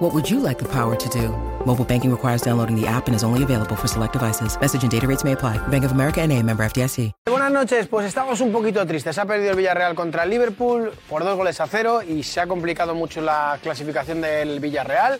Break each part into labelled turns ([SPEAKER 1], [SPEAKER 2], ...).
[SPEAKER 1] What would you like the power to do? Mobile banking requires downloading the app and is only available for select devices. Message and data rates may apply. Bank of America and a member FDIC.
[SPEAKER 2] Buenas noches, pues estamos un poquito tristes. Ha perdido el Villarreal contra el Liverpool por dos goles a cero y se ha complicado mucho la clasificación del Villarreal.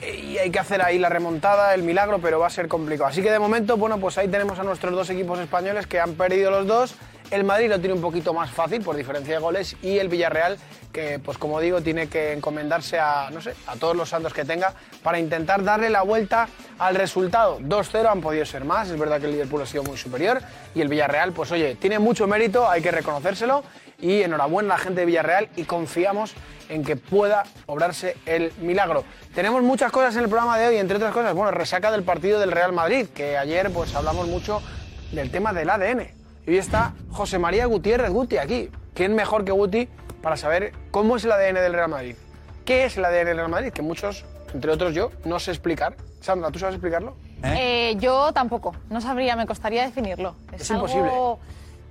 [SPEAKER 2] Y hay que hacer ahí la remontada, el milagro, pero va a ser complicado. Así que de momento, bueno, pues ahí tenemos a nuestros dos equipos españoles que han perdido los dos. El Madrid lo tiene un poquito más fácil por diferencia de goles y el Villarreal que, pues como digo, tiene que encomendarse a, no sé, a todos los santos que tenga para intentar darle la vuelta al resultado. 2-0 han podido ser más, es verdad que el Liverpool ha sido muy superior y el Villarreal, pues oye, tiene mucho mérito, hay que reconocérselo y enhorabuena a la gente de Villarreal y confiamos en que pueda obrarse el milagro. Tenemos muchas cosas en el programa de hoy, entre otras cosas, bueno, resaca del partido del Real Madrid, que ayer pues hablamos mucho del tema del ADN. Y hoy está José María Gutiérrez Guti aquí. ¿Quién mejor que Guti para saber cómo es el ADN del Real Madrid? ¿Qué es el ADN del Real Madrid? Que muchos, entre otros yo, no sé explicar. Sandra, ¿tú sabes explicarlo?
[SPEAKER 3] Eh, yo tampoco, no sabría, me costaría definirlo.
[SPEAKER 2] Es imposible.
[SPEAKER 3] Algo,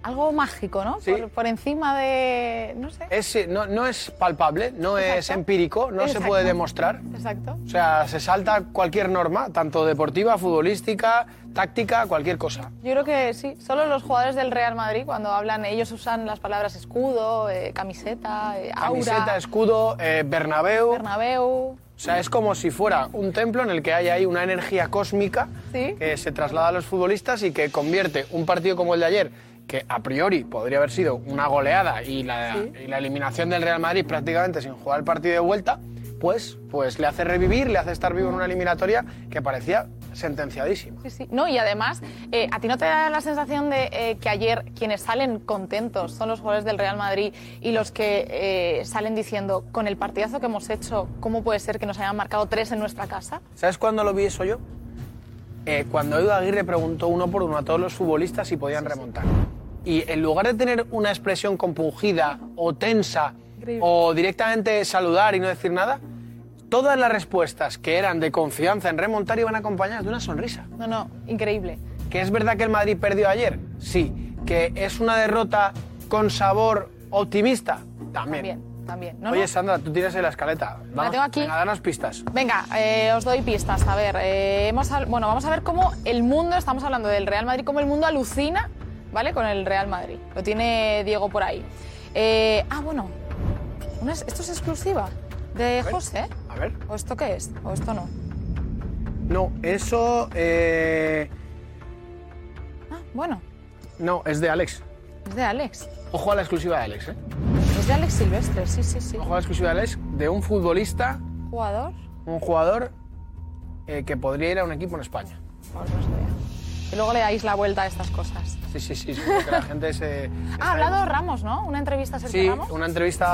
[SPEAKER 3] algo mágico, ¿no?
[SPEAKER 2] Sí.
[SPEAKER 3] Por, por encima de. No sé.
[SPEAKER 2] Es, eh, no, no es palpable, no es
[SPEAKER 3] Exacto.
[SPEAKER 2] empírico, no se
[SPEAKER 3] Exacto.
[SPEAKER 2] puede demostrar.
[SPEAKER 3] Exacto.
[SPEAKER 2] O sea, se salta cualquier norma, tanto deportiva, futbolística, táctica, cualquier cosa.
[SPEAKER 3] Yo creo que sí, solo los jugadores del Real Madrid, cuando hablan, ellos usan las palabras escudo, eh, camiseta, eh, aura,
[SPEAKER 2] Camiseta, escudo, eh, Bernabéu.
[SPEAKER 3] Bernabéu.
[SPEAKER 2] O sea, es como si fuera un templo en el que hay ahí una energía cósmica
[SPEAKER 3] Sí.
[SPEAKER 2] que se traslada a los futbolistas y que convierte un partido como el de ayer, que a priori podría haber sido una goleada y la, y la eliminación del Real Madrid prácticamente sin jugar el partido de vuelta, pues, pues le hace revivir, le hace estar vivo en una eliminatoria que parecía sentenciadísima.
[SPEAKER 3] Sí, sí. No, y además, eh, ¿a ti no te da la sensación de eh, que ayer quienes salen contentos son los jugadores del Real Madrid y los que eh, salen diciendo, con el partidazo que hemos hecho, ¿cómo puede ser que nos hayan marcado tres en nuestra casa?
[SPEAKER 2] ¿Sabes cuándo lo vi eso yo? Eh, cuando Edu Aguirre preguntó uno por uno a todos los futbolistas si podían remontar. Y en lugar de tener una expresión compungida o tensa o directamente saludar y no decir nada, todas las respuestas que eran de confianza en remontar iban acompañadas de una sonrisa.
[SPEAKER 3] No, no, increíble.
[SPEAKER 2] ¿Que es verdad que el Madrid perdió ayer? Sí. ¿Que es una derrota con sabor optimista? También.
[SPEAKER 3] También, también. No,
[SPEAKER 2] Oye,
[SPEAKER 3] no.
[SPEAKER 2] Sandra, tú tienes ahí la escaleta. Vamos,
[SPEAKER 3] tengo aquí.
[SPEAKER 2] venga, danos pistas.
[SPEAKER 3] Venga, eh, os doy pistas. A ver, eh, hemos hab- bueno, vamos a ver cómo el mundo, estamos hablando del Real Madrid, cómo el mundo alucina, ¿vale? Con el Real Madrid. Lo tiene Diego por ahí. Eh, ah, bueno, una es- esto es exclusiva de José.
[SPEAKER 2] A ver.
[SPEAKER 3] ¿O esto qué es? ¿O esto no?
[SPEAKER 2] No, eso. eh,
[SPEAKER 3] Ah, bueno,
[SPEAKER 2] no, es de Alex.
[SPEAKER 3] es de Alex.
[SPEAKER 2] Ojo a la exclusiva de Alex, ¿eh?
[SPEAKER 3] Es de Alex Silvestre, sí, sí, sí.
[SPEAKER 2] Ojo a la exclusiva de Alex de un futbolista,
[SPEAKER 3] Jugador.
[SPEAKER 2] un jugador eh, que podría ir a un equipo en España.
[SPEAKER 3] Ahora os lo voy a- Y luego le dais la vuelta a estas cosas.
[SPEAKER 2] Sí, sí, sí, sí, porque la gente se.
[SPEAKER 3] Ah, ha hablado Ramos, ¿no? Una entrevista a Sergio
[SPEAKER 2] Sí,
[SPEAKER 3] Ramos.
[SPEAKER 2] una entrevista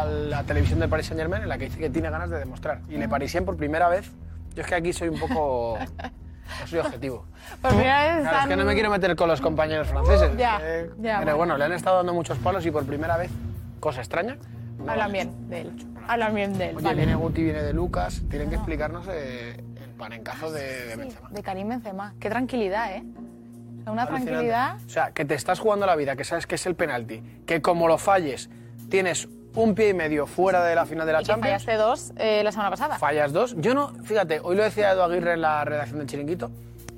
[SPEAKER 2] a la televisión de Paris Saint Germain en la que dice que tiene ganas de demostrar.
[SPEAKER 3] Ah.
[SPEAKER 2] Y le parisien por primera vez. Yo es que aquí soy un poco. No soy objetivo.
[SPEAKER 3] Por primera vez
[SPEAKER 2] Claro, es que no
[SPEAKER 3] están-
[SPEAKER 2] me quiero meter con los compañeros franceses.
[SPEAKER 3] Ya,
[SPEAKER 2] eh,
[SPEAKER 3] ya,
[SPEAKER 2] pero
[SPEAKER 3] bueno.
[SPEAKER 2] bueno, le han estado dando muchos palos y por primera vez, cosa extraña. no
[SPEAKER 3] Hablan bien de él. Hablan bien de él.
[SPEAKER 2] Oye,
[SPEAKER 3] vale.
[SPEAKER 2] viene Guti, viene de Lucas. Tienen que explicarnos eh, el panencazo de, de
[SPEAKER 3] Sí,
[SPEAKER 2] Benzema.
[SPEAKER 3] de Karim Benzema. Qué tranquilidad, ¿eh? O sea, Una
[SPEAKER 2] Alucinante.
[SPEAKER 3] tranquilidad.
[SPEAKER 2] O sea, que te estás jugando la vida, que sabes que es el penalti, que como lo falles, tienes un pie y medio fuera de la final de la
[SPEAKER 3] Y que
[SPEAKER 2] Champions,
[SPEAKER 3] fallaste dos eh, la semana pasada.
[SPEAKER 2] fallas dos. Yo no, fíjate, hoy lo decía Edu Aguirre en la redacción del Chiringuito.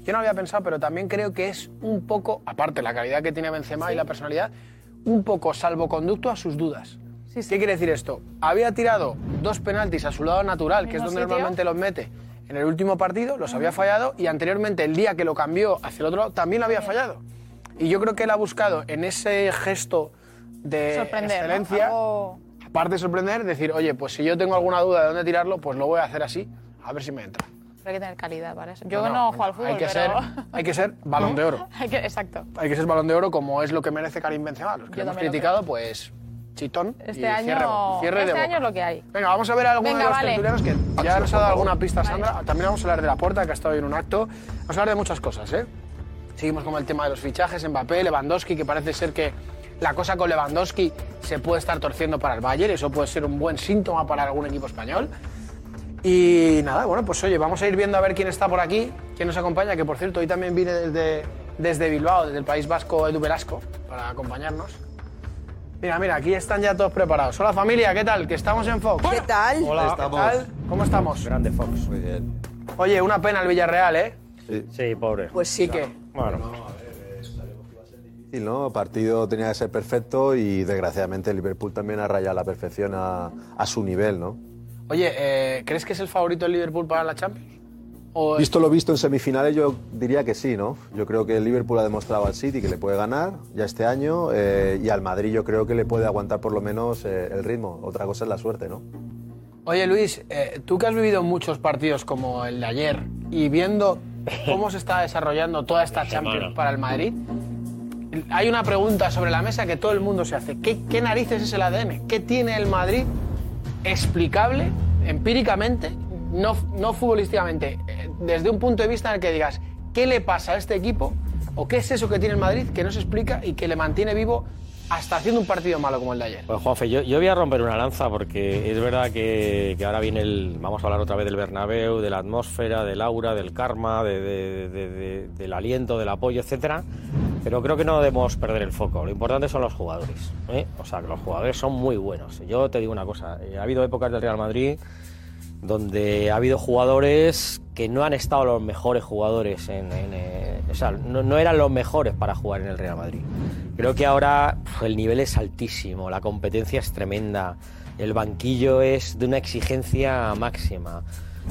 [SPEAKER 2] Yo no había pensado, pero también creo que es un poco, aparte la calidad que tiene Benzema y la personalidad, un poco salvoconducto a sus dudas.
[SPEAKER 3] Sí, sí.
[SPEAKER 2] ¿Qué quiere decir esto? Había tirado dos penaltis a su lado natural, que es
[SPEAKER 3] mismo
[SPEAKER 2] donde
[SPEAKER 3] sitio?
[SPEAKER 2] normalmente los mete. En el último partido los había fallado y anteriormente, el día que lo cambió hacia el otro lado, también lo había fallado. Y yo creo que él ha buscado en ese gesto de
[SPEAKER 3] Sorprender, ¿no?
[SPEAKER 2] excelencia,
[SPEAKER 3] Algo-
[SPEAKER 2] aparte de sorprender, decir, oye, pues si yo tengo alguna duda de dónde tirarlo, pues lo voy a hacer así, a ver si me entra.
[SPEAKER 3] Pero hay que tener calidad para eso. Yo
[SPEAKER 2] No,
[SPEAKER 3] no,
[SPEAKER 2] no,
[SPEAKER 3] juego al fútbol,
[SPEAKER 2] hay que
[SPEAKER 3] pero...
[SPEAKER 2] ser- hay que ser balón de oro.
[SPEAKER 3] Hay que- Exacto.
[SPEAKER 2] Hay que ser balón de oro como es lo que merece Karim Benzema. Los
[SPEAKER 3] Yo
[SPEAKER 2] que lo hemos
[SPEAKER 3] también lo
[SPEAKER 2] criticado, pues chitón y
[SPEAKER 3] Este año-
[SPEAKER 2] cierre, bo- cierre de
[SPEAKER 3] este
[SPEAKER 2] boca.
[SPEAKER 3] año es lo que hay.
[SPEAKER 2] Venga, vamos a ver a algunos
[SPEAKER 3] Venga,
[SPEAKER 2] de los
[SPEAKER 3] vale.
[SPEAKER 2] tertulianos que ya nos ha dado alguna pista Sandra. También vamos a hablar de la puerta que ha estado hoy en un acto. Vamos a hablar de muchas cosas, ¿eh? Seguimos con el tema de los fichajes, Mbappé, Lewandowski, que parece ser que la cosa con Lewandowski se puede estar torciendo para el Bayern, eso puede ser un buen síntoma para algún equipo español. Y nada, bueno, pues oye, vamos a ir viendo a ver quién está por aquí, quién nos acompaña, que por cierto, hoy también viene desde, desde Bilbao, desde el País Vasco, Edu Velasco, para acompañarnos. Mira, mira, aquí están ya todos preparados. Hola familia, ¿qué tal? Que estamos en Fox.
[SPEAKER 4] ¿Qué tal?
[SPEAKER 2] Hola,
[SPEAKER 5] Estamos.
[SPEAKER 2] ¿qué tal? ¿Cómo estamos?
[SPEAKER 5] Grande Fox. Muy bien.
[SPEAKER 2] Oye, una pena el Villarreal, ¿eh?
[SPEAKER 5] Sí.
[SPEAKER 6] pobre.
[SPEAKER 2] Pues sí que.
[SPEAKER 6] Bueno,
[SPEAKER 5] Y no, el partido tenía que ser perfecto y desgraciadamente el Liverpool también ha rayado la perfección a, a su nivel, ¿no?
[SPEAKER 2] Oye, eh, ¿crees que es el favorito el Liverpool para la Champions? ¿O
[SPEAKER 5] Visto lo visto en semifinales, yo diría que sí, ¿no? Yo creo que el Liverpool ha demostrado al City que le puede ganar ya este año eh, y al Madrid yo creo que le puede aguantar por lo menos eh, el ritmo. Otra cosa es la suerte, ¿no?
[SPEAKER 2] Oye, Luis, eh, tú que has vivido muchos partidos como el de ayer y viendo cómo se está desarrollando toda esta Champions para el Madrid, hay una pregunta sobre la mesa que todo el mundo se hace. ¿Qué, qué narices es el ADN? ¿Qué tiene el Madrid explicable, empíricamente, no, no futbolísticamente, eh, desde un punto de vista en el que digas, ¿qué le pasa a este equipo? ¿O qué es eso que tiene el Madrid que no se explica y que le mantiene vivo hasta haciendo un partido malo como el de ayer?
[SPEAKER 6] Pues Juanfe, yo, yo voy a romper una lanza porque es verdad que, que ahora viene el. Vamos a hablar otra vez del Bernabéu, de la atmósfera, del aura, del karma, de- de- de- de- del aliento, del apoyo, etcétera. Pero creo que no debemos perder el foco. Lo importante son los jugadores. ¿eh? O sea, que los jugadores son muy buenos. Yo te digo una cosa: eh, ha habido épocas del Real Madrid donde ha habido jugadores que no han estado los mejores jugadores en, en, eh, o sea, no, no eran los mejores para jugar en el Real Madrid. Creo que ahora pf, el nivel es altísimo, la competencia es tremenda, el banquillo es de una exigencia máxima.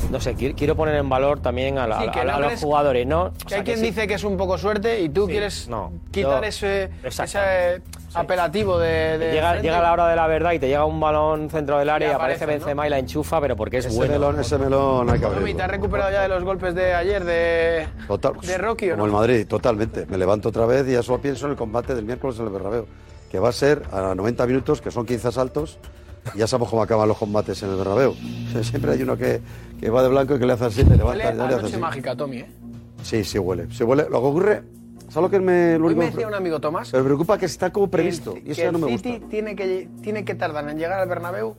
[SPEAKER 6] No sé, qui- quiero poner en valor también a, la-
[SPEAKER 2] Sí, que
[SPEAKER 6] a la-
[SPEAKER 2] no
[SPEAKER 6] a los
[SPEAKER 2] crees-
[SPEAKER 6] jugadores, ¿no? O
[SPEAKER 2] Que
[SPEAKER 6] sea,
[SPEAKER 2] hay
[SPEAKER 6] que
[SPEAKER 2] quien
[SPEAKER 6] sí.
[SPEAKER 2] dice que es un poco suerte y tú quieres
[SPEAKER 6] no,
[SPEAKER 2] quitar
[SPEAKER 6] yo-
[SPEAKER 2] ese,
[SPEAKER 6] Exactamente,
[SPEAKER 2] ese eh, apelativo de. de
[SPEAKER 6] Llega,
[SPEAKER 2] frente.
[SPEAKER 6] llega la hora de la verdad y te llega un balón centro del área y aparece,
[SPEAKER 2] aparece, ¿no?
[SPEAKER 6] Benzema y la enchufa, pero porque es
[SPEAKER 5] Ese
[SPEAKER 6] bueno.
[SPEAKER 5] melón, ese melón hay que abrirlo.
[SPEAKER 2] Tommy, ¿Te has recuperado ya de los golpes de ayer de,
[SPEAKER 7] Total,
[SPEAKER 2] de Rocky o
[SPEAKER 7] como
[SPEAKER 2] no?
[SPEAKER 7] el Madrid, totalmente. Me levanto otra vez y ya solo pienso en el combate del miércoles en el Bernabéu, que va a ser a 90 minutos, que son 15 asaltos. y Ya sabemos cómo acaban los combates en el Bernabéu. Siempre hay uno que, que va de blanco y que le hace así, le
[SPEAKER 2] Huele
[SPEAKER 7] levanta y
[SPEAKER 2] a
[SPEAKER 7] no le hace
[SPEAKER 2] noche
[SPEAKER 7] así.
[SPEAKER 2] mágica, Tommy. ¿eh?
[SPEAKER 7] Sí, sí huele. Sí huele. Lo que ocurre, ¿sabes lo que me... Lo
[SPEAKER 2] Hoy
[SPEAKER 7] único
[SPEAKER 2] me
[SPEAKER 7] que-
[SPEAKER 2] decía un amigo Tomás
[SPEAKER 7] Pero me preocupa que está como
[SPEAKER 2] que el-
[SPEAKER 7] previsto. Y
[SPEAKER 2] que
[SPEAKER 7] eso ya no me
[SPEAKER 2] el
[SPEAKER 7] gusta.
[SPEAKER 2] City tiene que, tiene que tardar en llegar al Bernabéu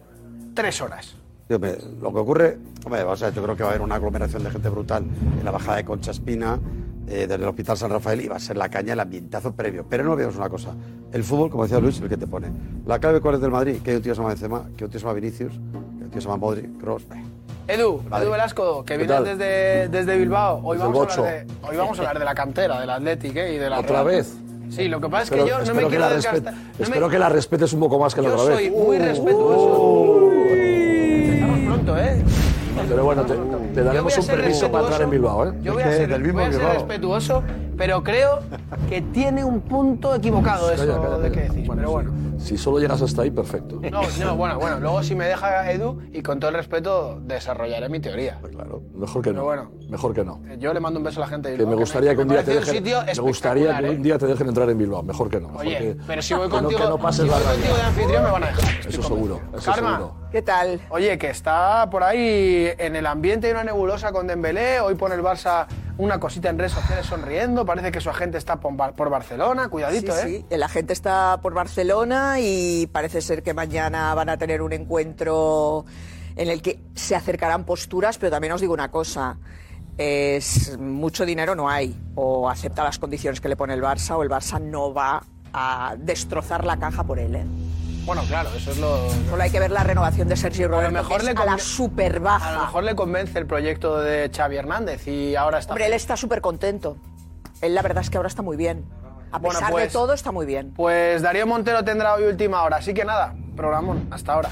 [SPEAKER 2] tres horas.
[SPEAKER 7] Tío, me- lo que ocurre, hombre, o sea, yo creo que va a haber una aglomeración de gente brutal en la bajada de Concha Espina, eh, desde el Hospital San Rafael, y va a ser la caña, el ambientazo previo. Pero no olvidemos una cosa, el fútbol, como decía Luis, el que te pone. La clave cuál es del Madrid, que hay un tío que se llama Benzema, que un tío se llama Vinicius, que un tío se llama Modric, Kroos, eh.
[SPEAKER 2] Edu,
[SPEAKER 7] Madrid.
[SPEAKER 2] Edu Velasco, que
[SPEAKER 7] ¿Qué
[SPEAKER 2] vienes
[SPEAKER 7] tal?
[SPEAKER 2] desde, desde Bilbao. Hoy
[SPEAKER 7] Desde el
[SPEAKER 2] vamos, a
[SPEAKER 7] Bocho.
[SPEAKER 2] hablar de, hoy vamos a hablar de la cantera, del Athletic ¿eh? y de la
[SPEAKER 8] ¿Otra
[SPEAKER 2] Real.
[SPEAKER 8] vez?
[SPEAKER 2] Sí, lo que pasa Ah, es que
[SPEAKER 8] Espero-
[SPEAKER 2] yo no
[SPEAKER 8] espero
[SPEAKER 2] me
[SPEAKER 8] que
[SPEAKER 2] quiero
[SPEAKER 8] la
[SPEAKER 2] desgastar.
[SPEAKER 8] respe-
[SPEAKER 2] no me-
[SPEAKER 8] espero que la respetes un poco más que la
[SPEAKER 2] Yo
[SPEAKER 8] otra
[SPEAKER 2] soy
[SPEAKER 8] vez.
[SPEAKER 2] muy respetuoso. Empezamos pronto, ¿eh?
[SPEAKER 8] Pero bueno, te, te
[SPEAKER 2] Yo voy
[SPEAKER 8] daremos
[SPEAKER 2] a
[SPEAKER 8] un
[SPEAKER 2] ser
[SPEAKER 8] permiso para
[SPEAKER 2] respetuoso.
[SPEAKER 8] entrar en Bilbao, ¿eh?
[SPEAKER 2] Yo voy a
[SPEAKER 7] Es que
[SPEAKER 2] ser,
[SPEAKER 7] del mismo
[SPEAKER 2] voy a ser
[SPEAKER 7] Bilbao.
[SPEAKER 2] respetuoso, pero creo que tiene un punto equivocado eso
[SPEAKER 8] Calla, calla,
[SPEAKER 2] de
[SPEAKER 8] calla.
[SPEAKER 2] que decís. pero
[SPEAKER 8] sí.
[SPEAKER 2] bueno.
[SPEAKER 8] Si solo llegas hasta ahí, perfecto.
[SPEAKER 2] No, no, bueno, bueno. Luego si me deja Edu y con todo el respeto desarrollaré mi teoría.
[SPEAKER 8] Claro, mejor que no.
[SPEAKER 2] Pero bueno.
[SPEAKER 8] Mejor que no.
[SPEAKER 2] Eh, Yo le mando un beso a la gente. de
[SPEAKER 8] Que
[SPEAKER 2] Bilbao,
[SPEAKER 8] me gustaría que un
[SPEAKER 2] me
[SPEAKER 8] día te
[SPEAKER 2] parece un
[SPEAKER 8] dejen.
[SPEAKER 2] sitio
[SPEAKER 8] me gustaría que
[SPEAKER 2] espectacular,
[SPEAKER 8] un
[SPEAKER 2] ¿eh?
[SPEAKER 8] día te dejen entrar en Bilbao. Mejor que no. Mejor
[SPEAKER 2] Oye,
[SPEAKER 8] que,
[SPEAKER 2] pero si
[SPEAKER 8] que
[SPEAKER 2] voy
[SPEAKER 8] no-
[SPEAKER 2] contigo,
[SPEAKER 8] que no pases
[SPEAKER 2] si
[SPEAKER 8] la
[SPEAKER 2] voy
[SPEAKER 8] raya.
[SPEAKER 2] contigo de anfitrión me van a dejar.
[SPEAKER 8] Eso
[SPEAKER 2] estoy
[SPEAKER 8] seguro.
[SPEAKER 2] convencido.
[SPEAKER 8] Eso
[SPEAKER 2] Karma,
[SPEAKER 8] seguro.
[SPEAKER 4] ¿Qué tal?
[SPEAKER 2] Oye, que está por ahí en el ambiente hay una nebulosa con Dembélé. Hoy pone el Barça una cosita en redes sociales sonriendo. Parece que su agente está por Bar- por Barcelona. Cuidadito,
[SPEAKER 4] sí,
[SPEAKER 2] ¿eh?
[SPEAKER 4] sí. La gente está por Barcelona y parece ser que mañana van a tener un encuentro en el que se acercarán posturas, pero también os digo una cosa. Es, mucho dinero no hay. O acepta las condiciones que le pone el Barça o el Barça no va a destrozar la caja por él. ¿eh?
[SPEAKER 2] Bueno, claro, eso es lo.
[SPEAKER 4] Solo hay que ver la renovación de Sergio Roberto,
[SPEAKER 2] mejor
[SPEAKER 4] que
[SPEAKER 2] le
[SPEAKER 4] es a la
[SPEAKER 2] convi-
[SPEAKER 4] super
[SPEAKER 2] A
[SPEAKER 4] baja.
[SPEAKER 2] lo mejor le convence el proyecto de Xavi Hernández y ahora está.
[SPEAKER 4] Hombre, él está súper contento. Él la verdad es que ahora está muy bien. A
[SPEAKER 2] Bueno,
[SPEAKER 4] pesar de
[SPEAKER 2] pues-
[SPEAKER 4] todo, está muy bien.
[SPEAKER 2] Pues Darío Montero tendrá hoy última hora, así que nada, programón, hasta ahora.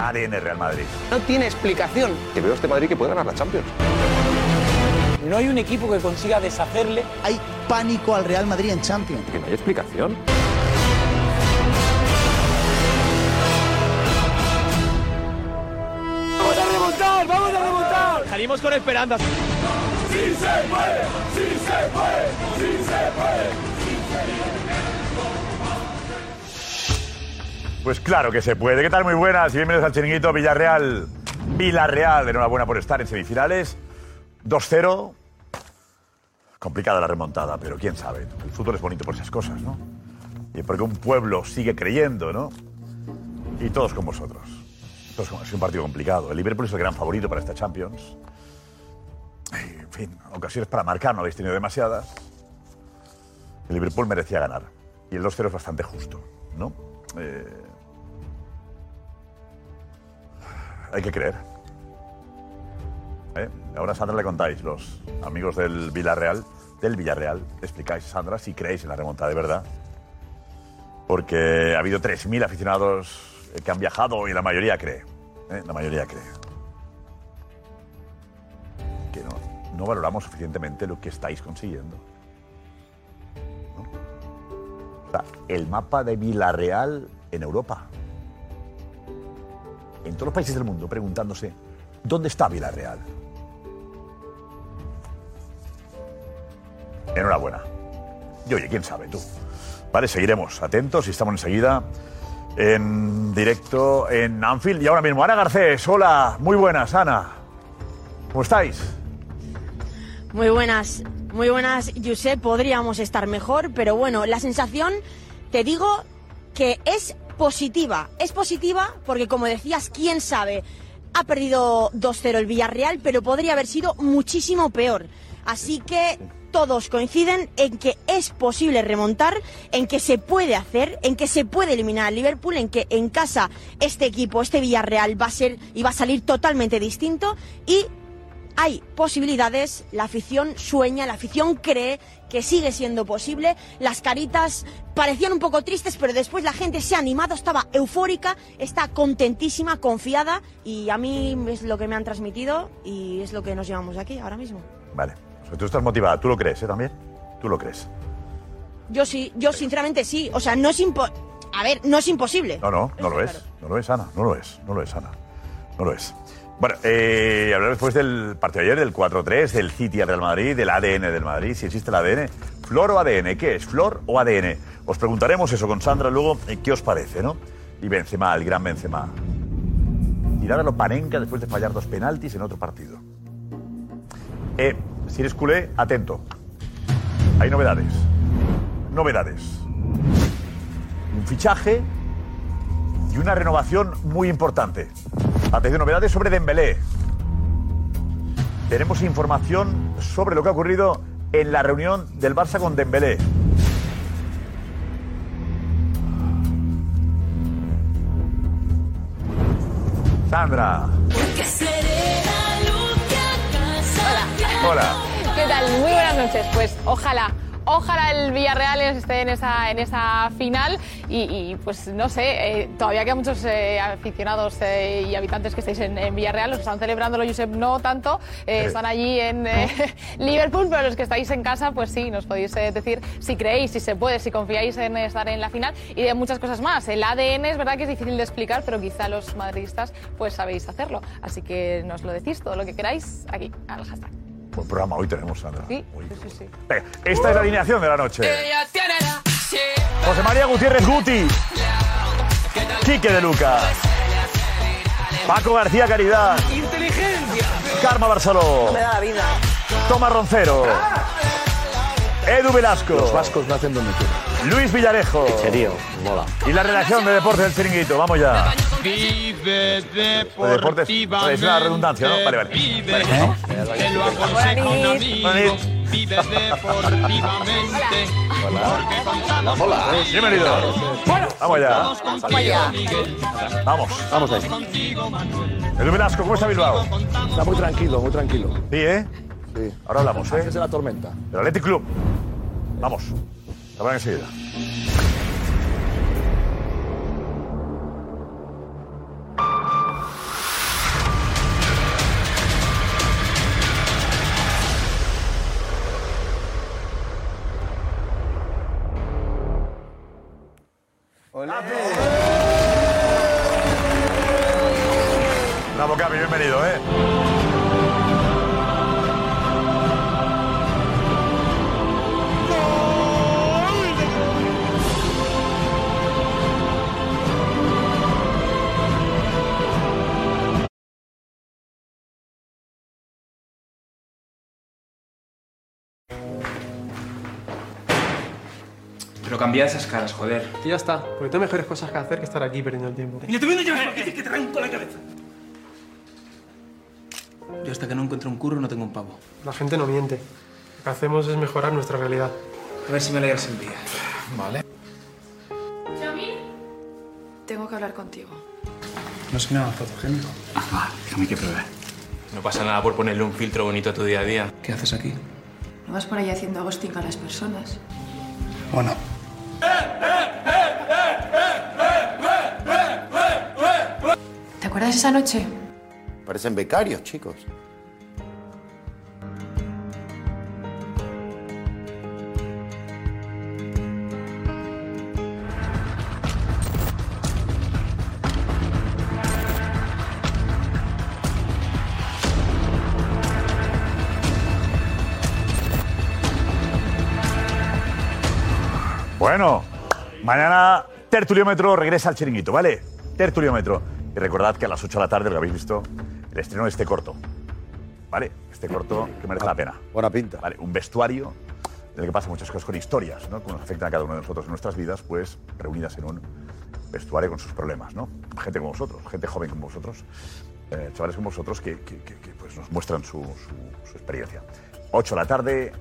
[SPEAKER 9] ADN Real Madrid.
[SPEAKER 2] No tiene explicación.
[SPEAKER 10] que veo a este Madrid que puede ganar la Champions.
[SPEAKER 11] No hay un equipo que consiga deshacerle
[SPEAKER 4] Hay
[SPEAKER 9] pánico al Real Madrid en Champions.
[SPEAKER 10] Que no hay explicación.
[SPEAKER 11] ¡Vamos a remontar! ¡Vamos a remontar! Salimos con esperanza.
[SPEAKER 12] ¡Sí se puede! ¡Sí se puede! ¡Sí se puede!
[SPEAKER 13] Pues claro que se puede. ¿Qué tal? Muy buenas y bienvenidos al chiringuito Villarreal. Villarreal, enhorabuena por estar en semifinales. 2-0. Complicada la remontada, pero quién sabe. El fútbol es bonito por esas cosas, ¿no? Y porque un pueblo sigue creyendo, ¿no? Y todos con vosotros. Todos con- es un partido complicado. El Liverpool es el gran favorito para esta Champions. Y, En fin, ocasiones para marcar no habéis tenido demasiadas. El Liverpool merecía ganar. Y el 2-0 es bastante justo, ¿no? Eh, hay que creer. ¿Eh? Ahora a Sandra le contáis, los amigos del Villarreal, del Villarreal, le explicáis a Sandra si creéis en la remontada de verdad. Porque ha habido 3.000 aficionados eh, que han viajado y la mayoría cree. ¿eh? La mayoría cree. Que no, no valoramos suficientemente lo que estáis consiguiendo. ¿No? O sea, el mapa de Villarreal en Europa en todos los países del mundo preguntándose dónde está Villarreal. Enhorabuena. Y oye, quién sabe tú. Vale, seguiremos atentos y estamos enseguida en directo en Anfield. Y ahora mismo, Ana Garcés, hola, muy buenas, Ana. ¿Cómo estáis?
[SPEAKER 14] Muy buenas, muy buenas, Josep. Podríamos estar mejor, pero bueno, la sensación, te digo que es positiva. Es positiva porque, como decías, quién sabe. Ha perdido 2-0 el Villarreal, pero podría haber sido muchísimo peor. Así que todos coinciden en que es posible remontar, en que se puede hacer, en que se puede eliminar al Liverpool, en que en casa este equipo, este Villarreal va a ser y va a salir totalmente distinto y hay posibilidades, la afición sueña, la afición cree que sigue siendo posible. Las caritas parecían un poco tristes, pero después la gente se ha animado, estaba eufórica, está contentísima, confiada y a mí es lo que me han transmitido y es lo que nos llevamos de aquí ahora mismo.
[SPEAKER 13] Vale. O sea, tú estás motivada, tú lo crees, ¿eh? También. Tú lo crees.
[SPEAKER 14] Yo sí, yo sinceramente sí, o sea, no es impo- a ver, no es imposible.
[SPEAKER 13] No, no, no lo es. No lo es, Ana. No lo es. No lo es, Ana. No lo es. Bueno, eh, hablar después del partido de ayer, del 4-3, del City al Real Madrid, del ADN del Madrid, si existe el ADN. ¿Flor o ADN? ¿Qué es? ¿Flor o ADN? Os preguntaremos eso con Sandra luego, eh, ¿qué os parece, no? Y Benzema, el gran Benzema. Tirar a lo panenca después de fallar dos penaltis en otro partido. Eh, si eres culé, atento. Hay novedades. Novedades. Un fichaje y una renovación muy importante. Atención, novedades sobre Dembélé. Tenemos información sobre lo que ha ocurrido en la reunión del Barça con Dembélé. Sandra, hola.
[SPEAKER 3] ¿Qué tal? Muy buenas noches. Pues ojalá. Ojalá el Villarreal esté en esa, en esa final y, y, pues no sé, eh, todavía quedan muchos eh, aficionados eh, y habitantes que estáis en, en Villarreal, los que están celebrándolo, Josep, no tanto, eh,
[SPEAKER 15] Eh.
[SPEAKER 3] están allí en eh, Liverpool, pero los que estáis en casa, pues sí, nos podéis eh, decir si creéis, si se puede, si confiáis en estar en la final y de muchas cosas más. El ADN es verdad que es difícil de explicar, pero quizá los madridistas pues sabéis hacerlo, así que nos lo decís, todo lo que queráis, aquí, al hashtag.
[SPEAKER 13] Buen programa hoy tenemos, Sandra.
[SPEAKER 3] Sí, sí, sí, sí.
[SPEAKER 13] Venga, esta es la alineación de la noche.
[SPEAKER 11] Ella tiene la
[SPEAKER 13] José María Gutiérrez Guti. Quique de Lucas. Paco García Caridad.
[SPEAKER 11] inteligencia.
[SPEAKER 13] Karma Barceló.
[SPEAKER 4] No me da la vida.
[SPEAKER 13] Tomás Roncero. Edu Velasco. Los vascos nacen donde quieran. Luis Villarejo.
[SPEAKER 6] Serio, mola.
[SPEAKER 13] Y la redacción de Deportes del Chiringuito. Vamos ya.
[SPEAKER 11] Vive
[SPEAKER 13] De Deportes. Vale, Es una redundancia, ¿no? Vale, vale. Vale, ¿no?
[SPEAKER 11] Te lo aconsejo un amigo. Vive deportivamente. Porque contamos
[SPEAKER 13] Hola. Bienvenido. Vamos allá. Vamos.
[SPEAKER 8] Vamos ahí.
[SPEAKER 13] Edu Velasco, ¿cómo está Bilbao?
[SPEAKER 8] Está muy tranquilo, muy tranquilo.
[SPEAKER 13] Sí, ¿eh?
[SPEAKER 8] Sí.
[SPEAKER 13] Ahora hablamos, ¿eh?
[SPEAKER 8] Es de la tormenta.
[SPEAKER 13] El Athletic Club. Vamos. Hablan enseguida. Bravo, Capi, bienvenido, ¿eh?
[SPEAKER 10] Pero cambiad esas caras, joder.
[SPEAKER 15] Y ya está, porque tengo mejores cosas que hacer que estar aquí perdiendo el tiempo.
[SPEAKER 10] Mira, te voy a llevar que te arranco la cabeza.
[SPEAKER 15] Yo hasta que no encuentro un curro no tengo un pavo. La gente no miente. Lo que hacemos es mejorar nuestra realidad. A ver si me lees el día. Vale.
[SPEAKER 16] Tengo que hablar contigo.
[SPEAKER 15] No soy nada fotogénico.
[SPEAKER 10] Déjame que pruebe. No pasa nada por ponerle un filtro bonito a tu día a día.
[SPEAKER 15] ¿Qué haces aquí?
[SPEAKER 16] No vas por ahí haciendo ghosting a las personas.
[SPEAKER 15] Bueno.
[SPEAKER 16] ¿Te acuerdas esa noche?
[SPEAKER 7] Parecen becarios, chicos.
[SPEAKER 13] Bueno, mañana Tertuliómetro regresa al chiringuito, ¿vale? Tertuliómetro. Y recordad que a las 8 de la tarde, lo que habéis visto, el estreno de este corto. ¿Vale? Este corto que merece la pena.
[SPEAKER 7] Buena pinta.
[SPEAKER 13] Vale, un vestuario en el que pasan muchas cosas con historias, ¿no? Que nos afectan a cada uno de nosotros en nuestras vidas, pues reunidas en un vestuario con sus problemas, ¿no? Gente como vosotros, gente joven como vosotros, eh, chavales como vosotros que, que- que- que, pues, nos muestran su, su- su experiencia. 8 de la tarde,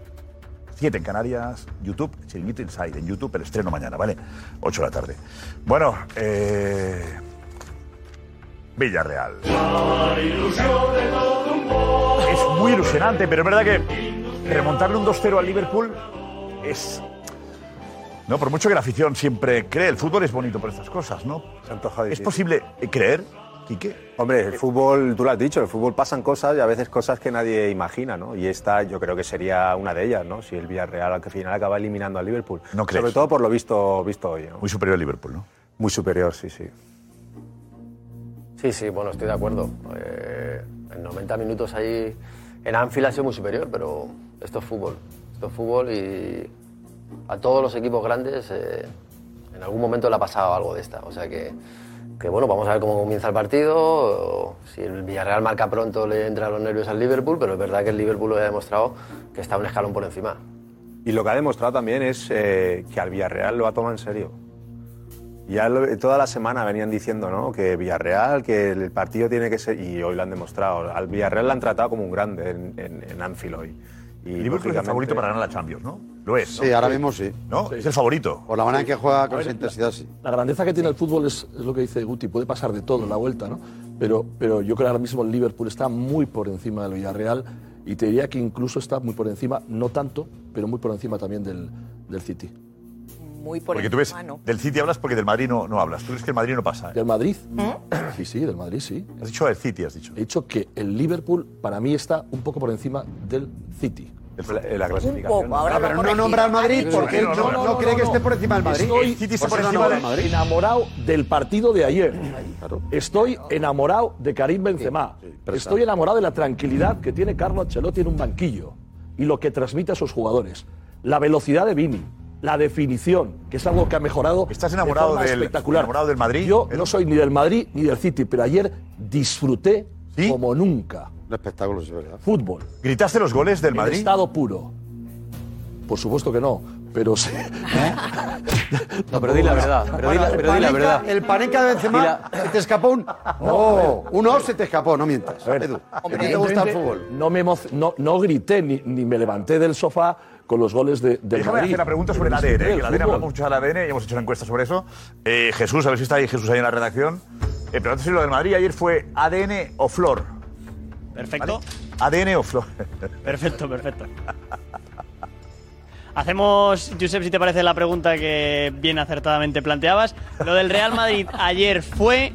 [SPEAKER 13] 7 en Canarias, YouTube, Chiringuito Inside, en YouTube el estreno mañana, ¿vale? 8 de la tarde. Bueno, eh, Villarreal. Es muy ilusionante, pero es verdad que remontarle un 2-0 al Liverpool es... No, por mucho que la afición siempre cree, el fútbol es bonito por estas cosas, ¿no? ¿Es posible creer, Quique?
[SPEAKER 5] Hombre, el fútbol, tú lo has dicho, el fútbol pasan cosas y a veces cosas que nadie imagina, ¿no? Y esta yo creo que sería una de ellas, ¿no? Si el Villarreal al final acaba eliminando al Liverpool.
[SPEAKER 13] No crees.
[SPEAKER 5] Sobre todo por lo visto, visto hoy, ¿eh?
[SPEAKER 13] Muy superior al Liverpool, ¿no?
[SPEAKER 5] Muy superior, sí, sí.
[SPEAKER 17] Sí, sí, bueno, estoy de acuerdo. Eh, en 90 minutos ahí en Anfield ha sido muy superior, pero esto es fútbol. Esto es fútbol y a todos los equipos grandes eh, en algún momento le ha pasado algo de esta. O sea que, que, bueno, vamos a ver cómo comienza el partido. o si el Villarreal marca pronto le entran los nervios al Liverpool, pero es verdad que el Liverpool lo ha demostrado que está un escalón por encima.
[SPEAKER 5] Y lo que ha demostrado también es eh, que al Villarreal lo ha tomado en serio. Ya lo- toda la semana venían diciendo ¿no? que Villarreal, que el partido tiene que ser. Y hoy lo han demostrado. Al Villarreal lo han tratado como un grande en, en, en Anfield hoy. Y
[SPEAKER 13] El Liverpool es el
[SPEAKER 5] lógicamente-
[SPEAKER 13] favorito para ganar la Champions, ¿no? Lo es. ¿no?
[SPEAKER 5] Sí, ahora
[SPEAKER 7] mismo sí.
[SPEAKER 13] ¿No? Es el favorito.
[SPEAKER 7] Por la manera en que juega con
[SPEAKER 13] A ver,
[SPEAKER 7] esa intensidad, sí.
[SPEAKER 8] La grandeza que tiene el fútbol es, es lo que dice Guti, puede pasar de todo en la vuelta, ¿no? Pero, pero yo creo que ahora mismo el Liverpool está muy por encima del Villarreal y te diría que incluso está muy por encima, no tanto, pero muy por encima también del, del City.
[SPEAKER 4] Muy por
[SPEAKER 13] Porque tú ves,
[SPEAKER 4] encima, ¿no?
[SPEAKER 13] del City hablas porque del Madrid no, no hablas. Tú crees que el Madrid no pasa. ¿eh?
[SPEAKER 8] ¿Del Madrid?
[SPEAKER 7] ¿Eh?
[SPEAKER 8] Sí, sí, del Madrid, sí.
[SPEAKER 13] Has dicho el City, has dicho.
[SPEAKER 8] He dicho que el Liverpool para mí está un poco por encima del City.
[SPEAKER 13] eh,
[SPEAKER 5] La
[SPEAKER 7] Un poco, ahora Ah, pero no corregir. nombra al Madrid porque él no- no cree que esté por encima del Madrid.
[SPEAKER 8] Estoy
[SPEAKER 7] El City está
[SPEAKER 8] por
[SPEAKER 7] por
[SPEAKER 8] encima
[SPEAKER 7] encima
[SPEAKER 8] del
[SPEAKER 7] del Madrid.
[SPEAKER 8] enamorado del partido de ayer. Estoy enamorado de Karim Benzema. Estoy enamorado de la tranquilidad que tiene Carlo Ancelotti en un banquillo y lo que transmite a sus jugadores. La velocidad de Vini, la definición, que es algo que ha mejorado.
[SPEAKER 13] ¿Estás enamorado
[SPEAKER 8] de forma
[SPEAKER 13] del-
[SPEAKER 8] espectacular.
[SPEAKER 13] enamorado del Madrid?
[SPEAKER 8] Yo no soy ni del Madrid ni del City, pero ayer disfruté como nunca.
[SPEAKER 7] Un espectáculo, sí, ¿verdad?
[SPEAKER 8] Fútbol.
[SPEAKER 13] ¿Gritaste los goles del
[SPEAKER 8] En
[SPEAKER 13] Madrid?
[SPEAKER 8] estado puro. Por supuesto que no, pero sí.
[SPEAKER 13] ¿Eh?
[SPEAKER 7] No,
[SPEAKER 8] pero di la verdad, pero di la- pero di la verdad.
[SPEAKER 7] El panenca de Benzema se te escapó un. No, un off se te escapó, no mientas. Edu, ¿a ti te gusta el fútbol?
[SPEAKER 8] No, me emo- no, no grité ni, ni me levanté del sofá con los goles de, del
[SPEAKER 13] Déjame
[SPEAKER 8] Madrid.
[SPEAKER 13] hacer una pregunta sobre el
[SPEAKER 8] Pero
[SPEAKER 13] ADN,
[SPEAKER 8] disfruté
[SPEAKER 13] ¿eh? que el
[SPEAKER 8] del
[SPEAKER 13] ADN
[SPEAKER 8] fútbol.
[SPEAKER 13] hablamos mucho del ADN y hemos hecho una encuesta sobre eso. Eh, Jesús, a ver si está ahí Jesús ahí en la redacción. Eh, pero antes de lo del Madrid, ayer fue ADN o Flor.
[SPEAKER 18] Perfecto.
[SPEAKER 13] ADN o Flor.
[SPEAKER 18] Perfecto, perfecto. Hacemos, Josep, si te parece la pregunta que bien acertadamente planteabas. Lo del Real Madrid ayer fue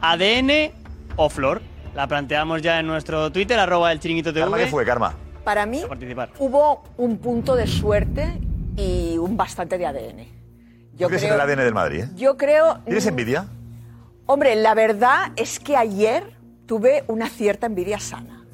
[SPEAKER 18] ADN o Flor. La planteamos ya en nuestro Twitter, arroba el chiringuito TV.
[SPEAKER 13] Karma, ¿qué fue, Karma?
[SPEAKER 4] Para mí
[SPEAKER 18] A participar.
[SPEAKER 4] hubo un punto de suerte y un bastante de ADN.
[SPEAKER 13] Yo ¿Crees en el
[SPEAKER 4] creo-
[SPEAKER 13] ADN del Madrid? eh?
[SPEAKER 4] Yo creo.
[SPEAKER 13] ¿Tienes envidia?
[SPEAKER 4] Hombre, la verdad es que ayer tuve una cierta envidia sana.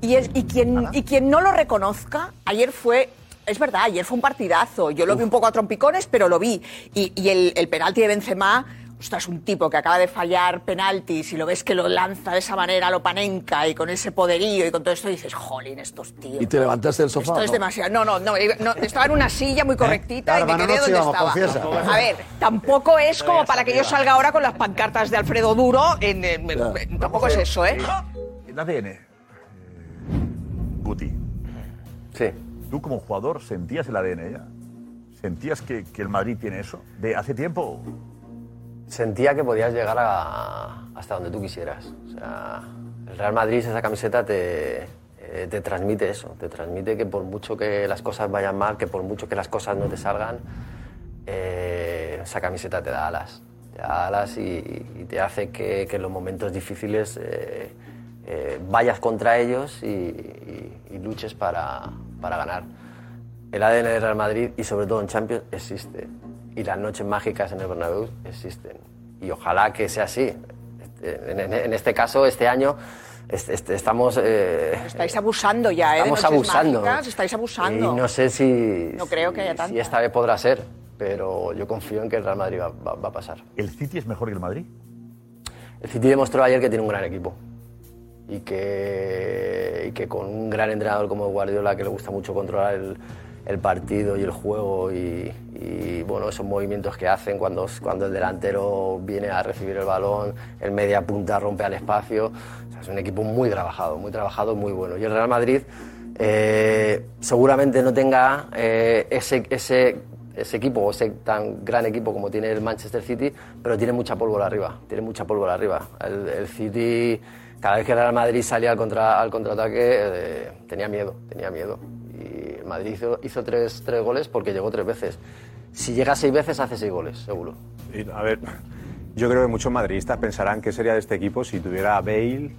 [SPEAKER 4] Y, es, y, quien, y quien no lo reconozca, ayer fue. Es verdad, ayer fue un partidazo. Yo lo vi un poco a trompicones, pero lo vi. Y, y el, el penalti de Benzema. Ostras, un tipo que acaba de fallar penaltis y lo ves que lo lanza de esa manera, lo panenca y con ese poderío y con todo esto, dices, jolín, estos tíos.
[SPEAKER 8] Y te levantaste del sofá.
[SPEAKER 4] Esto es
[SPEAKER 8] ¿no?
[SPEAKER 4] demasiado. No, no, no, eh, no, Estaba en una silla
[SPEAKER 19] Eh,
[SPEAKER 4] muy correctita
[SPEAKER 8] Claro,
[SPEAKER 4] y me
[SPEAKER 8] Manolo,
[SPEAKER 4] quedé
[SPEAKER 8] sí,
[SPEAKER 4] donde
[SPEAKER 8] vamos,
[SPEAKER 4] estaba.
[SPEAKER 8] confiesa.
[SPEAKER 4] A ver, tampoco es
[SPEAKER 8] No
[SPEAKER 4] como
[SPEAKER 8] digas
[SPEAKER 4] para que yo
[SPEAKER 8] arriba.
[SPEAKER 4] salga ahora con las pancartas de Alfredo Duro. en- en-
[SPEAKER 13] Claro.
[SPEAKER 4] en- tampoco es eso, ¿eh?
[SPEAKER 13] El ADN. eh, Guti.
[SPEAKER 17] Sí.
[SPEAKER 13] ¿Tú como jugador sentías el ADN ya? ¿Sentías que, que el Madrid tiene eso? ¿De hace tiempo?
[SPEAKER 17] Sentía que podías llegar a- hasta donde tú quisieras. O sea, el Real Madrid, esa camiseta te, eh, te transmite eso. Te transmite que por mucho que las cosas vayan mal, que por mucho que las cosas no te salgan, eh, esa camiseta te da alas. Te da alas y, y te hace que, que en los momentos difíciles eh, eh, vayas contra ellos y, y- y luches para, para ganar. El ADN del Real Madrid y sobre todo en Champions existe. Y las noches mágicas en el Bernabéu existen. Y ojalá que sea así. Este, En, en- en este caso, este año, este- este- estamos... eh,
[SPEAKER 4] Estáis abusando ya, ¿eh? de
[SPEAKER 17] Estamos
[SPEAKER 4] noches
[SPEAKER 17] abusando.
[SPEAKER 4] mágicas, estáis
[SPEAKER 17] y
[SPEAKER 4] abusando.
[SPEAKER 17] no sé si,
[SPEAKER 4] No creo que haya tanto.
[SPEAKER 17] si esta vez podrá ser, pero yo confío en que el Real Madrid va, va- va a pasar.
[SPEAKER 13] ¿El City es mejor que el Madrid?
[SPEAKER 17] El City demostró ayer que tiene un gran equipo y que, y que con un gran entrenador como Guardiola, que le gusta mucho controlar el, el partido y el juego y, y, bueno, esos movimientos que hacen cuando, cuando el delantero viene a recibir el balón, el media punta rompe al espacio. O sea, es un equipo muy trabajado, muy trabajado, muy bueno. Y el Real Madrid eh, seguramente no tenga eh, ese, ese, ese equipo, o ese tan gran equipo como tiene el Manchester City, pero tiene mucha pólvora arriba. Tiene mucha pólvora arriba. El, el City, cada vez que el Real Madrid salía al, contra, al contraataque, eh, tenía miedo, tenía miedo. Y el Madrid hizo, hizo tres, tres goles porque llegó tres veces. Si llega seis veces, hace seis goles, seguro.
[SPEAKER 5] Y, A ver, yo creo que muchos madridistas pensarán qué sería de este equipo si tuviera a Bale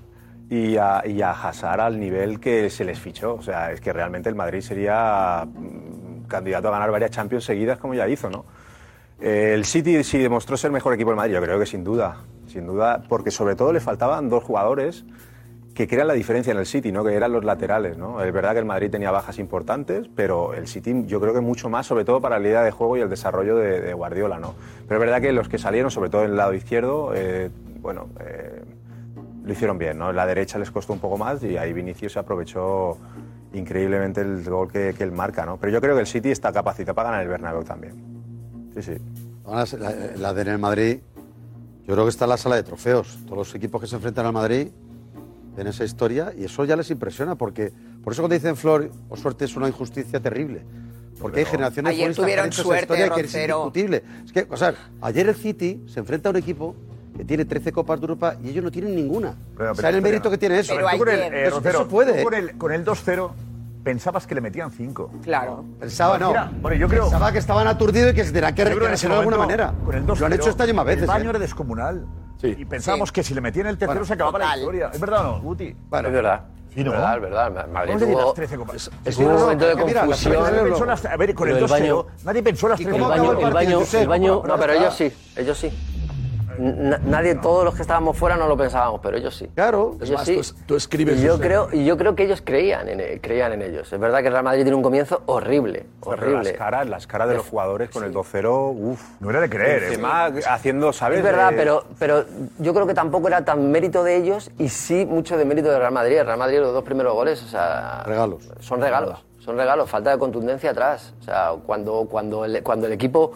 [SPEAKER 5] y a, y a Hazard al nivel que se les fichó. O sea, es que realmente el Madrid sería mm, candidato a ganar varias Champions seguidas como ya hizo, ¿no? Eh, El City sí demostró ser mejor equipo del Madrid, yo creo que sin duda, sin duda, porque sobre todo le faltaban dos jugadores que crean la diferencia en el City, ¿no? que eran los laterales. ¿no? Es verdad que el Madrid tenía bajas importantes, pero el City yo creo que mucho más, sobre todo para la idea de juego y el desarrollo de, de Guardiola. ¿no? Pero es verdad que los que salieron, sobre todo en el lado izquierdo, eh, bueno, eh, lo hicieron bien. ¿no? En la derecha les costó un poco más y ahí Vinicius se aprovechó increíblemente el gol que, que él marca. ¿no? Pero yo creo que el City está capacitado para ganar el Bernabéu también. Sí, sí.
[SPEAKER 7] Ahora, la, la ADN del Madrid, yo creo que está en la sala de trofeos. Todos los equipos que se enfrentan al Madrid en esa historia y eso ya les impresiona porque por eso cuando dicen Flor o suerte es una injusticia terrible. Porque hay generaciones
[SPEAKER 4] Ayer
[SPEAKER 7] futbolistas que han
[SPEAKER 4] tuvieron
[SPEAKER 7] hecho esa
[SPEAKER 4] suerte,
[SPEAKER 7] historia que es
[SPEAKER 4] Roncero.
[SPEAKER 7] indiscutible. Es que, o sea, ayer el City se enfrenta a un equipo que tiene 13 Copas de Europa y ellos no tienen ninguna. o sea, el mérito que tiene eso.
[SPEAKER 13] A ver, tú con el, eh,
[SPEAKER 7] eso,
[SPEAKER 13] Rocero,
[SPEAKER 7] eso puede.
[SPEAKER 13] tú Con el, con el 2-0 pensabas que le metían 5.
[SPEAKER 4] Claro.
[SPEAKER 7] Pensaba, no.
[SPEAKER 13] Mira, bueno, yo creo-
[SPEAKER 7] Pensaba que estaban aturdidos y que se tendrán que
[SPEAKER 13] Yo creo en ese
[SPEAKER 7] reaccionar de alguna
[SPEAKER 13] momento,
[SPEAKER 7] manera.
[SPEAKER 13] Con el 2
[SPEAKER 7] Lo han hecho esta misma veces.
[SPEAKER 13] El baño
[SPEAKER 7] ¿eh?
[SPEAKER 13] era descomunal. Y pensábamos
[SPEAKER 7] Sí.
[SPEAKER 13] que si le metían el tercero
[SPEAKER 7] Bueno,
[SPEAKER 13] se acababa la
[SPEAKER 7] total.
[SPEAKER 13] historia. ¿Es verdad o no, Guti?
[SPEAKER 17] Es verdad.
[SPEAKER 13] Sí, ¿no?
[SPEAKER 17] Es verdad, es verdad. Ma- Madrid
[SPEAKER 13] ¿Cómo le di
[SPEAKER 17] tuvo-
[SPEAKER 13] las 13 copas?
[SPEAKER 17] Es un momento de
[SPEAKER 13] Mira, las
[SPEAKER 17] confusión.
[SPEAKER 13] personas pensó las- A ver, con el
[SPEAKER 17] Pero el
[SPEAKER 13] 2-0,
[SPEAKER 17] baño-
[SPEAKER 13] nadie pensó las 13
[SPEAKER 17] El baño, el baño, el baño- no, pero ellos sí, ellos sí. N- nadie, todos los que estábamos fuera no lo pensábamos, pero ellos sí. Claro,
[SPEAKER 8] Es más, tú
[SPEAKER 9] pues,
[SPEAKER 8] es- tú escribes
[SPEAKER 17] Y yo
[SPEAKER 8] eso.
[SPEAKER 17] creo, y yo creo que ellos creían en, eh, creían en ellos. Es verdad que el Real Madrid tiene un comienzo horrible,
[SPEAKER 5] Pero
[SPEAKER 17] horrible.
[SPEAKER 5] Las caras, las caras de los jugadores con el 2-0, uff.
[SPEAKER 13] No era de
[SPEAKER 17] creer, ¿eh?
[SPEAKER 5] Benzema haciendo, ¿sabes?
[SPEAKER 17] Es verdad,
[SPEAKER 5] De-
[SPEAKER 17] pero, pero yo creo que tampoco era tan mérito de ellos y sí mucho de mérito del Real Madrid. El Real Madrid, los dos primeros goles, o sea. Regalos. Son regalos, son regalos, falta de contundencia atrás. O sea, cuando, cuando, el, cuando el equipo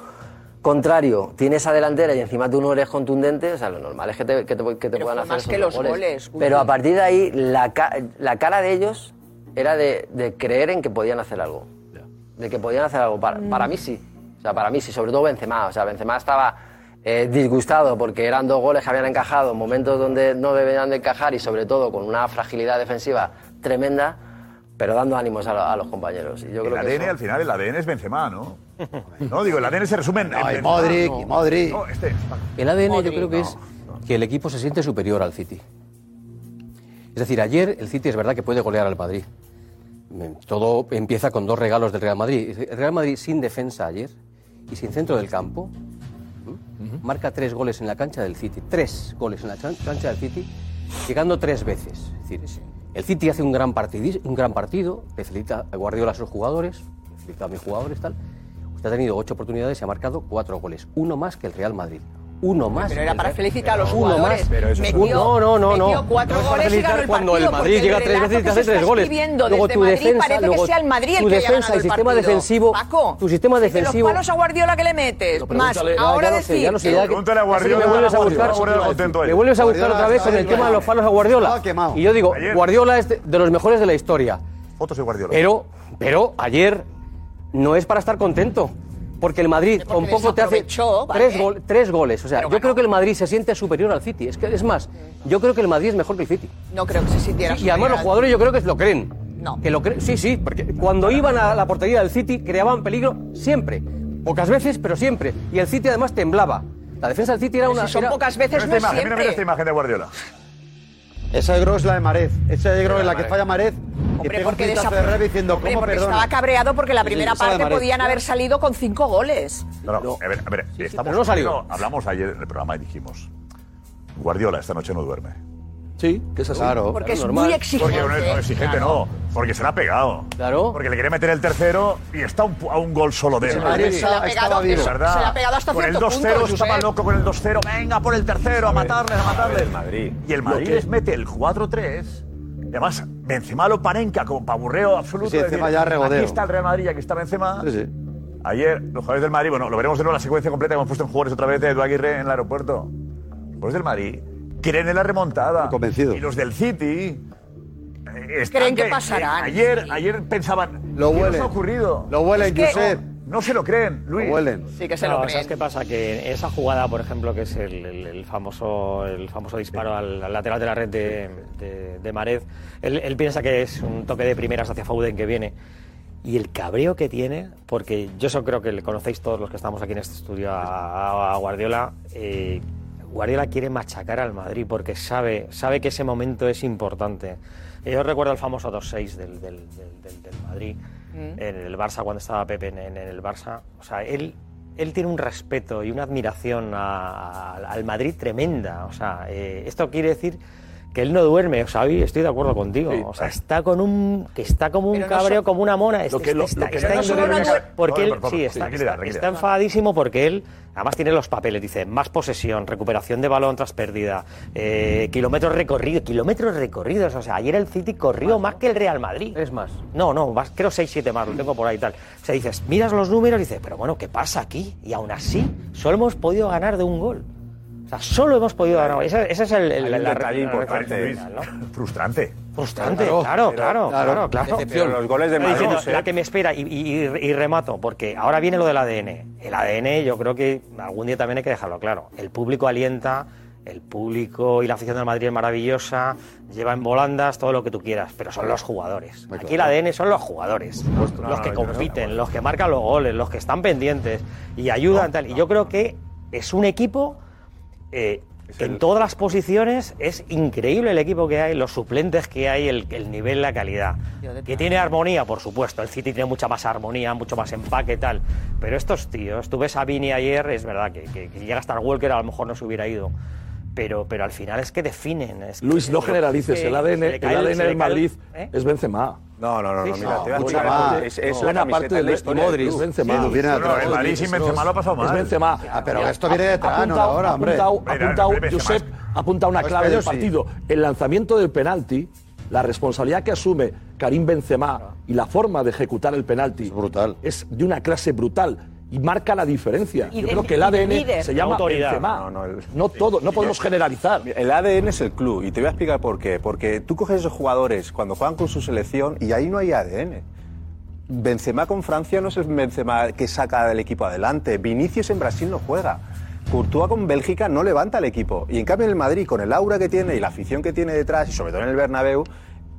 [SPEAKER 17] contrario tiene esa delantera y encima tú no eres contundente, o sea, lo normal es que te, que te- que te puedan
[SPEAKER 4] fue
[SPEAKER 17] hacer
[SPEAKER 4] más
[SPEAKER 17] esos
[SPEAKER 4] que
[SPEAKER 17] dos
[SPEAKER 4] los goles, Guti.
[SPEAKER 17] Pero a partir de ahí, la, ca- la cara de ellos era de, de creer en que podían hacer algo. De que podían hacer algo. Para,
[SPEAKER 4] Mm.
[SPEAKER 17] para mí sí. O sea, para mí sí, sobre todo Benzema. O sea, Benzema estaba eh, disgustado porque eran dos goles que habían encajado, momentos donde no debían de encajar y sobre todo con una fragilidad defensiva tremenda, pero dando ánimos a, lo- a los compañeros. Y yo
[SPEAKER 13] El
[SPEAKER 17] creo que
[SPEAKER 13] ADN,
[SPEAKER 17] eso-
[SPEAKER 13] al final, el ADN es Benzema, ¿no? No, digo, el ADN se resume en... en
[SPEAKER 7] Ay,
[SPEAKER 13] Benzema,
[SPEAKER 7] Modric,
[SPEAKER 13] no.
[SPEAKER 7] y Modric.
[SPEAKER 13] No, este...
[SPEAKER 19] El ADN yo creo que es que el equipo se siente superior al City. Es decir, ayer el City es verdad que puede golear al Madrid. Mm, Todo empieza con dos regalos del Real Madrid. El Real Madrid sin defensa ayer y sin centro del campo. Marca tres goles en la cancha del City. Tres goles en la chan- cancha del City, llegando tres veces. Es decir, el City hace un gran, partidis- un gran partido, le felicita a Guardiola a sus jugadores, le felicita a mis jugadores, tal. Usted ha tenido ocho oportunidades y ha marcado cuatro goles. Uno más que el Real Madrid. Uno más.
[SPEAKER 4] Pero
[SPEAKER 19] que
[SPEAKER 4] era
[SPEAKER 19] el
[SPEAKER 4] para
[SPEAKER 19] Real-
[SPEAKER 4] felicitar a los
[SPEAKER 19] Uno
[SPEAKER 4] jugadores.
[SPEAKER 19] más. Pero eso es-
[SPEAKER 4] Metió-
[SPEAKER 19] no, no, no, no.
[SPEAKER 4] metió cuatro
[SPEAKER 19] No es para
[SPEAKER 4] goles y
[SPEAKER 19] felicitar
[SPEAKER 4] ganó el
[SPEAKER 19] cuando el
[SPEAKER 4] partido,
[SPEAKER 19] Madrid
[SPEAKER 4] porque
[SPEAKER 19] llega
[SPEAKER 4] el
[SPEAKER 19] tres
[SPEAKER 4] relato
[SPEAKER 19] veces y te
[SPEAKER 4] que se
[SPEAKER 19] hace tres
[SPEAKER 4] está
[SPEAKER 19] goles.
[SPEAKER 4] escribiendo
[SPEAKER 19] Luego
[SPEAKER 4] desde
[SPEAKER 19] tu
[SPEAKER 4] Madrid
[SPEAKER 19] defensa,
[SPEAKER 4] parece que
[SPEAKER 19] luego
[SPEAKER 4] sea el Madrid el
[SPEAKER 19] tu
[SPEAKER 4] que haya
[SPEAKER 19] defensa
[SPEAKER 4] ganado
[SPEAKER 19] y
[SPEAKER 4] el
[SPEAKER 19] sistema
[SPEAKER 4] partido.
[SPEAKER 19] defensivo-
[SPEAKER 4] Paco,
[SPEAKER 19] tu sistema
[SPEAKER 4] de
[SPEAKER 19] defensivo-
[SPEAKER 4] los palos a Guardiola que le metes. Más,
[SPEAKER 19] Pregúntale- no,
[SPEAKER 4] ahora
[SPEAKER 19] ya lo
[SPEAKER 4] decir...
[SPEAKER 19] sé, ya lo sé, ya que-
[SPEAKER 13] Pregúntale a
[SPEAKER 19] así que
[SPEAKER 13] Guardiola,
[SPEAKER 19] Me vuelves a
[SPEAKER 13] Guardiola,
[SPEAKER 19] buscar,
[SPEAKER 13] Guardiola contento ayer.
[SPEAKER 19] me vuelves a buscar
[SPEAKER 13] Guardiola
[SPEAKER 19] otra vez
[SPEAKER 13] está
[SPEAKER 19] con el
[SPEAKER 13] bien,
[SPEAKER 19] tema de los palos a Guardiola. Y yo digo, Guardiola es de, de los mejores de la historia.
[SPEAKER 13] Fotos de Guardiola.
[SPEAKER 19] Pero, pero ayer no es para estar contento. Porque el Madrid con poco te hace
[SPEAKER 4] desaprovechó, ¿vale?
[SPEAKER 19] tres, gol- tres goles. O sea, yo creo que el Madrid se siente superior al City. Es que es más, yo creo que el Madrid es mejor que el City.
[SPEAKER 4] No creo que se sintiera
[SPEAKER 19] Y además los
[SPEAKER 4] superado.
[SPEAKER 19] jugadores yo creo que lo creen.
[SPEAKER 4] No.
[SPEAKER 19] Que lo cre- sí, sí, porque cuando iban a la portería del City creaban peligro siempre. Pocas veces, pero siempre. Y el City además temblaba. La defensa del City era
[SPEAKER 4] Pero
[SPEAKER 19] una...
[SPEAKER 4] si son
[SPEAKER 19] era-
[SPEAKER 4] pocas veces,
[SPEAKER 13] Mira esta imagen, mira, mira esta imagen de Guardiola.
[SPEAKER 7] Esa de Gros es la de Marez. Esa de Gros es la que
[SPEAKER 13] Marez.
[SPEAKER 7] falla Marez. Que pega un
[SPEAKER 4] porque
[SPEAKER 7] pintazo de
[SPEAKER 4] desapro-
[SPEAKER 7] Rebe diciendo,
[SPEAKER 4] Hombre,
[SPEAKER 7] ¿cómo
[SPEAKER 4] porque
[SPEAKER 7] perdona?
[SPEAKER 4] estaba cabreado porque la
[SPEAKER 7] Sí,
[SPEAKER 4] primera
[SPEAKER 7] esa de
[SPEAKER 4] parte
[SPEAKER 7] Marez.
[SPEAKER 4] podían haber salido con cinco goles.
[SPEAKER 13] No, no, a ver, a ver. estamos
[SPEAKER 19] pero no salió.
[SPEAKER 13] hablando- Hablamos ayer en el programa y dijimos, Guardiola esta noche no duerme.
[SPEAKER 8] Sí, que es así.
[SPEAKER 13] Claro.
[SPEAKER 4] Porque es muy exigente.
[SPEAKER 13] Porque no es no, exigente,
[SPEAKER 4] Claro.
[SPEAKER 13] no. Porque se la ha pegado. Claro. Porque le quería meter el tercero y está un pu- a un gol solo de él.
[SPEAKER 4] Se la ha pegado-
[SPEAKER 13] Estaba
[SPEAKER 4] se la ha
[SPEAKER 13] Sardá.
[SPEAKER 4] pegado hasta
[SPEAKER 13] Con el
[SPEAKER 4] cierto
[SPEAKER 13] 2-0
[SPEAKER 4] punto,
[SPEAKER 13] estaba
[SPEAKER 4] Josep.
[SPEAKER 13] loco con el 2-0. Venga, por el tercero, a matarles, a matarles.
[SPEAKER 5] Madrid.
[SPEAKER 13] Y el Madrid
[SPEAKER 5] Lo que-
[SPEAKER 13] les mete el 4-3. Y además, Benzema lo parenca con paburreo absoluto.
[SPEAKER 7] Sí,
[SPEAKER 13] de
[SPEAKER 7] Benzema
[SPEAKER 13] decir,
[SPEAKER 7] ya regodeo.
[SPEAKER 13] Aquí está el Real Madrid, y aquí está Benzema. Ayer, los jugadores del Madrid, bueno, lo veremos de nuevo la secuencia completa que hemos puesto en jugadores otra vez de Edu Aguirre en el aeropuerto. Los jugadores del Madrid creen en la remontada. Convencidos. Y los del City. eh, están
[SPEAKER 4] Creen que pasarán.
[SPEAKER 13] Ayer, ayer pensaban.
[SPEAKER 7] Lo
[SPEAKER 13] "¿Qué nos
[SPEAKER 7] huelen.
[SPEAKER 13] ha ocurrido?
[SPEAKER 7] Lo huelen,
[SPEAKER 13] Es que-
[SPEAKER 7] Josep.
[SPEAKER 13] No, se lo creen, Luis.
[SPEAKER 4] Sí, que se
[SPEAKER 6] No,
[SPEAKER 4] lo
[SPEAKER 6] ¿Sabes qué
[SPEAKER 4] creen.
[SPEAKER 6] pasa? Que esa jugada, por ejemplo, que es el, el- el famoso, el famoso disparo al, al lateral de la red de, de, de Marez, él, él piensa que es un toque de primeras hacia Foden que viene. Y el cabreo que tiene, porque yo eso creo que le conocéis todos los que estamos aquí en este estudio a, a- a Guardiola, eh, Guardiola quiere machacar al Madrid porque sabe, sabe que ese momento es importante. Eh, Yo recuerdo el famoso 2-6 del, del- del- del- del Madrid en el Barça cuando estaba Pepe en, en el Barça. O sea, él, él tiene un respeto y una admiración a- a- al Madrid tremenda. O sea, eh, esto quiere decir que él no duerme. O sea, hoy estoy de acuerdo contigo. O sea, está con un que está como un
[SPEAKER 18] Pero no
[SPEAKER 6] cabreo,
[SPEAKER 18] so-
[SPEAKER 6] como una mona.
[SPEAKER 18] Lo que-
[SPEAKER 6] Está-
[SPEAKER 18] lo-
[SPEAKER 6] este está-
[SPEAKER 18] lo que-
[SPEAKER 6] está
[SPEAKER 18] pero no solo
[SPEAKER 6] indignado
[SPEAKER 18] no duerme.
[SPEAKER 6] porque él
[SPEAKER 18] Por favor, por
[SPEAKER 6] sí está,
[SPEAKER 18] favor,
[SPEAKER 6] está-
[SPEAKER 18] tranquilidad, tranquilidad.
[SPEAKER 6] está enfadadísimo porque él además tiene los papeles. Dice más posesión, recuperación de balón tras pérdida, eh, kilómetros recorridos, kilómetros recorridos. O sea, ayer el City corrió más que el Real Madrid.
[SPEAKER 19] Es más.
[SPEAKER 6] No, no, más- creo 6, 7 más, lo tengo por ahí y tal. O sea, dices, miras los números y dices, pero bueno, ¿qué pasa aquí? Y aún así, solo hemos podido ganar de un gol. O sea, solo hemos podido ganar. Ese, ese es el, el-
[SPEAKER 13] Hay un
[SPEAKER 6] la-
[SPEAKER 13] detalle
[SPEAKER 6] la- la-
[SPEAKER 13] importante,
[SPEAKER 6] Luis, ¿no?
[SPEAKER 13] Frustrante.
[SPEAKER 6] Frustrante, claro, claro, claro, claro.
[SPEAKER 5] Pero los goles de
[SPEAKER 6] Estoy
[SPEAKER 5] Madrid.
[SPEAKER 6] diciendo, la que me espera y, y- y- y remato, porque ahora viene lo del ADN. El ADN yo creo que algún día también hay que dejarlo claro. El público alienta, el público y la afición del Madrid es maravillosa, lleva en volandas todo lo que tú quieras, pero son los jugadores. Aquí el ADN son los jugadores, los que
[SPEAKER 13] No, no,
[SPEAKER 6] compiten, los que marcan los goles, los que están pendientes y ayudan tal. Y yo creo que es un equipo eh, que en todas las posiciones es increíble el equipo que hay, los suplentes que hay, el, el nivel, la calidad. Que tiene armonía, por supuesto. El City tiene mucha más armonía, mucho más empaque, tal. Pero estos tíos, tú ves a Vini ayer, es verdad que, que- que llega hasta el Walker, a lo mejor no se hubiera ido. Pero, pero al final es que definen. es que-
[SPEAKER 8] Luis, no generalices.
[SPEAKER 6] se-
[SPEAKER 8] El ADN,
[SPEAKER 6] se le
[SPEAKER 8] el
[SPEAKER 6] cae-
[SPEAKER 8] ADN
[SPEAKER 6] se le
[SPEAKER 8] del
[SPEAKER 6] cae-
[SPEAKER 8] Madrid
[SPEAKER 6] ¿Eh?
[SPEAKER 8] es Benzema.
[SPEAKER 5] No, no, no,
[SPEAKER 8] Sí,
[SPEAKER 5] no,
[SPEAKER 8] sí.
[SPEAKER 5] mira, te
[SPEAKER 8] No,
[SPEAKER 5] vas a
[SPEAKER 8] mucha
[SPEAKER 5] tirar-
[SPEAKER 8] más.
[SPEAKER 5] es, es
[SPEAKER 8] No.
[SPEAKER 5] la
[SPEAKER 8] Buena
[SPEAKER 5] camiseta,
[SPEAKER 8] parte del
[SPEAKER 5] es la historia
[SPEAKER 8] Modric,
[SPEAKER 5] del club.
[SPEAKER 8] es Benzema.
[SPEAKER 5] Sí,
[SPEAKER 8] Viene
[SPEAKER 5] no, no,
[SPEAKER 8] atrás.
[SPEAKER 13] el Madrid sin Benzema lo ha pasado mal.
[SPEAKER 8] Es Benzema.
[SPEAKER 13] Ah, pero
[SPEAKER 8] Mira,
[SPEAKER 13] esto viene de
[SPEAKER 8] apunta-
[SPEAKER 13] Trano, ahora, hombre.
[SPEAKER 8] apunta-
[SPEAKER 13] Hombre, era-
[SPEAKER 8] apunta-
[SPEAKER 13] hombre, Benzema
[SPEAKER 8] Josep apunta una
[SPEAKER 13] No, es
[SPEAKER 8] clave
[SPEAKER 13] que
[SPEAKER 8] del
[SPEAKER 13] yo sí.
[SPEAKER 8] partido. El lanzamiento del penalti, la responsabilidad que asume Karim Benzema y la forma de ejecutar el penalti es brutal. Es de una clase brutal y marca la diferencia. Yo
[SPEAKER 12] Y de-
[SPEAKER 8] creo que el
[SPEAKER 12] y de
[SPEAKER 8] ADN
[SPEAKER 12] líder.
[SPEAKER 8] se llama
[SPEAKER 5] Autoridad.
[SPEAKER 8] Benzema.
[SPEAKER 5] No, no, el-
[SPEAKER 8] No todo, no podemos generalizar.
[SPEAKER 5] El ADN es el club y te voy a explicar por qué. Porque tú coges esos jugadores cuando juegan con su selección y ahí no hay ADN. Benzema con Francia no es el Benzema que saca del equipo adelante. Vinicius en Brasil no juega. Courtois con Bélgica no levanta el equipo. Y en cambio en el Madrid, con el aura que tiene y la afición que tiene detrás, y sobre todo en el Bernabéu,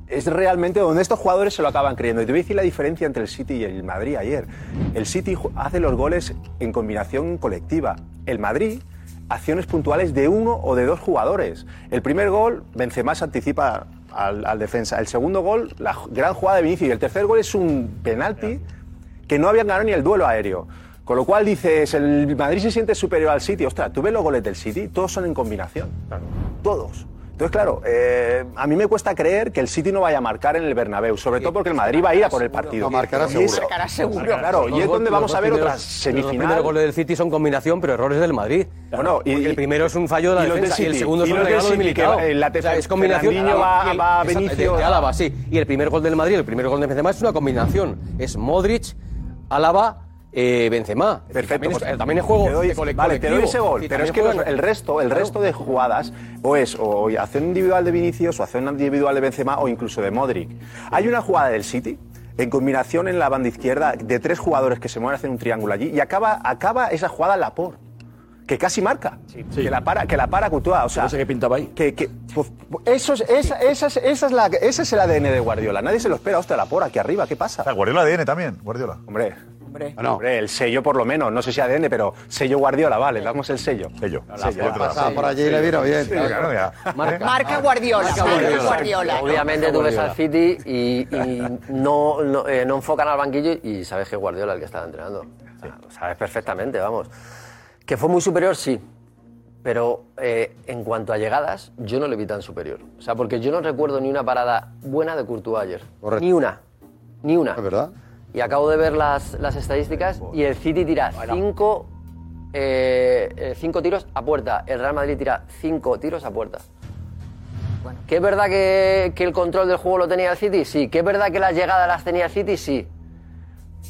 [SPEAKER 5] es realmente donde estos jugadores se lo acaban creyendo. Y te voy a decir la diferencia entre el City y el Madrid ayer. El City ju- hace los goles en combinación colectiva. El Madrid acciones puntuales de uno o de dos jugadores. El primer gol, Benzema se anticipa al, al defensa. El segundo gol, la ju- gran jugada de Vinicius. Y el tercer gol es un penalti que no habían ganado ni el duelo aéreo. Con lo cual dices, el Madrid se siente superior al City. Ostras, tú ves los goles del City, todos son en combinación. Todos. Entonces, claro, eh, a mí me cuesta creer que el City no vaya a marcar en el Bernabéu, sobre todo porque el Madrid va a ir a por el partido.
[SPEAKER 7] No, marcará
[SPEAKER 5] Y
[SPEAKER 7] seguro.
[SPEAKER 5] eso-
[SPEAKER 7] Marcará seguro.
[SPEAKER 5] Claro, y
[SPEAKER 19] Ah, Los
[SPEAKER 5] es
[SPEAKER 19] gol-
[SPEAKER 5] donde
[SPEAKER 19] los
[SPEAKER 5] vamos
[SPEAKER 19] dos
[SPEAKER 5] a ver otra
[SPEAKER 19] primeros- Los dos
[SPEAKER 5] semifinal.
[SPEAKER 19] primeros goles del City son combinación, pero errores del Madrid.
[SPEAKER 5] Bueno, y,
[SPEAKER 19] el primero es un fallo de la
[SPEAKER 5] y los del
[SPEAKER 19] defensa y el
[SPEAKER 5] City,
[SPEAKER 19] segundo es
[SPEAKER 5] y
[SPEAKER 19] un
[SPEAKER 5] los del
[SPEAKER 19] regalo de
[SPEAKER 5] City,
[SPEAKER 19] Militao.
[SPEAKER 5] que va- eh, la
[SPEAKER 19] o sea, es
[SPEAKER 5] defensa-
[SPEAKER 19] combinación.
[SPEAKER 5] Fernandinho va-
[SPEAKER 19] y el-
[SPEAKER 5] va a
[SPEAKER 19] exacto,
[SPEAKER 5] Benicio.
[SPEAKER 19] de Álava, sí. Y el primer gol del Madrid, el primer gol de Benzema es una combinación. Es Modric, Álava, eh, Benzema.
[SPEAKER 5] Perfecto.
[SPEAKER 19] También es,
[SPEAKER 5] pues,
[SPEAKER 19] eh, también es juego
[SPEAKER 5] te doy-
[SPEAKER 19] de cole-
[SPEAKER 5] Vale, te doy
[SPEAKER 19] colectivo.
[SPEAKER 5] ese gol,
[SPEAKER 19] Sí,
[SPEAKER 5] pero
[SPEAKER 19] también
[SPEAKER 5] es que
[SPEAKER 19] juegan-
[SPEAKER 5] los- el resto, el
[SPEAKER 19] Claro.
[SPEAKER 5] resto de jugadas o es o acción individual de Vinicius o acción individual de Benzema o incluso de Modric. Hay una jugada del City en combinación en la banda izquierda de tres jugadores que se mueven hacer un triángulo allí y acaba acaba esa jugada Laporte que casi marca, que la para, que la para Courtois, o sea, que
[SPEAKER 8] pintaba ahí.
[SPEAKER 5] Que, pues, eso es, esa, esa es- esa es la, ese es el ADN de Guardiola. Nadie se lo espera, hostia, la por aquí arriba, ¿qué pasa?
[SPEAKER 13] Guardiola ADN también, Guardiola.
[SPEAKER 5] Hombre,
[SPEAKER 4] Hombre.
[SPEAKER 8] Ah,
[SPEAKER 5] Bueno, hombre, el sello por lo menos, no sé si ADN, pero sello Guardiola, vale, le damos el sello.
[SPEAKER 13] Sello.
[SPEAKER 5] La
[SPEAKER 13] Sello,
[SPEAKER 5] porra,
[SPEAKER 13] pasaba
[SPEAKER 5] sello,
[SPEAKER 13] Ah, por allí y le
[SPEAKER 5] sello.
[SPEAKER 13] vino bien.
[SPEAKER 5] Sí,
[SPEAKER 13] Claro,
[SPEAKER 5] claro,
[SPEAKER 13] mira.
[SPEAKER 4] Marca, Guardiola. Marca Guardiola.
[SPEAKER 17] Obviamente tú ves
[SPEAKER 4] Guardiola.
[SPEAKER 17] al City y, y no, no, eh, no enfocan al banquillo y sabes que es Guardiola el que está entrenando. O sea, lo sabes perfectamente, vamos. Que fue muy superior, sí. Pero eh, en cuanto a llegadas, yo no le vi tan superior. O sea, porque yo no recuerdo ni una parada buena de Courtois ayer. Ni una. Ni una.
[SPEAKER 7] Es verdad.
[SPEAKER 17] Y acabo de ver las, las estadísticas y el City tira cinco, eh, eh, cinco tiros a puerta. El Real Madrid tira cinco tiros a puerta. ¿Que es verdad que, que el control del juego lo tenía el City? Sí. ¿Que es verdad que las llegadas las tenía el City? Sí.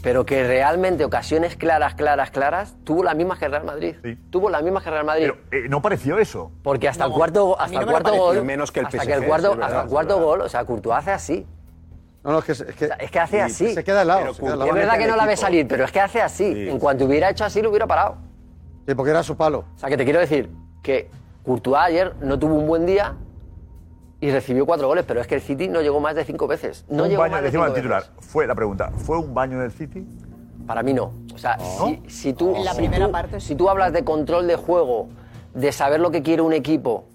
[SPEAKER 17] Pero que realmente ocasiones claras, claras, claras, tuvo las mismas que el Real Madrid. Tuvo las mismas que el Real Madrid.
[SPEAKER 13] Eh, no pareció eso.
[SPEAKER 17] Porque hasta el cuarto,
[SPEAKER 13] a mí
[SPEAKER 17] hasta
[SPEAKER 13] no
[SPEAKER 17] el
[SPEAKER 13] me
[SPEAKER 17] cuarto
[SPEAKER 13] pareció.
[SPEAKER 17] gol.
[SPEAKER 13] Y menos que el
[SPEAKER 17] hasta
[SPEAKER 13] PSG,
[SPEAKER 17] que el cuarto,
[SPEAKER 13] es verdad,
[SPEAKER 17] hasta el
[SPEAKER 13] es
[SPEAKER 17] cuarto gol, o sea, Courtois hace así.
[SPEAKER 7] No, no, es que, es que,
[SPEAKER 17] es que hace así.
[SPEAKER 7] Se queda al lado.
[SPEAKER 17] Pero
[SPEAKER 7] se queda al
[SPEAKER 17] Es
[SPEAKER 7] lado.
[SPEAKER 17] verdad que no la ve salir, pero es que hace así. En cuanto hubiera hecho así, lo hubiera parado.
[SPEAKER 7] Sí, porque era su palo.
[SPEAKER 17] O sea, que te quiero decir que Courtois ayer no tuvo un buen día y recibió cuatro goles, pero es que el City no llegó más de cinco veces. No
[SPEAKER 13] un
[SPEAKER 17] llegó
[SPEAKER 13] baño,
[SPEAKER 17] más de
[SPEAKER 13] decimos
[SPEAKER 17] cinco
[SPEAKER 13] al
[SPEAKER 17] veces.
[SPEAKER 13] titular. Fue la pregunta. ¿Fue un baño del City?
[SPEAKER 17] Para mí no. O sea, si, si
[SPEAKER 5] Ah,
[SPEAKER 17] tú,
[SPEAKER 4] En la
[SPEAKER 17] si
[SPEAKER 4] primera
[SPEAKER 17] tú- si tú hablas de control de juego, de saber lo que quiere un equipo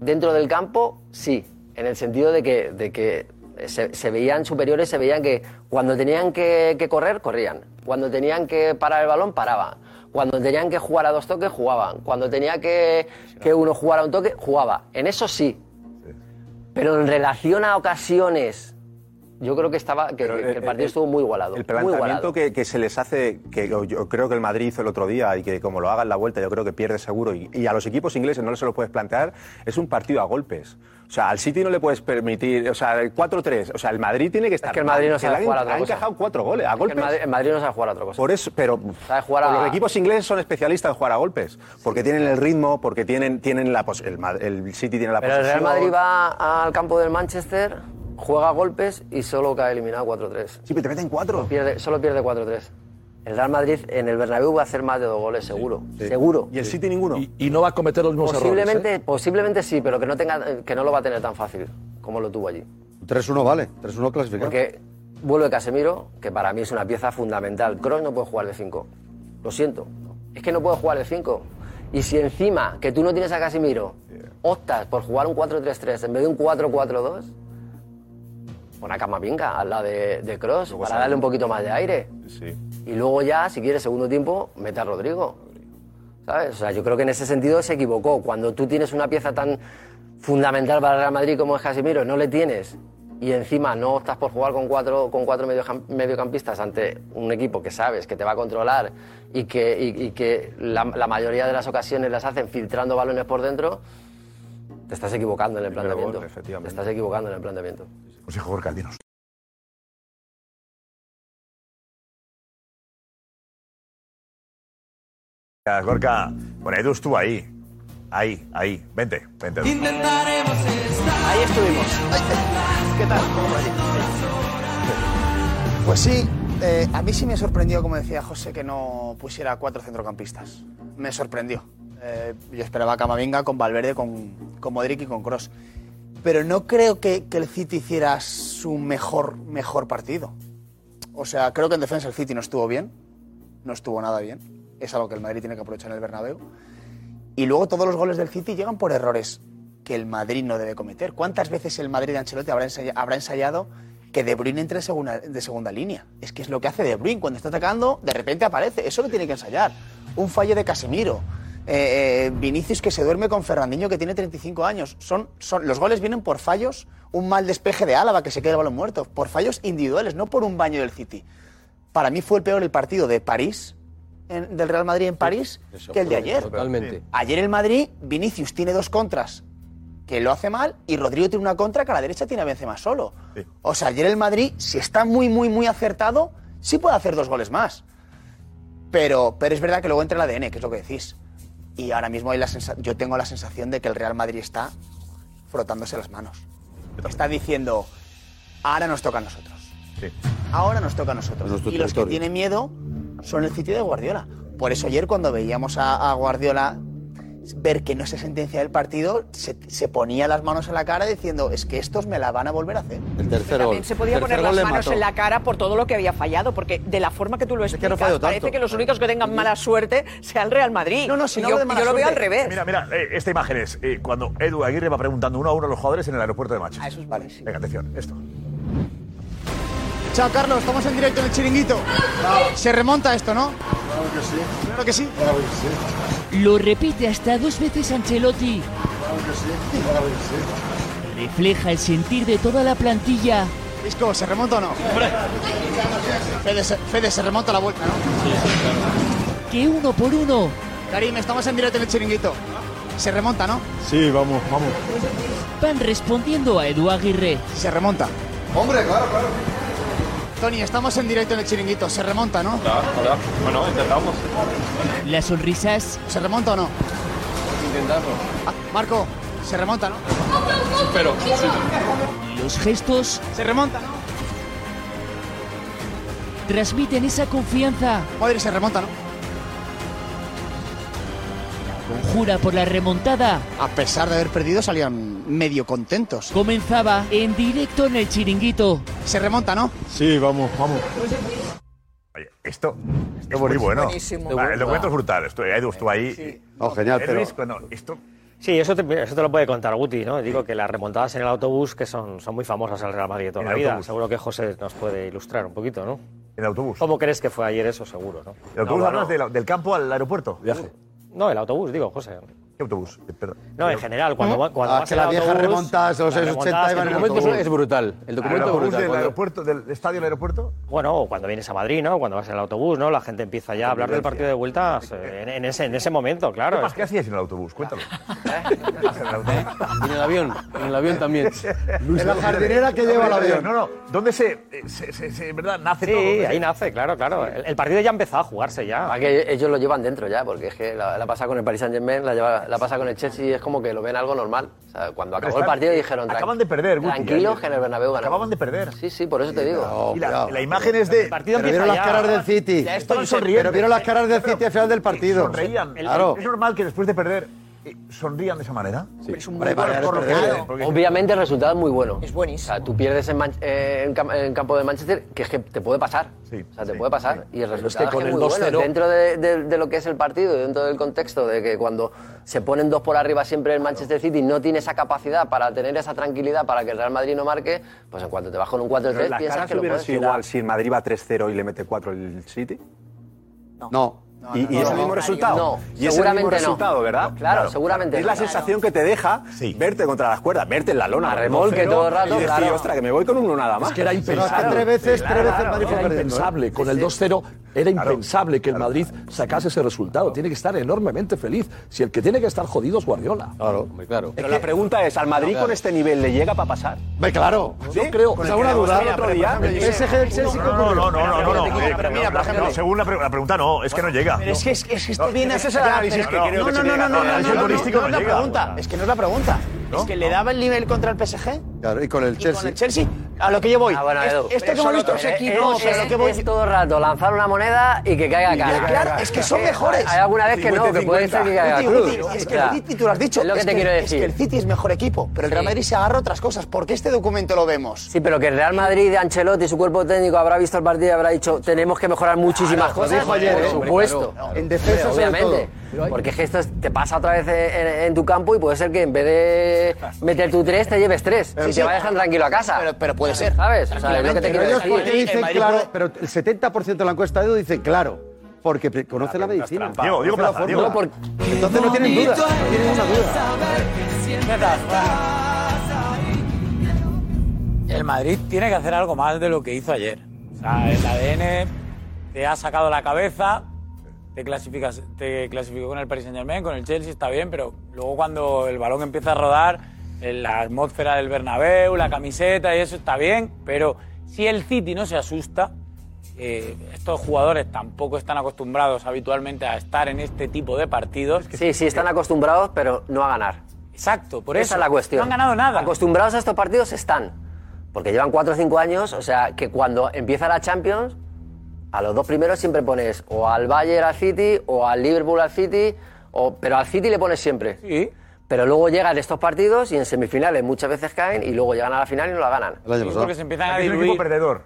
[SPEAKER 17] dentro del campo, sí. En el sentido de que, de que se, se veían superiores, se veían que cuando tenían que, que correr, corrían. Cuando tenían que parar el balón, paraban. Cuando tenían que jugar a dos toques, jugaban. Cuando tenía que, que uno jugar a un toque, jugaba. En eso sí. Pero en relación a ocasiones, yo creo que estaba que, que el partido estuvo muy igualado.
[SPEAKER 5] eh, El
[SPEAKER 17] muy
[SPEAKER 5] planteamiento
[SPEAKER 17] igualado.
[SPEAKER 5] que, que se les hace, que yo- yo creo que el Madrid hizo el otro día y que como lo haga en la vuelta, yo creo que pierde seguro. Y, y a los equipos ingleses no se lo puedes plantear, es un partido a golpes. O sea, al City no le puedes permitir, o sea, el 4-3, o sea, el Madrid tiene que estar.
[SPEAKER 17] Es que el Madrid no
[SPEAKER 5] que
[SPEAKER 17] sabe
[SPEAKER 5] le han-
[SPEAKER 17] jugar a otra
[SPEAKER 5] ha
[SPEAKER 17] cosa.
[SPEAKER 5] encajado cuatro goles,
[SPEAKER 17] Es
[SPEAKER 5] a
[SPEAKER 17] que
[SPEAKER 5] golpes.
[SPEAKER 17] el Madrid, el Madrid no sabe jugar a otra cosa.
[SPEAKER 5] Por eso, pero
[SPEAKER 17] Sabe jugar a-
[SPEAKER 5] pues los equipos ingleses son especialistas en jugar a golpes, porque tienen el ritmo, porque tienen, tienen la pos- el, Mad- el City tiene la
[SPEAKER 17] Pero el Real
[SPEAKER 5] posesión.
[SPEAKER 17] Madrid va al campo del Manchester, juega a golpes y solo cae eliminado 4-3. Sí,
[SPEAKER 5] pero te meten 4.
[SPEAKER 17] Solo pierde, solo pierde 4-3. El Real Madrid en el Bernabéu va a hacer más de dos goles, seguro. Seguro.
[SPEAKER 5] Y el City ninguno.
[SPEAKER 8] Y, y no va a cometer los mismos
[SPEAKER 17] Posiblemente,
[SPEAKER 8] errores. ¿eh?
[SPEAKER 17] posiblemente sí, pero que no, tenga, que no lo va a tener tan fácil como lo tuvo allí.
[SPEAKER 7] 3-1 vale. 3-1 clasificado.
[SPEAKER 17] Porque vuelve Casemiro, que para mí es una pieza fundamental. Kroos no puede jugar de 5. Lo siento. Es que no puede jugar de 5. Y si encima que tú no tienes a Casemiro, optas por jugar un 4-3-3 en vez de un 4-4-2, pon a Camavinga al lado de, de Kroos para
[SPEAKER 5] sale.
[SPEAKER 17] darle un poquito más de aire.
[SPEAKER 5] Sí.
[SPEAKER 17] Y luego ya, si quieres segundo tiempo, mete a Rodrigo. ¿Sabes? O sea, yo creo que en ese sentido se equivocó. Cuando tú tienes una pieza tan fundamental para el Real Madrid como es Casemiro, no le tienes. Y encima no optas por jugar con cuatro, con cuatro mediojam- mediocampistas ante un equipo que sabes que te va a controlar y que, y- y que la, la mayoría de las ocasiones las hacen filtrando balones por dentro, te estás equivocando en el planteamiento. te estás equivocando en el planteamiento.
[SPEAKER 13] Consejo Gorka, dinos. Ya, Gorka, bueno, Edu estuvo ahí. Ahí, ahí. Vente, vente. Edu.
[SPEAKER 12] Intentaremos estar.
[SPEAKER 17] Ahí estuvimos.
[SPEAKER 9] ¿Qué tal? Pues sí, eh, a mí sí me sorprendió, como decía José, que no pusiera cuatro centrocampistas. Me sorprendió. Eh, yo esperaba a Camavinga con Valverde, con, con Modric y con Cross. Pero no creo que, que el City hiciera su mejor, mejor partido. O sea, creo que en defensa el City no estuvo bien. No estuvo nada bien. Es algo que el Madrid tiene que aprovechar en el Bernabéu. Y luego todos los goles del City llegan por errores que el Madrid no debe cometer. ¿Cuántas veces el Madrid de Ancelotti habrá ensaya- habrá ensayado, que De Bruyne entre de segunda, de segunda línea. Es que es lo que hace De Bruyne. Cuando está atacando, de repente aparece. Eso lo tiene que ensayar. Un fallo de Casemiro. Eh, eh, Vinicius que se duerme con Fernandinho que tiene 35 años. Son, son, los goles vienen por fallos, un mal despeje de Álava que se queda el balón muerto, por fallos individuales, no por un baño del City. Para mí fue el peor el partido de París, en- del Real Madrid en París, que el de ayer.
[SPEAKER 19] Totalmente.
[SPEAKER 9] Ayer el Madrid, Vinicius tiene dos contras que lo hace mal y Rodrigo tiene una contra que a la derecha tiene a Benzema solo. O sea, ayer el Madrid, si está muy, muy, muy acertado, sí puede hacer dos goles más. Pero, pero es verdad que luego entra el ADN, que es lo que decís. Y ahora mismo hay la sensa- yo tengo la sensación de que el Real Madrid está frotándose las manos. Está diciendo, ahora nos toca a nosotros. Ahora nos toca a nosotros.
[SPEAKER 7] nuestro
[SPEAKER 9] y los que
[SPEAKER 7] territorio.
[SPEAKER 9] tienen miedo son el sitio de Guardiola. Por eso ayer cuando veíamos a, a Guardiola ver que no se sentencia el partido, se, se ponía las manos en la cara diciendo, es que estos me la van a volver a hacer. El
[SPEAKER 7] tercer
[SPEAKER 9] gol.
[SPEAKER 4] También se podía poner las manos en la cara por todo lo que había fallado, porque de la forma que tú lo
[SPEAKER 9] que no
[SPEAKER 4] explicas,
[SPEAKER 9] falló tanto.
[SPEAKER 4] parece que los únicos que tengan mala suerte sea el Real Madrid. No, no,
[SPEAKER 9] si
[SPEAKER 4] yo,
[SPEAKER 13] hablo de
[SPEAKER 4] yo
[SPEAKER 13] mala
[SPEAKER 4] lo veo al
[SPEAKER 13] suerte.
[SPEAKER 4] revés.
[SPEAKER 13] Mira, mira, eh, esta imagen es eh, cuando Edu Aguirre va preguntando uno a uno a los jugadores en el aeropuerto de Machos.
[SPEAKER 9] eso es vale.
[SPEAKER 13] Venga, atención, esto.
[SPEAKER 9] Chao, Carlos, estamos en directo en el chiringuito. Se remonta esto, ¿no?
[SPEAKER 12] Claro que sí.
[SPEAKER 9] Claro que sí.
[SPEAKER 12] Claro que sí.
[SPEAKER 20] Lo repite hasta dos veces Ancelotti.
[SPEAKER 12] Claro que sí. Claro que sí.
[SPEAKER 20] Refleja el sentir de toda la plantilla.
[SPEAKER 9] Disco, ¿se remonta o no? Fede se, Fede, se remonta la vuelta, ¿no?
[SPEAKER 20] Que uno por uno.
[SPEAKER 9] Karim, estamos en directo en el chiringuito. Se remonta, ¿no?
[SPEAKER 20] Sí, vamos, vamos. Van respondiendo a Edu Aguirre.
[SPEAKER 9] Se remonta. Hombre, claro, claro. Tony, estamos en directo en el chiringuito. Se remonta, ¿no?
[SPEAKER 20] Bueno, intentamos. Las sonrisas.
[SPEAKER 9] ¿Se remonta o no? Ah,
[SPEAKER 20] Intentarlo.
[SPEAKER 9] Marco, se remonta, ¿no?
[SPEAKER 20] Pero. Los gestos
[SPEAKER 9] Se remonta, ¿no?
[SPEAKER 20] transmiten esa confianza.
[SPEAKER 9] Madre, se remonta, ¿no?
[SPEAKER 20] Conjura por la remontada.
[SPEAKER 9] A pesar de haber perdido, salían medio contentos.
[SPEAKER 20] Comenzaba en directo en el chiringuito.
[SPEAKER 9] Se remonta, ¿no?
[SPEAKER 13] Sí, vamos, vamos. Oye, esto, es muy
[SPEAKER 7] buenísimo.
[SPEAKER 13] bueno.
[SPEAKER 7] Buenísimo.
[SPEAKER 13] Ah, el documento es brutal. Esto,
[SPEAKER 5] eh,
[SPEAKER 13] Edu, tú ahí.
[SPEAKER 7] No, genial,
[SPEAKER 13] Eh,
[SPEAKER 7] pero.
[SPEAKER 13] Luis, cuando esto,
[SPEAKER 6] Sí, eso te, mira, eso te lo puede contar Guti, ¿no? Digo que las remontadas en el autobús que son, son muy famosas al Real Madrid de toda
[SPEAKER 13] En
[SPEAKER 6] la
[SPEAKER 13] el
[SPEAKER 6] vida.
[SPEAKER 13] autobús.
[SPEAKER 6] Seguro que José nos puede ilustrar un poquito, ¿no?
[SPEAKER 13] ¿En autobús?
[SPEAKER 6] ¿Cómo crees que fue ayer eso, seguro, no?
[SPEAKER 13] ¿El autobús
[SPEAKER 6] No,
[SPEAKER 13] hablas
[SPEAKER 6] bueno.
[SPEAKER 13] de la- del campo al aeropuerto? Viaje.
[SPEAKER 6] No, el autobús, digo, José.
[SPEAKER 13] ¿Qué autobús? Eh, perdón.
[SPEAKER 6] No, en general,
[SPEAKER 19] ¿Eh?
[SPEAKER 6] cuando, va- cuando
[SPEAKER 13] Ah,
[SPEAKER 6] vas
[SPEAKER 13] que
[SPEAKER 6] en
[SPEAKER 13] la
[SPEAKER 6] el
[SPEAKER 13] vieja
[SPEAKER 6] autobús,
[SPEAKER 13] remontada de los
[SPEAKER 6] las
[SPEAKER 13] años 80
[SPEAKER 6] remontadas
[SPEAKER 13] iban
[SPEAKER 6] que
[SPEAKER 13] en
[SPEAKER 6] te-
[SPEAKER 13] autobús.
[SPEAKER 6] es
[SPEAKER 19] brutal. El
[SPEAKER 13] Ah, El
[SPEAKER 19] documento es
[SPEAKER 13] autobús
[SPEAKER 19] brutal.
[SPEAKER 13] del
[SPEAKER 19] cuando-
[SPEAKER 13] aeropuerto, del estadio al aeropuerto.
[SPEAKER 6] Bueno, o cuando vienes a Madrid, ¿no? Cuando vas en el autobús, ¿no? La gente empieza ya a hablar del partido de vueltas eh, en, en ese, en ese momento, claro.
[SPEAKER 13] ¿Qué hacías en el autobús? Cuéntalo.
[SPEAKER 19] Y en el avión, en el avión también.
[SPEAKER 13] En la
[SPEAKER 7] jardinera que lleva el avión.
[SPEAKER 13] No, no. ¿Dónde se, eh, se, se- se- en verdad, nace
[SPEAKER 6] Sí,
[SPEAKER 13] todo? ¿Dónde
[SPEAKER 6] ahí
[SPEAKER 13] se-
[SPEAKER 6] nace, claro, claro. El, el partido ya empezaba a jugarse ya.
[SPEAKER 17] Ah, que ellos lo llevan dentro ya, porque es que la, la pasa con el Paris Saint Germain, la, lleva- la pasa con el Chelsea, es como que lo ven algo normal. O sea, cuando acabó el
[SPEAKER 13] están-
[SPEAKER 17] partido dijeron, "Tran-
[SPEAKER 13] acaban de perder, Guti,
[SPEAKER 17] tranquilos
[SPEAKER 13] ayer.
[SPEAKER 17] que en el Bernabéu ganamos.
[SPEAKER 13] Acaban de perder.
[SPEAKER 17] Sí, sí, por eso te digo.
[SPEAKER 13] Y la, la imagen es de.
[SPEAKER 7] Pero vieron las caras del City.
[SPEAKER 13] Estaban sonriendo.
[SPEAKER 7] Pero vieron las caras del City al final del partido.
[SPEAKER 13] Sonreían.
[SPEAKER 7] Claro.
[SPEAKER 13] ¿Es normal que después de perder eh, sonrían de esa manera? Sí. Es un
[SPEAKER 17] Obviamente el resultado es muy bueno. Es buenísimo. O sea, tú pierdes en, Man- eh, en cam- en campo de Manchester, que es que te puede pasar. o sea, te puede pasar. Y
[SPEAKER 13] Pero
[SPEAKER 17] el
[SPEAKER 13] es que
[SPEAKER 17] resultado es,
[SPEAKER 13] con
[SPEAKER 17] que es
[SPEAKER 13] el
[SPEAKER 17] muy bueno.
[SPEAKER 13] 2-0.
[SPEAKER 17] Dentro de, de- de lo que es el partido, dentro del contexto de que cuando se ponen dos por arriba siempre el Manchester City no tiene esa capacidad para tener esa tranquilidad para que el Real Madrid no marque, pues en cuanto te vas con un
[SPEAKER 5] Pero
[SPEAKER 17] 4-3
[SPEAKER 5] las
[SPEAKER 17] piensas
[SPEAKER 5] caras
[SPEAKER 17] que lo
[SPEAKER 5] hubieran
[SPEAKER 17] puedes
[SPEAKER 5] sido
[SPEAKER 17] tirar.
[SPEAKER 5] igual si el Madrid va 3-0 y le mete 4 el City.
[SPEAKER 7] No.
[SPEAKER 5] ¿Y, y
[SPEAKER 17] no,
[SPEAKER 5] es el
[SPEAKER 17] no.
[SPEAKER 5] mismo resultado?
[SPEAKER 17] No,
[SPEAKER 5] y es el
[SPEAKER 17] seguramente
[SPEAKER 5] mismo
[SPEAKER 17] no.
[SPEAKER 5] resultado, ¿verdad?
[SPEAKER 17] Claro, seguramente
[SPEAKER 5] Es
[SPEAKER 17] no.
[SPEAKER 5] la sensación que te deja verte contra las cuerdas, verte en la lona.
[SPEAKER 17] A remolque
[SPEAKER 5] ¿no?
[SPEAKER 17] todo el rato,
[SPEAKER 5] Y decir,
[SPEAKER 17] claro.
[SPEAKER 5] ostras, que me voy con uno nada más.
[SPEAKER 8] Es que era impensable. era
[SPEAKER 7] ¿eh?
[SPEAKER 8] impensable. Con el 2-0 era impensable que el Madrid sacase ese resultado. Tiene que estar enormemente feliz. Si el que tiene que estar jodido es Guardiola.
[SPEAKER 5] Claro.
[SPEAKER 19] claro.
[SPEAKER 5] Pero la pregunta es, ¿al Madrid
[SPEAKER 8] Claro.
[SPEAKER 5] con este nivel le llega para pasar?
[SPEAKER 8] Hombre, claro. Yo creo.
[SPEAKER 5] ¿Con
[SPEAKER 8] o
[SPEAKER 5] el
[SPEAKER 8] sea,
[SPEAKER 5] que
[SPEAKER 8] una
[SPEAKER 5] le
[SPEAKER 8] duda.
[SPEAKER 5] demostraron el otro día?
[SPEAKER 8] El PSG del Chelsea, ¿qué
[SPEAKER 13] No,
[SPEAKER 8] ocurrió?
[SPEAKER 13] no, no, no, no, no.
[SPEAKER 8] Pero
[SPEAKER 13] Eh,
[SPEAKER 8] mira,
[SPEAKER 13] pero mira,
[SPEAKER 8] por ejemplo-
[SPEAKER 13] no, Según la pre- la pregunta, no, es que no llega.
[SPEAKER 9] Pero es que, es, que- es que esto
[SPEAKER 13] No,
[SPEAKER 9] viene
[SPEAKER 13] ese es el
[SPEAKER 9] Ya,
[SPEAKER 13] análisis
[SPEAKER 9] pero-
[SPEAKER 13] que creo
[SPEAKER 9] no,
[SPEAKER 13] que
[SPEAKER 9] no,
[SPEAKER 13] se
[SPEAKER 9] no, no,
[SPEAKER 13] llega.
[SPEAKER 9] no,
[SPEAKER 13] El
[SPEAKER 9] no,
[SPEAKER 13] análisis
[SPEAKER 9] no,
[SPEAKER 13] futbolístico
[SPEAKER 9] no, no
[SPEAKER 13] no
[SPEAKER 9] es la
[SPEAKER 13] llega.
[SPEAKER 9] pregunta. Es que no es la pregunta. Es que le daba el nivel contra el PSG.
[SPEAKER 7] Claro, y con el
[SPEAKER 9] Y con el Chelsea, a lo que yo voy.
[SPEAKER 17] Ah,
[SPEAKER 9] Es- esto que hemos visto los equipos,
[SPEAKER 17] es,
[SPEAKER 9] a lo que voy.
[SPEAKER 17] eh, es todo el rato lanzar una moneda y que caiga
[SPEAKER 9] Y
[SPEAKER 17] cara. Eh,
[SPEAKER 9] que caiga cara. Es que son mejores.
[SPEAKER 17] Hay alguna vez que no, que puede ser que caiga
[SPEAKER 9] Guti,
[SPEAKER 17] cruz.
[SPEAKER 9] Guti, Es
[SPEAKER 17] O
[SPEAKER 9] que el
[SPEAKER 17] sea,
[SPEAKER 9] City, tú lo has dicho.
[SPEAKER 17] Es lo que
[SPEAKER 9] es
[SPEAKER 17] te quiero
[SPEAKER 9] el- es
[SPEAKER 17] decir.
[SPEAKER 9] que el City es mejor equipo, pero el Real Madrid se agarra otras cosas. ¿Por qué este documento lo vemos?
[SPEAKER 17] Sí, pero que el Real Madrid de Ancelotti y su cuerpo técnico habrá visto el partido y habrá dicho tenemos que mejorar muchísimas
[SPEAKER 9] Claro, lo
[SPEAKER 17] cosas.
[SPEAKER 9] dijo ayer,
[SPEAKER 17] por
[SPEAKER 9] ¿eh?
[SPEAKER 17] supuesto.
[SPEAKER 9] Hombre, claro.
[SPEAKER 7] En defensa, sobre
[SPEAKER 17] obviamente.
[SPEAKER 7] todo.
[SPEAKER 17] Porque es que esto es- te pasa otra vez en, en tu campo y puede ser que en vez de meter tu tres, te lleves tres. y te vayas tan tranquilo a casa. Pero,
[SPEAKER 9] puede ser.
[SPEAKER 17] ¿Sabes? O sea, es lo que te
[SPEAKER 7] Pero
[SPEAKER 17] quiero
[SPEAKER 7] ellos
[SPEAKER 17] decir.
[SPEAKER 7] porque dicen claro, pero el 70% de la encuesta de ellos dice claro, porque pre- conocen la medicina.
[SPEAKER 13] Ah, trampa. Diego, Diego
[SPEAKER 7] Conocen
[SPEAKER 13] Plaza,
[SPEAKER 7] la
[SPEAKER 13] Diego.
[SPEAKER 7] fórmula. Entonces no tienen duda, no tienen ninguna duda.
[SPEAKER 21] El Madrid tiene que hacer algo más de lo que hizo ayer. O sea, el ADN te ha sacado la cabeza, te, clasificas, te clasificó con el Paris Saint Germain, con el Chelsea está bien, pero luego cuando el balón empieza a rodar, en la atmósfera del Bernabéu, la camiseta y eso está bien, pero si el City no se asusta, eh, estos jugadores tampoco están acostumbrados habitualmente a estar en este tipo de partidos.
[SPEAKER 17] Sí, sí, están acostumbrados, pero no a ganar.
[SPEAKER 21] Exacto, por
[SPEAKER 17] Esa
[SPEAKER 21] eso.
[SPEAKER 17] es la cuestión.
[SPEAKER 21] No han ganado nada.
[SPEAKER 17] Acostumbrados a estos partidos están. Porque llevan 4 o 5 años, o sea, que cuando empieza la Champions, a los dos primeros siempre pones o al Bayern al City o al Liverpool al City, o, pero al City le pones siempre. Pero luego llegan estos partidos y en semifinales muchas veces caen y luego llegan a la final y no la ganan.
[SPEAKER 7] El año
[SPEAKER 21] pasado. porque se empiezan a
[SPEAKER 13] Es un
[SPEAKER 21] diluir.
[SPEAKER 13] equipo perdedor.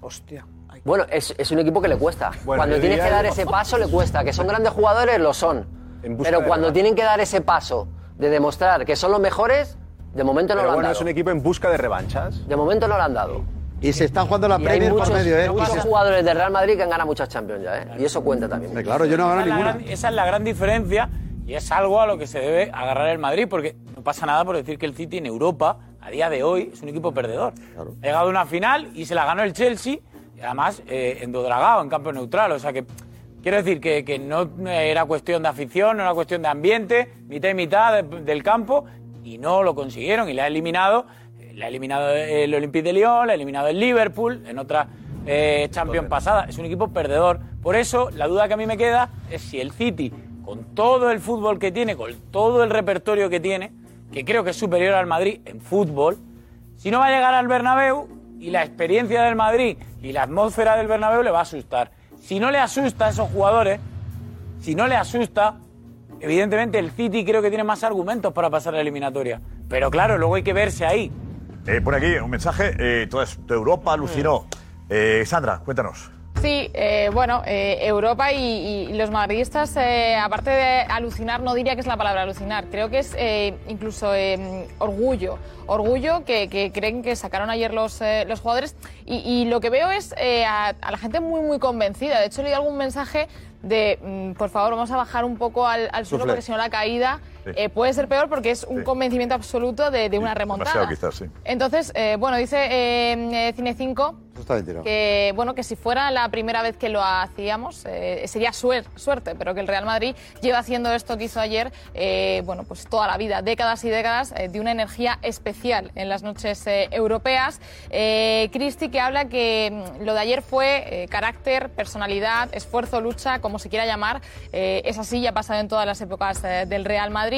[SPEAKER 17] Hostia. Bueno, es, es un equipo que le cuesta.
[SPEAKER 13] Bueno,
[SPEAKER 17] cuando
[SPEAKER 13] yo
[SPEAKER 17] tienes
[SPEAKER 13] diría-
[SPEAKER 17] que dar ese paso, le cuesta. Que son grandes jugadores, lo son.
[SPEAKER 13] busca
[SPEAKER 17] Pero
[SPEAKER 13] de
[SPEAKER 17] cuando
[SPEAKER 13] ganar.
[SPEAKER 17] tienen que dar ese paso de demostrar que son los mejores, de momento no
[SPEAKER 5] Pero
[SPEAKER 17] lo han
[SPEAKER 5] bueno,
[SPEAKER 17] dado.
[SPEAKER 5] es un equipo en busca de revanchas.
[SPEAKER 17] De momento no lo han dado.
[SPEAKER 7] Y se están jugando la
[SPEAKER 17] Y hay
[SPEAKER 7] Premier
[SPEAKER 17] muchos,
[SPEAKER 7] por medio, ¿eh? Y
[SPEAKER 17] muchos
[SPEAKER 7] se-
[SPEAKER 17] jugadores del Real Madrid que han ganado muchas Champions ya, ¿eh? Y eso cuenta también.
[SPEAKER 7] Claro, yo no he ganado
[SPEAKER 21] Esa es la
[SPEAKER 7] ninguna.
[SPEAKER 21] gran- esa es la gran diferencia y es algo a lo que se debe agarrar el Madrid, porque no pasa nada por decir que el City en Europa, a día de hoy, es un equipo perdedor. Ha llegado a una final y se la ganó el Chelsea, y además eh, en Dodragao, en campo neutral. O sea que quiero decir que, que no era cuestión de afición, no era cuestión de ambiente, mitad y mitad de- del campo, y no lo consiguieron y la ha eliminado. eh, La ha eliminado el Olympique de Lyon, la ha eliminado el Liverpool en otra eh, Champions pasada. Es un equipo perdedor. Por eso, la duda que a mí me queda es si el City, con todo el fútbol que tiene, con todo el repertorio que tiene, que creo que es superior al Madrid en fútbol, si no va a llegar al Bernabéu y la experiencia del Madrid y la atmósfera del Bernabéu le va a asustar. Si no le asusta a esos jugadores, si no le asusta, evidentemente el City creo que tiene más argumentos para pasar la eliminatoria. Pero claro, luego hay que verse ahí.
[SPEAKER 13] Eh, por aquí un mensaje. Eh, toda es- toda Europa alucinó.
[SPEAKER 21] Mm.
[SPEAKER 13] Eh, Sandra, cuéntanos.
[SPEAKER 3] Sí, eh, bueno, eh, Europa y, y los madridistas, eh, aparte de alucinar, no diría que es la palabra alucinar, creo que es eh, incluso eh, orgullo, orgullo que, que creen que sacaron ayer los, eh, los jugadores y, y lo que veo es eh, a, a la gente muy, muy convencida. De hecho, leí algún mensaje de, mm, por favor, vamos a bajar un poco al, al suelo
[SPEAKER 13] Sufle.
[SPEAKER 3] porque si no la caída
[SPEAKER 13] Sí.
[SPEAKER 3] eh, puede ser peor porque es un
[SPEAKER 13] Sí.
[SPEAKER 3] convencimiento absoluto de, de una
[SPEAKER 13] Demasiado
[SPEAKER 3] remontada.
[SPEAKER 13] quizás, sí.
[SPEAKER 3] Entonces, eh, bueno, dice eh, eh, Cine 5
[SPEAKER 7] Eso está bien tirado.
[SPEAKER 3] que bueno que si fuera la primera vez que lo hacíamos eh, sería suer- suerte pero que el Real Madrid lleva haciendo esto que hizo ayer eh, bueno pues toda la vida décadas y décadas eh, de una energía especial en las noches eh, europeas eh, Cristi que habla que mm, lo de ayer fue eh, carácter personalidad esfuerzo lucha como se quiera llamar eh, es así y ha pasado en todas las épocas eh, del Real Madrid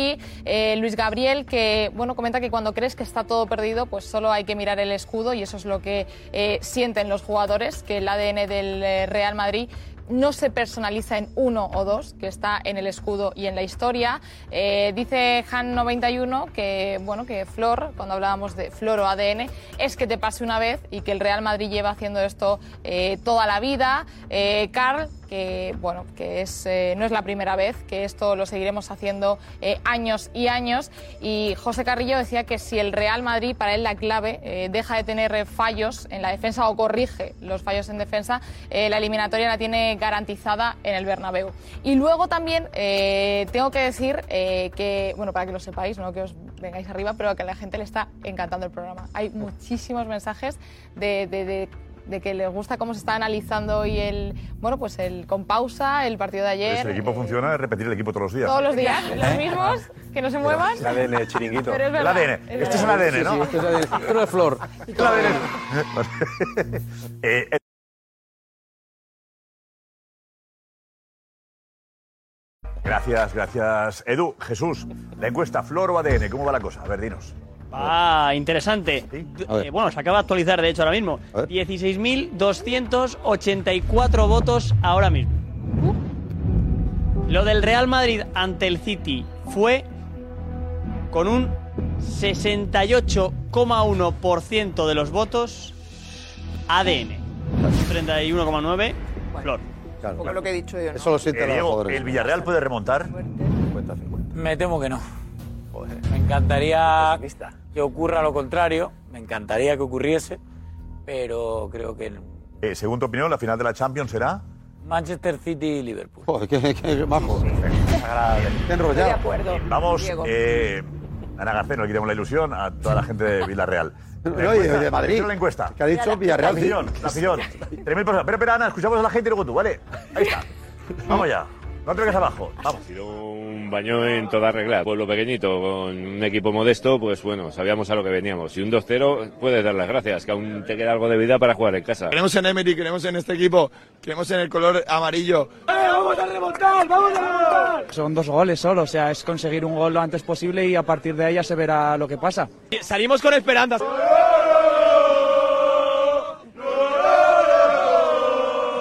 [SPEAKER 3] Eh, Luis Gabriel que bueno comenta que cuando crees que está todo perdido pues solo hay que mirar el escudo y eso es lo que eh, sienten los jugadores, que el ADN del eh, Real Madrid no se personaliza en uno o dos, que está en el escudo y en la historia. Eh, dice Han91 que, bueno, que Flor, cuando hablábamos de Flor o ADN, es que te pase una vez y que el Real Madrid lleva haciendo esto eh, toda la vida. Eh, Carl, que, bueno, que es, eh, no es la primera vez, que esto lo seguiremos haciendo eh, años y años. Y José Carrillo decía que si el Real Madrid, para él la clave, eh, deja de tener eh, fallos en la defensa o corrige los fallos en defensa, eh, la eliminatoria la tiene garantizada en el Bernabéu. Y luego también eh, tengo que decir eh, que, bueno, para que lo sepáis, no que os vengáis arriba, pero que a la gente le está encantando el programa. Hay muchísimos mensajes de- de- de de que les gusta cómo se está analizando hoy el, bueno, pues el con pausa, el partido de
[SPEAKER 13] Si
[SPEAKER 3] ayer,
[SPEAKER 13] el equipo funciona, es repetir el equipo todos los días.
[SPEAKER 3] todos los días,
[SPEAKER 13] ¿Eh?
[SPEAKER 3] los mismos, que no se muevan.
[SPEAKER 13] El ADN de chiringuito.
[SPEAKER 3] Pero es
[SPEAKER 13] el
[SPEAKER 3] verdad,
[SPEAKER 13] ADN.
[SPEAKER 3] es verdad.
[SPEAKER 13] esto es un ADN, ¿no?
[SPEAKER 19] Sí, sí, esto es ADN. Esto no es flor.
[SPEAKER 13] El ADN. Eh, eh, Gracias, gracias. Edu, Jesús, la encuesta Flor o ADN, ¿cómo va la cosa? A ver, dinos.
[SPEAKER 18] Ah, interesante.
[SPEAKER 13] A ver.
[SPEAKER 18] Eh, bueno, se acaba de actualizar, de hecho, ahora mismo. 16.284 votos ahora mismo. Lo del Real Madrid ante el City fue con un 68,1% de los votos ADN. 31,9 Flor.
[SPEAKER 7] Claro.
[SPEAKER 4] Poco lo que he dicho yo. ¿no?
[SPEAKER 7] Eso lo sienten
[SPEAKER 13] Eh,
[SPEAKER 7] los
[SPEAKER 13] Diego,
[SPEAKER 7] jugadores.
[SPEAKER 13] ¿el Villarreal puede remontar?
[SPEAKER 21] Me temo que no. Me encantaría que ocurra lo contrario. Me encantaría que ocurriese. Pero creo que el
[SPEAKER 13] Eh, según tu opinión, la final de la Champions será.
[SPEAKER 21] Manchester City y Liverpool.
[SPEAKER 7] Joder, qué, qué bajo. Qué enrollado.
[SPEAKER 21] Estoy de acuerdo,
[SPEAKER 13] Vamos,
[SPEAKER 21] Diego.
[SPEAKER 13] eh, Ana Garcés, no le quitemos la ilusión a toda la gente de Villarreal. La
[SPEAKER 7] No, y de Madrid.
[SPEAKER 13] ¿Qué la encuesta?
[SPEAKER 7] Que ha dicho Villarreal,
[SPEAKER 13] La afición,
[SPEAKER 7] sí.
[SPEAKER 13] la afición. 3.000 personas. Espera, espera, Ana, escuchamos a la gente y luego tú, ¿vale? Ahí está. Vamos ya. No te vengas abajo. Vamos.
[SPEAKER 1] Un baño en toda regla. Pueblo pequeñito, con un equipo modesto, pues bueno, sabíamos a lo que veníamos. Y un 2-0, puedes dar las gracias, que aún te queda algo de vida para jugar en casa.
[SPEAKER 22] Creemos en Emery, creemos en este equipo, creemos en el color amarillo.
[SPEAKER 12] ¡Vamos a remontar! ¡Vamos a remontar!
[SPEAKER 23] Son dos goles solo, o sea, es conseguir un gol lo antes posible y a partir de ahí ya se verá lo que pasa.
[SPEAKER 11] Salimos con esperanzas.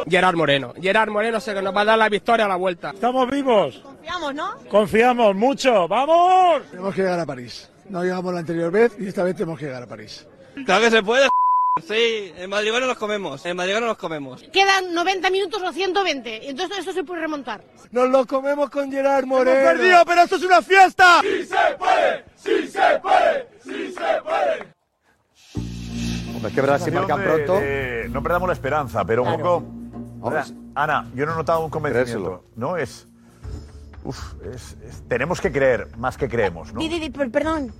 [SPEAKER 24] Gerard Moreno. Gerard Moreno se nos va a dar la victoria a la vuelta. Estamos vivos.
[SPEAKER 14] Confiamos, ¿no?
[SPEAKER 24] Confiamos mucho. ¡Vamos!
[SPEAKER 25] Tenemos que llegar a París. No llegamos la anterior vez y esta vez tenemos que llegar a París.
[SPEAKER 24] Claro que se puede. Sí, en Madrid no los comemos. En Madrid no los comemos.
[SPEAKER 26] Quedan 90 minutos o 120. Entonces esto se puede remontar.
[SPEAKER 25] Nos lo comemos con Gerard Moreno.
[SPEAKER 12] perdido, pero esto es una fiesta! ¡Sí se puede! ¡Sí se puede! ¡Sí se puede!
[SPEAKER 7] Hombre, es que verdad, si marcan
[SPEAKER 13] de-
[SPEAKER 7] pronto.
[SPEAKER 13] de- eh, no perdamos la esperanza, pero un
[SPEAKER 7] Claro.
[SPEAKER 13] poco. ¿verdad? Ana, yo no he notado un convencimiento. No es. Uf, es- es- tenemos que creer más que creemos, ¿no?
[SPEAKER 14] Di, di, di, per- perdón.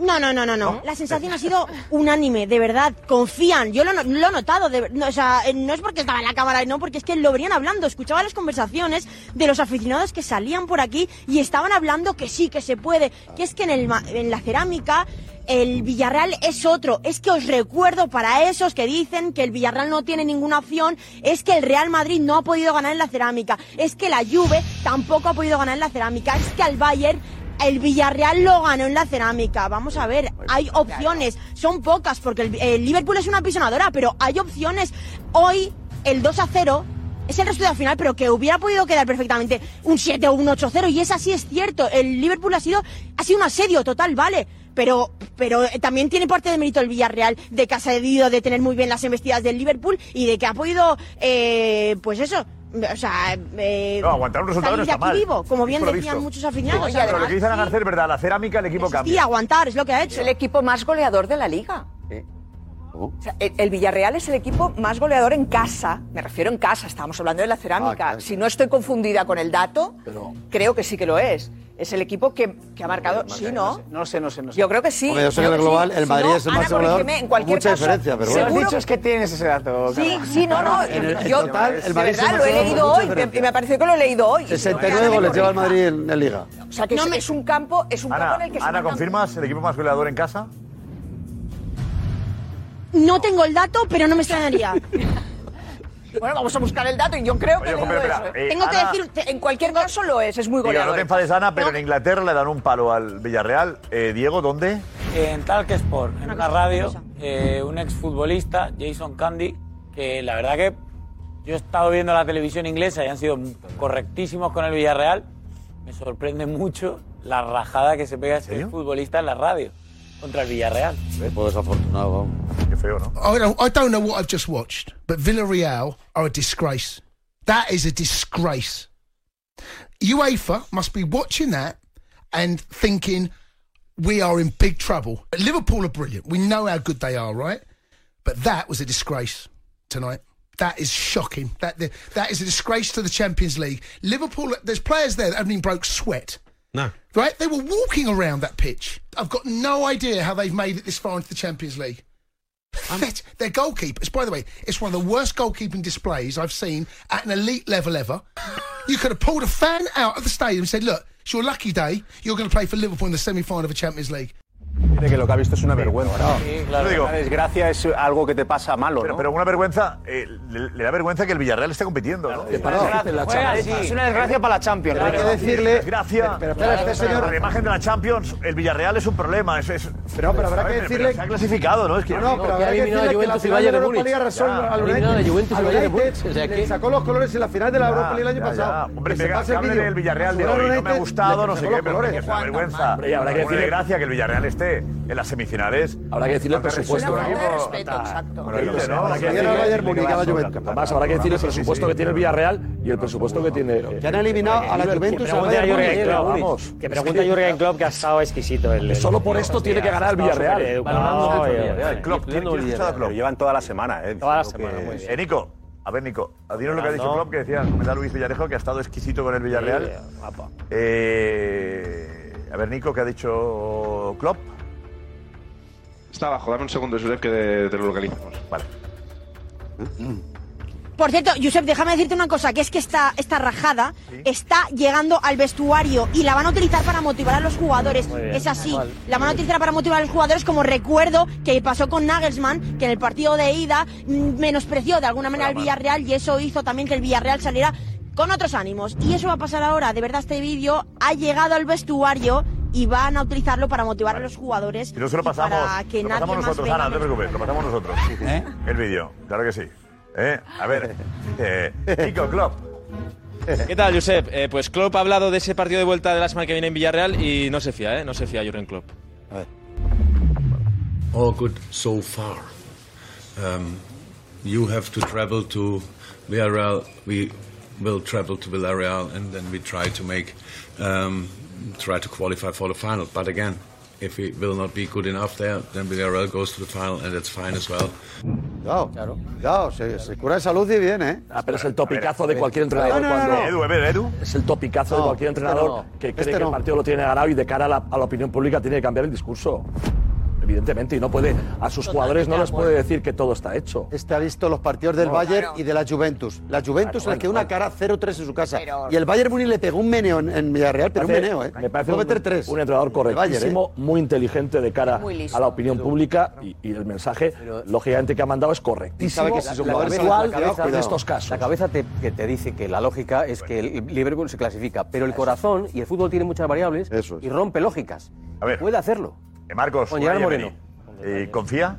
[SPEAKER 14] No, no, no, no, no. La sensación ha sido unánime, de verdad. Confían. Yo lo, no- lo he notado. de ver- no, o sea, eh, no es porque estaba en la cámara, no, porque es que lo venían hablando. Escuchaba las conversaciones de los aficionados que salían por aquí y estaban hablando que sí, que se puede. Que es que en, el, ma- en la cerámica el Villarreal es otro. Es que os recuerdo para esos que dicen que el Villarreal no tiene ninguna opción, es que el Real Madrid no ha podido ganar en la cerámica. Es que la Juve tampoco ha podido ganar en la cerámica. Es que al Bayern el Villarreal lo ganó en la cerámica. Vamos a ver,
[SPEAKER 13] Pues,
[SPEAKER 14] hay opciones. Son pocas porque el, el Liverpool es una apisonadora, pero hay opciones. Hoy el 2 a 0 es el resultado final, pero que hubiera podido quedar perfectamente un 7 o un 8-0. Y es así, es cierto. El Liverpool ha sido, ha sido un asedio total, vale. Pero, pero eh, también tiene parte de mérito el Villarreal de que ha sabido de tener muy bien las embestidas del Liverpool y de que ha podido, eh, pues eso, o sea, eh,
[SPEAKER 13] No, aguantar un resultado
[SPEAKER 14] salir
[SPEAKER 13] no está
[SPEAKER 14] de
[SPEAKER 13] mal.
[SPEAKER 14] aquí vivo, como bien
[SPEAKER 13] Por lo
[SPEAKER 14] decían
[SPEAKER 13] visto.
[SPEAKER 14] muchos aficionados.
[SPEAKER 13] Pero lo que dice Ana Garcés es verdad, la cerámica, el equipo
[SPEAKER 14] Y
[SPEAKER 13] cambia.
[SPEAKER 14] aguantar, es lo que ha hecho.
[SPEAKER 4] Es el equipo más goleador de la liga. O sea, el, el Villarreal es el equipo más goleador en casa. Me refiero en casa, estábamos hablando de la cerámica. Si no estoy confundida con el dato,
[SPEAKER 9] Pero-
[SPEAKER 4] creo que sí que lo es. Es el equipo que, que ha marcado.
[SPEAKER 9] Marca,
[SPEAKER 4] Sí, ¿no?
[SPEAKER 9] No sé, no sé, no sé.
[SPEAKER 4] Yo creo que sí.
[SPEAKER 9] Hombre, yo sé
[SPEAKER 4] creo
[SPEAKER 9] que en el
[SPEAKER 4] sí.
[SPEAKER 9] global el
[SPEAKER 4] Si
[SPEAKER 9] Madrid
[SPEAKER 4] no,
[SPEAKER 9] es el
[SPEAKER 4] Ana,
[SPEAKER 9] más goleador,
[SPEAKER 4] corrígeme, En cualquier
[SPEAKER 9] mucha
[SPEAKER 4] caso,
[SPEAKER 9] diferencia, pero bueno.
[SPEAKER 4] seguro-
[SPEAKER 9] Lo has dicho es que tienes ese dato.
[SPEAKER 4] Sí, sí, no, no.
[SPEAKER 9] En el- en
[SPEAKER 4] yo
[SPEAKER 9] total, el
[SPEAKER 4] de
[SPEAKER 9] Madrid se
[SPEAKER 4] verdad, lo he
[SPEAKER 9] marcó con
[SPEAKER 4] leído
[SPEAKER 9] mucha
[SPEAKER 4] hoy.
[SPEAKER 9] diferencia.
[SPEAKER 4] Me, me pareció que lo he leído hoy.
[SPEAKER 7] 69 goles lleva el Madrid en, en Liga.
[SPEAKER 4] O sea, que es, es un campo, es un campo en
[SPEAKER 13] Ana,
[SPEAKER 4] el que se
[SPEAKER 13] Ana,
[SPEAKER 4] marcan-
[SPEAKER 13] ¿confirmas el equipo más goleador en casa?
[SPEAKER 14] No tengo el dato, pero no me extrañaría.
[SPEAKER 4] Bueno, vamos a buscar el dato y yo creo que
[SPEAKER 13] Oye,
[SPEAKER 4] lo
[SPEAKER 13] hombre,
[SPEAKER 4] digo
[SPEAKER 13] espera,
[SPEAKER 4] eso.
[SPEAKER 13] eh,
[SPEAKER 4] Tengo que
[SPEAKER 13] Ana-
[SPEAKER 4] decir, te- en cualquier caso lo es, es muy
[SPEAKER 13] Digo, no
[SPEAKER 4] goleador.
[SPEAKER 13] te enfades, Ana, pero en Inglaterra le dan un palo al Villarreal. Eh, Diego, ¿dónde?
[SPEAKER 21] En Talk Sport, en una radio, eh, un exfutbolista, Jason Candy, que la verdad que yo he estado viendo la televisión inglesa y han sido correctísimos con el Villarreal. Me sorprende mucho la rajada que se pega ese futbolista en la radio contra el Villarreal.
[SPEAKER 7] Pues desafortunado, vamos.
[SPEAKER 13] Qué feo, ¿no?
[SPEAKER 27] I don't, I don't know what I've just watched, but Villarreal are a disgrace. That is a disgrace. UEFA must be watching that and thinking we are in big trouble. But Liverpool are brilliant. We know how good they are, right? But that was a disgrace tonight. That is shocking. That that is a disgrace to the Champions League. Liverpool, there's players there that haven't even broke sweat.
[SPEAKER 28] No.
[SPEAKER 27] Right? They were walking around that pitch. I've got no idea how they've made it this far into the Champions League. That- their goalkeeper, it's, by the way, it's one of the worst goalkeeping displays I've seen at an elite level ever. you could have pulled a fan out of the stadium and said, Look, it's your lucky day. You're going to play for Liverpool in the semi final of a Champions League.
[SPEAKER 5] Dice que lo que ha visto es una vergüenza.
[SPEAKER 13] Yo digo-
[SPEAKER 5] una desgracia es algo que te pasa malo,
[SPEAKER 13] Pero, pero una vergüenza, eh, le, le da vergüenza que el Villarreal esté compitiendo, ¿no?
[SPEAKER 9] Es una desgracia para la Champions.
[SPEAKER 13] Pero hay que decirle- Desgracia.
[SPEAKER 9] Pero espera, este señor-
[SPEAKER 13] La imagen de la Champions, el Villarreal es un problema. Es, es,
[SPEAKER 7] Pero, pero habrá
[SPEAKER 13] ¿sabes? Pero
[SPEAKER 7] que decirle-
[SPEAKER 13] se ha clasificado, ¿no? Es que
[SPEAKER 7] No, no, pero habrá que decirle que la final de la Europa League arrasó
[SPEAKER 13] Ya.
[SPEAKER 7] al United. Al United le sacó los colores en la final de la
[SPEAKER 13] Ya,
[SPEAKER 7] Europa League el año
[SPEAKER 13] ya,
[SPEAKER 7] pasado.
[SPEAKER 13] ya. Hombre,
[SPEAKER 7] Que se
[SPEAKER 13] venga,
[SPEAKER 7] pase
[SPEAKER 13] que
[SPEAKER 7] el
[SPEAKER 13] hablen
[SPEAKER 7] vídeo.
[SPEAKER 13] del Villarreal de
[SPEAKER 7] Al
[SPEAKER 13] hoy. No me ha
[SPEAKER 7] United
[SPEAKER 13] gustado,
[SPEAKER 7] le
[SPEAKER 13] no sé
[SPEAKER 7] sacó
[SPEAKER 13] qué,
[SPEAKER 7] los
[SPEAKER 13] pero
[SPEAKER 7] colores.
[SPEAKER 13] que es una vergüenza.
[SPEAKER 7] Hombre, y habrá que
[SPEAKER 13] Una
[SPEAKER 7] decirle-
[SPEAKER 13] desgracia que el Villarreal esté. en las semifinales.
[SPEAKER 17] Habrá que decirle el
[SPEAKER 13] Falta
[SPEAKER 17] presupuesto.
[SPEAKER 13] respeto,
[SPEAKER 17] Habrá
[SPEAKER 13] ¿no?
[SPEAKER 17] que-
[SPEAKER 4] exacto.
[SPEAKER 13] Bueno,
[SPEAKER 7] Pues
[SPEAKER 13] yo no sé,
[SPEAKER 17] ¿no?
[SPEAKER 13] habrá
[SPEAKER 17] Si
[SPEAKER 13] que
[SPEAKER 17] gana el
[SPEAKER 13] decirle-
[SPEAKER 17] Bayern Múnich, gana
[SPEAKER 13] Habrá que
[SPEAKER 17] Juventus. Además, habrá que decir el presupuesto que tiene el Villarreal y el presupuesto que tiene.
[SPEAKER 7] Que
[SPEAKER 8] eh,
[SPEAKER 7] han eliminado a la Juventus,
[SPEAKER 17] Que
[SPEAKER 7] al
[SPEAKER 17] pregunte a
[SPEAKER 7] Bayern
[SPEAKER 17] Jürgen
[SPEAKER 7] Múnich.
[SPEAKER 17] Klopp,
[SPEAKER 7] Múnich.
[SPEAKER 17] vamos.
[SPEAKER 2] Que pregunta Jürgen Klopp que ha estado exquisito. El, el-
[SPEAKER 17] Solo por esto tiene que ganar el Villarreal.
[SPEAKER 2] Valorando el
[SPEAKER 13] Villarreal. Klopp, ¿quién- quién ha escuchado a Klopp?
[SPEAKER 5] Pero llevan toda la semana, ¿eh?
[SPEAKER 13] Toda la
[SPEAKER 5] semana, muy bien.
[SPEAKER 13] Eh, Nico, a ver, Nico, dinos lo que ha dicho
[SPEAKER 5] Hablando.
[SPEAKER 13] Klopp, que decía, comenta Luis Villarejo, que ha estado exquisito con el Villarreal.
[SPEAKER 8] eh.
[SPEAKER 2] Sí, guapo.
[SPEAKER 13] Eh, a ver, Nico, ¿qué ha dicho Klopp?
[SPEAKER 6] Está abajo, dame un segundo, Josep, que te, te lo localizamos.
[SPEAKER 13] Vale.
[SPEAKER 8] Mm.
[SPEAKER 14] Por cierto, Josep, déjame decirte una cosa, que es que esta, esta rajada está llegando al vestuario y la van a utilizar para motivar a los jugadores.
[SPEAKER 8] Muy bien.
[SPEAKER 14] Es así,
[SPEAKER 8] Vale.
[SPEAKER 14] la van a utilizar para motivar a los jugadores como recuerdo que pasó con Nagelsmann, que en el partido de ida mm, menospreció de alguna manera al Villarreal y eso hizo también que el Villarreal saliera con otros ánimos. Y eso va a pasar ahora, de verdad este vídeo ha llegado al vestuario y van a utilizarlo para motivar a los jugadores.
[SPEAKER 13] Si no se lo
[SPEAKER 14] y para
[SPEAKER 13] pasamos,
[SPEAKER 14] que
[SPEAKER 13] lo
[SPEAKER 14] nadie
[SPEAKER 13] pasamos
[SPEAKER 14] más
[SPEAKER 13] nosotros,
[SPEAKER 14] venga
[SPEAKER 13] Ana, no te preocupes, lo pasamos nosotros. El vídeo, claro que sí. Eh, A ver, eh, Nico, Klopp.
[SPEAKER 8] ¿Qué tal, Josep? Eh, pues Klopp ha hablado de ese partido de vuelta de la semana que viene en Villarreal y no se fía, ¿eh? No se fía Jurgen Klopp.
[SPEAKER 10] all good so far. Um, you have to travel to Villarreal. We will travel to Villarreal, and then we try to make um, try to qualify for the final. But again, if we will not be good enough there, then Villarreal goes to the final, and that's fine as well.
[SPEAKER 7] Cuidado, claro. cuidado, se, se cura de salud y bien, ¿eh?
[SPEAKER 17] Ah, pero es el topicazo de cualquier entrenador.
[SPEAKER 7] No, no, no,
[SPEAKER 17] cuando-
[SPEAKER 7] no.
[SPEAKER 17] Es el topicazo de
[SPEAKER 7] No,
[SPEAKER 17] cualquier
[SPEAKER 7] este
[SPEAKER 17] entrenador
[SPEAKER 7] no.
[SPEAKER 17] que cree
[SPEAKER 7] Este
[SPEAKER 17] que
[SPEAKER 7] no.
[SPEAKER 17] el partido lo tiene ganado y de cara a la, a la opinión pública tiene que cambiar el discurso. Evidentemente, y no puede, a sus
[SPEAKER 7] Totalmente
[SPEAKER 17] jugadores no
[SPEAKER 7] de
[SPEAKER 17] les puede
[SPEAKER 7] acuerdo.
[SPEAKER 17] decir que todo está hecho.
[SPEAKER 7] Este ha visto los partidos del
[SPEAKER 17] No,
[SPEAKER 7] Bayern
[SPEAKER 17] claro.
[SPEAKER 7] y de la Juventus. La Juventus
[SPEAKER 17] Claro,
[SPEAKER 7] le quedó
[SPEAKER 17] bueno,
[SPEAKER 7] una cara 0-3 en su casa.
[SPEAKER 17] Pero-
[SPEAKER 7] Y el Bayern Múnich le pegó un meneo en, en Villarreal, pero
[SPEAKER 17] Parece-
[SPEAKER 7] un meneo, ¿eh?
[SPEAKER 17] Me parece
[SPEAKER 7] Pudo
[SPEAKER 17] un,
[SPEAKER 7] meter tres.
[SPEAKER 17] un entrenador
[SPEAKER 7] El Bayern, ¿eh?
[SPEAKER 17] correctísimo, muy inteligente de cara
[SPEAKER 7] Muy listo.
[SPEAKER 17] a la opinión pública y, y el mensaje, lógicamente, que ha mandado es correctísimo. igual en estos casos.
[SPEAKER 19] La cabeza te, que te dice que la lógica es que el Liverpool se clasifica, pero el corazón y el fútbol tienen muchas variables y rompe lógicas. Puede hacerlo.
[SPEAKER 13] Marcos,
[SPEAKER 19] Con Gerard
[SPEAKER 13] Ryan
[SPEAKER 19] Moreno.
[SPEAKER 13] Meni. Eh, ¿Confía?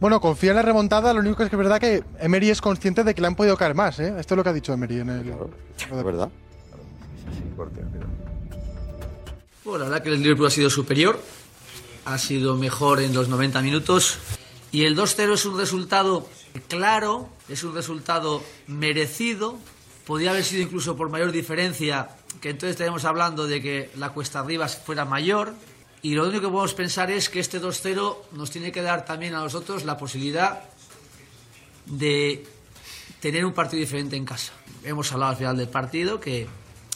[SPEAKER 8] Bueno, confía en la remontada, lo único es que es verdad que Emery es consciente de que le han podido caer más, ¿eh? Esto es lo que ha dicho Emery en el...
[SPEAKER 7] ¿Verdad?
[SPEAKER 15] Bueno, Pues la verdad que el Liverpool ha sido superior, ha sido mejor en los 90 minutos y el 2-0 es un resultado claro, es un resultado merecido, podía haber sido incluso por mayor diferencia, que entonces estaríamos hablando de que la cuesta arriba fuera mayor y lo único que podemos pensar es que este 2-0 nos tiene que dar también a nosotros la posibilidad de tener un partido diferente en casa. Hemos hablado al final del partido que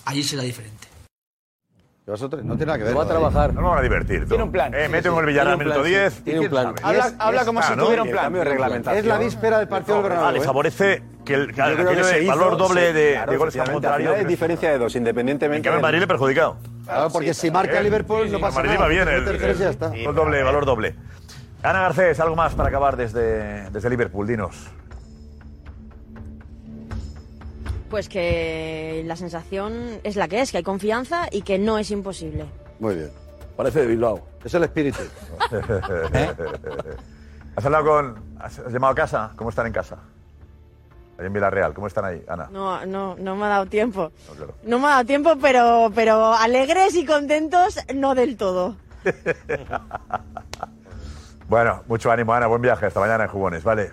[SPEAKER 15] allí será diferente.
[SPEAKER 7] Que vosotros- no tiene nada que ver.
[SPEAKER 15] Lo va a
[SPEAKER 7] ¿vale?
[SPEAKER 15] trabajar.
[SPEAKER 13] Nos vamos a divertir. Tiene un plan. Eh, mete
[SPEAKER 7] sí.
[SPEAKER 13] con el Villarreal
[SPEAKER 7] Tiene un
[SPEAKER 13] minuto
[SPEAKER 7] plan, sí.
[SPEAKER 13] 10.
[SPEAKER 7] Tiene un plan.
[SPEAKER 13] ¿Quién sabe?
[SPEAKER 7] Habla-
[SPEAKER 13] Ya
[SPEAKER 7] habla como
[SPEAKER 13] está,
[SPEAKER 7] si
[SPEAKER 13] ¿no?
[SPEAKER 7] tuviera un plan. Tiene un plan. Es la víspera del partido del Bernabéu,
[SPEAKER 13] Ah, le
[SPEAKER 7] ¿eh?
[SPEAKER 13] favorece que el, que
[SPEAKER 5] Yo creo que
[SPEAKER 13] aquello
[SPEAKER 5] se
[SPEAKER 13] de
[SPEAKER 5] hizo,
[SPEAKER 13] valor doble
[SPEAKER 5] sí,
[SPEAKER 13] de,
[SPEAKER 5] claro,
[SPEAKER 13] de goles al
[SPEAKER 5] efectivamente.
[SPEAKER 13] contrario.
[SPEAKER 5] Al final hay diferencia de dos, independientemente.
[SPEAKER 13] En cambio, el Madrid le ha perjudicado.
[SPEAKER 7] Claro, porque si marca
[SPEAKER 13] Bien.
[SPEAKER 7] Liverpool no pasa
[SPEAKER 13] el Madrid
[SPEAKER 7] nada.
[SPEAKER 13] va bien.
[SPEAKER 7] Si
[SPEAKER 13] El,
[SPEAKER 7] mete el tres, ya está.
[SPEAKER 13] el gol doble, valor doble. Ana Garcés, algo más para acabar desde, desde Liverpool, dinos.
[SPEAKER 14] Pues que la sensación es la que es, que hay confianza y que no es imposible.
[SPEAKER 7] Muy bien.
[SPEAKER 17] Parece de Bilbao.
[SPEAKER 7] Es el espíritu.
[SPEAKER 13] ¿Eh? ¿Has hablado con. Has, has llamado a casa? ¿Cómo están en casa? Ahí en Villarreal, ¿cómo están ahí, Ana?
[SPEAKER 14] No, no, no me ha dado tiempo.
[SPEAKER 13] No, claro.
[SPEAKER 14] No me ha dado tiempo, pero, pero alegres y contentos no del todo.
[SPEAKER 13] Bueno, mucho ánimo, Ana. Buen viaje. Hasta mañana en Jugones, ¿vale?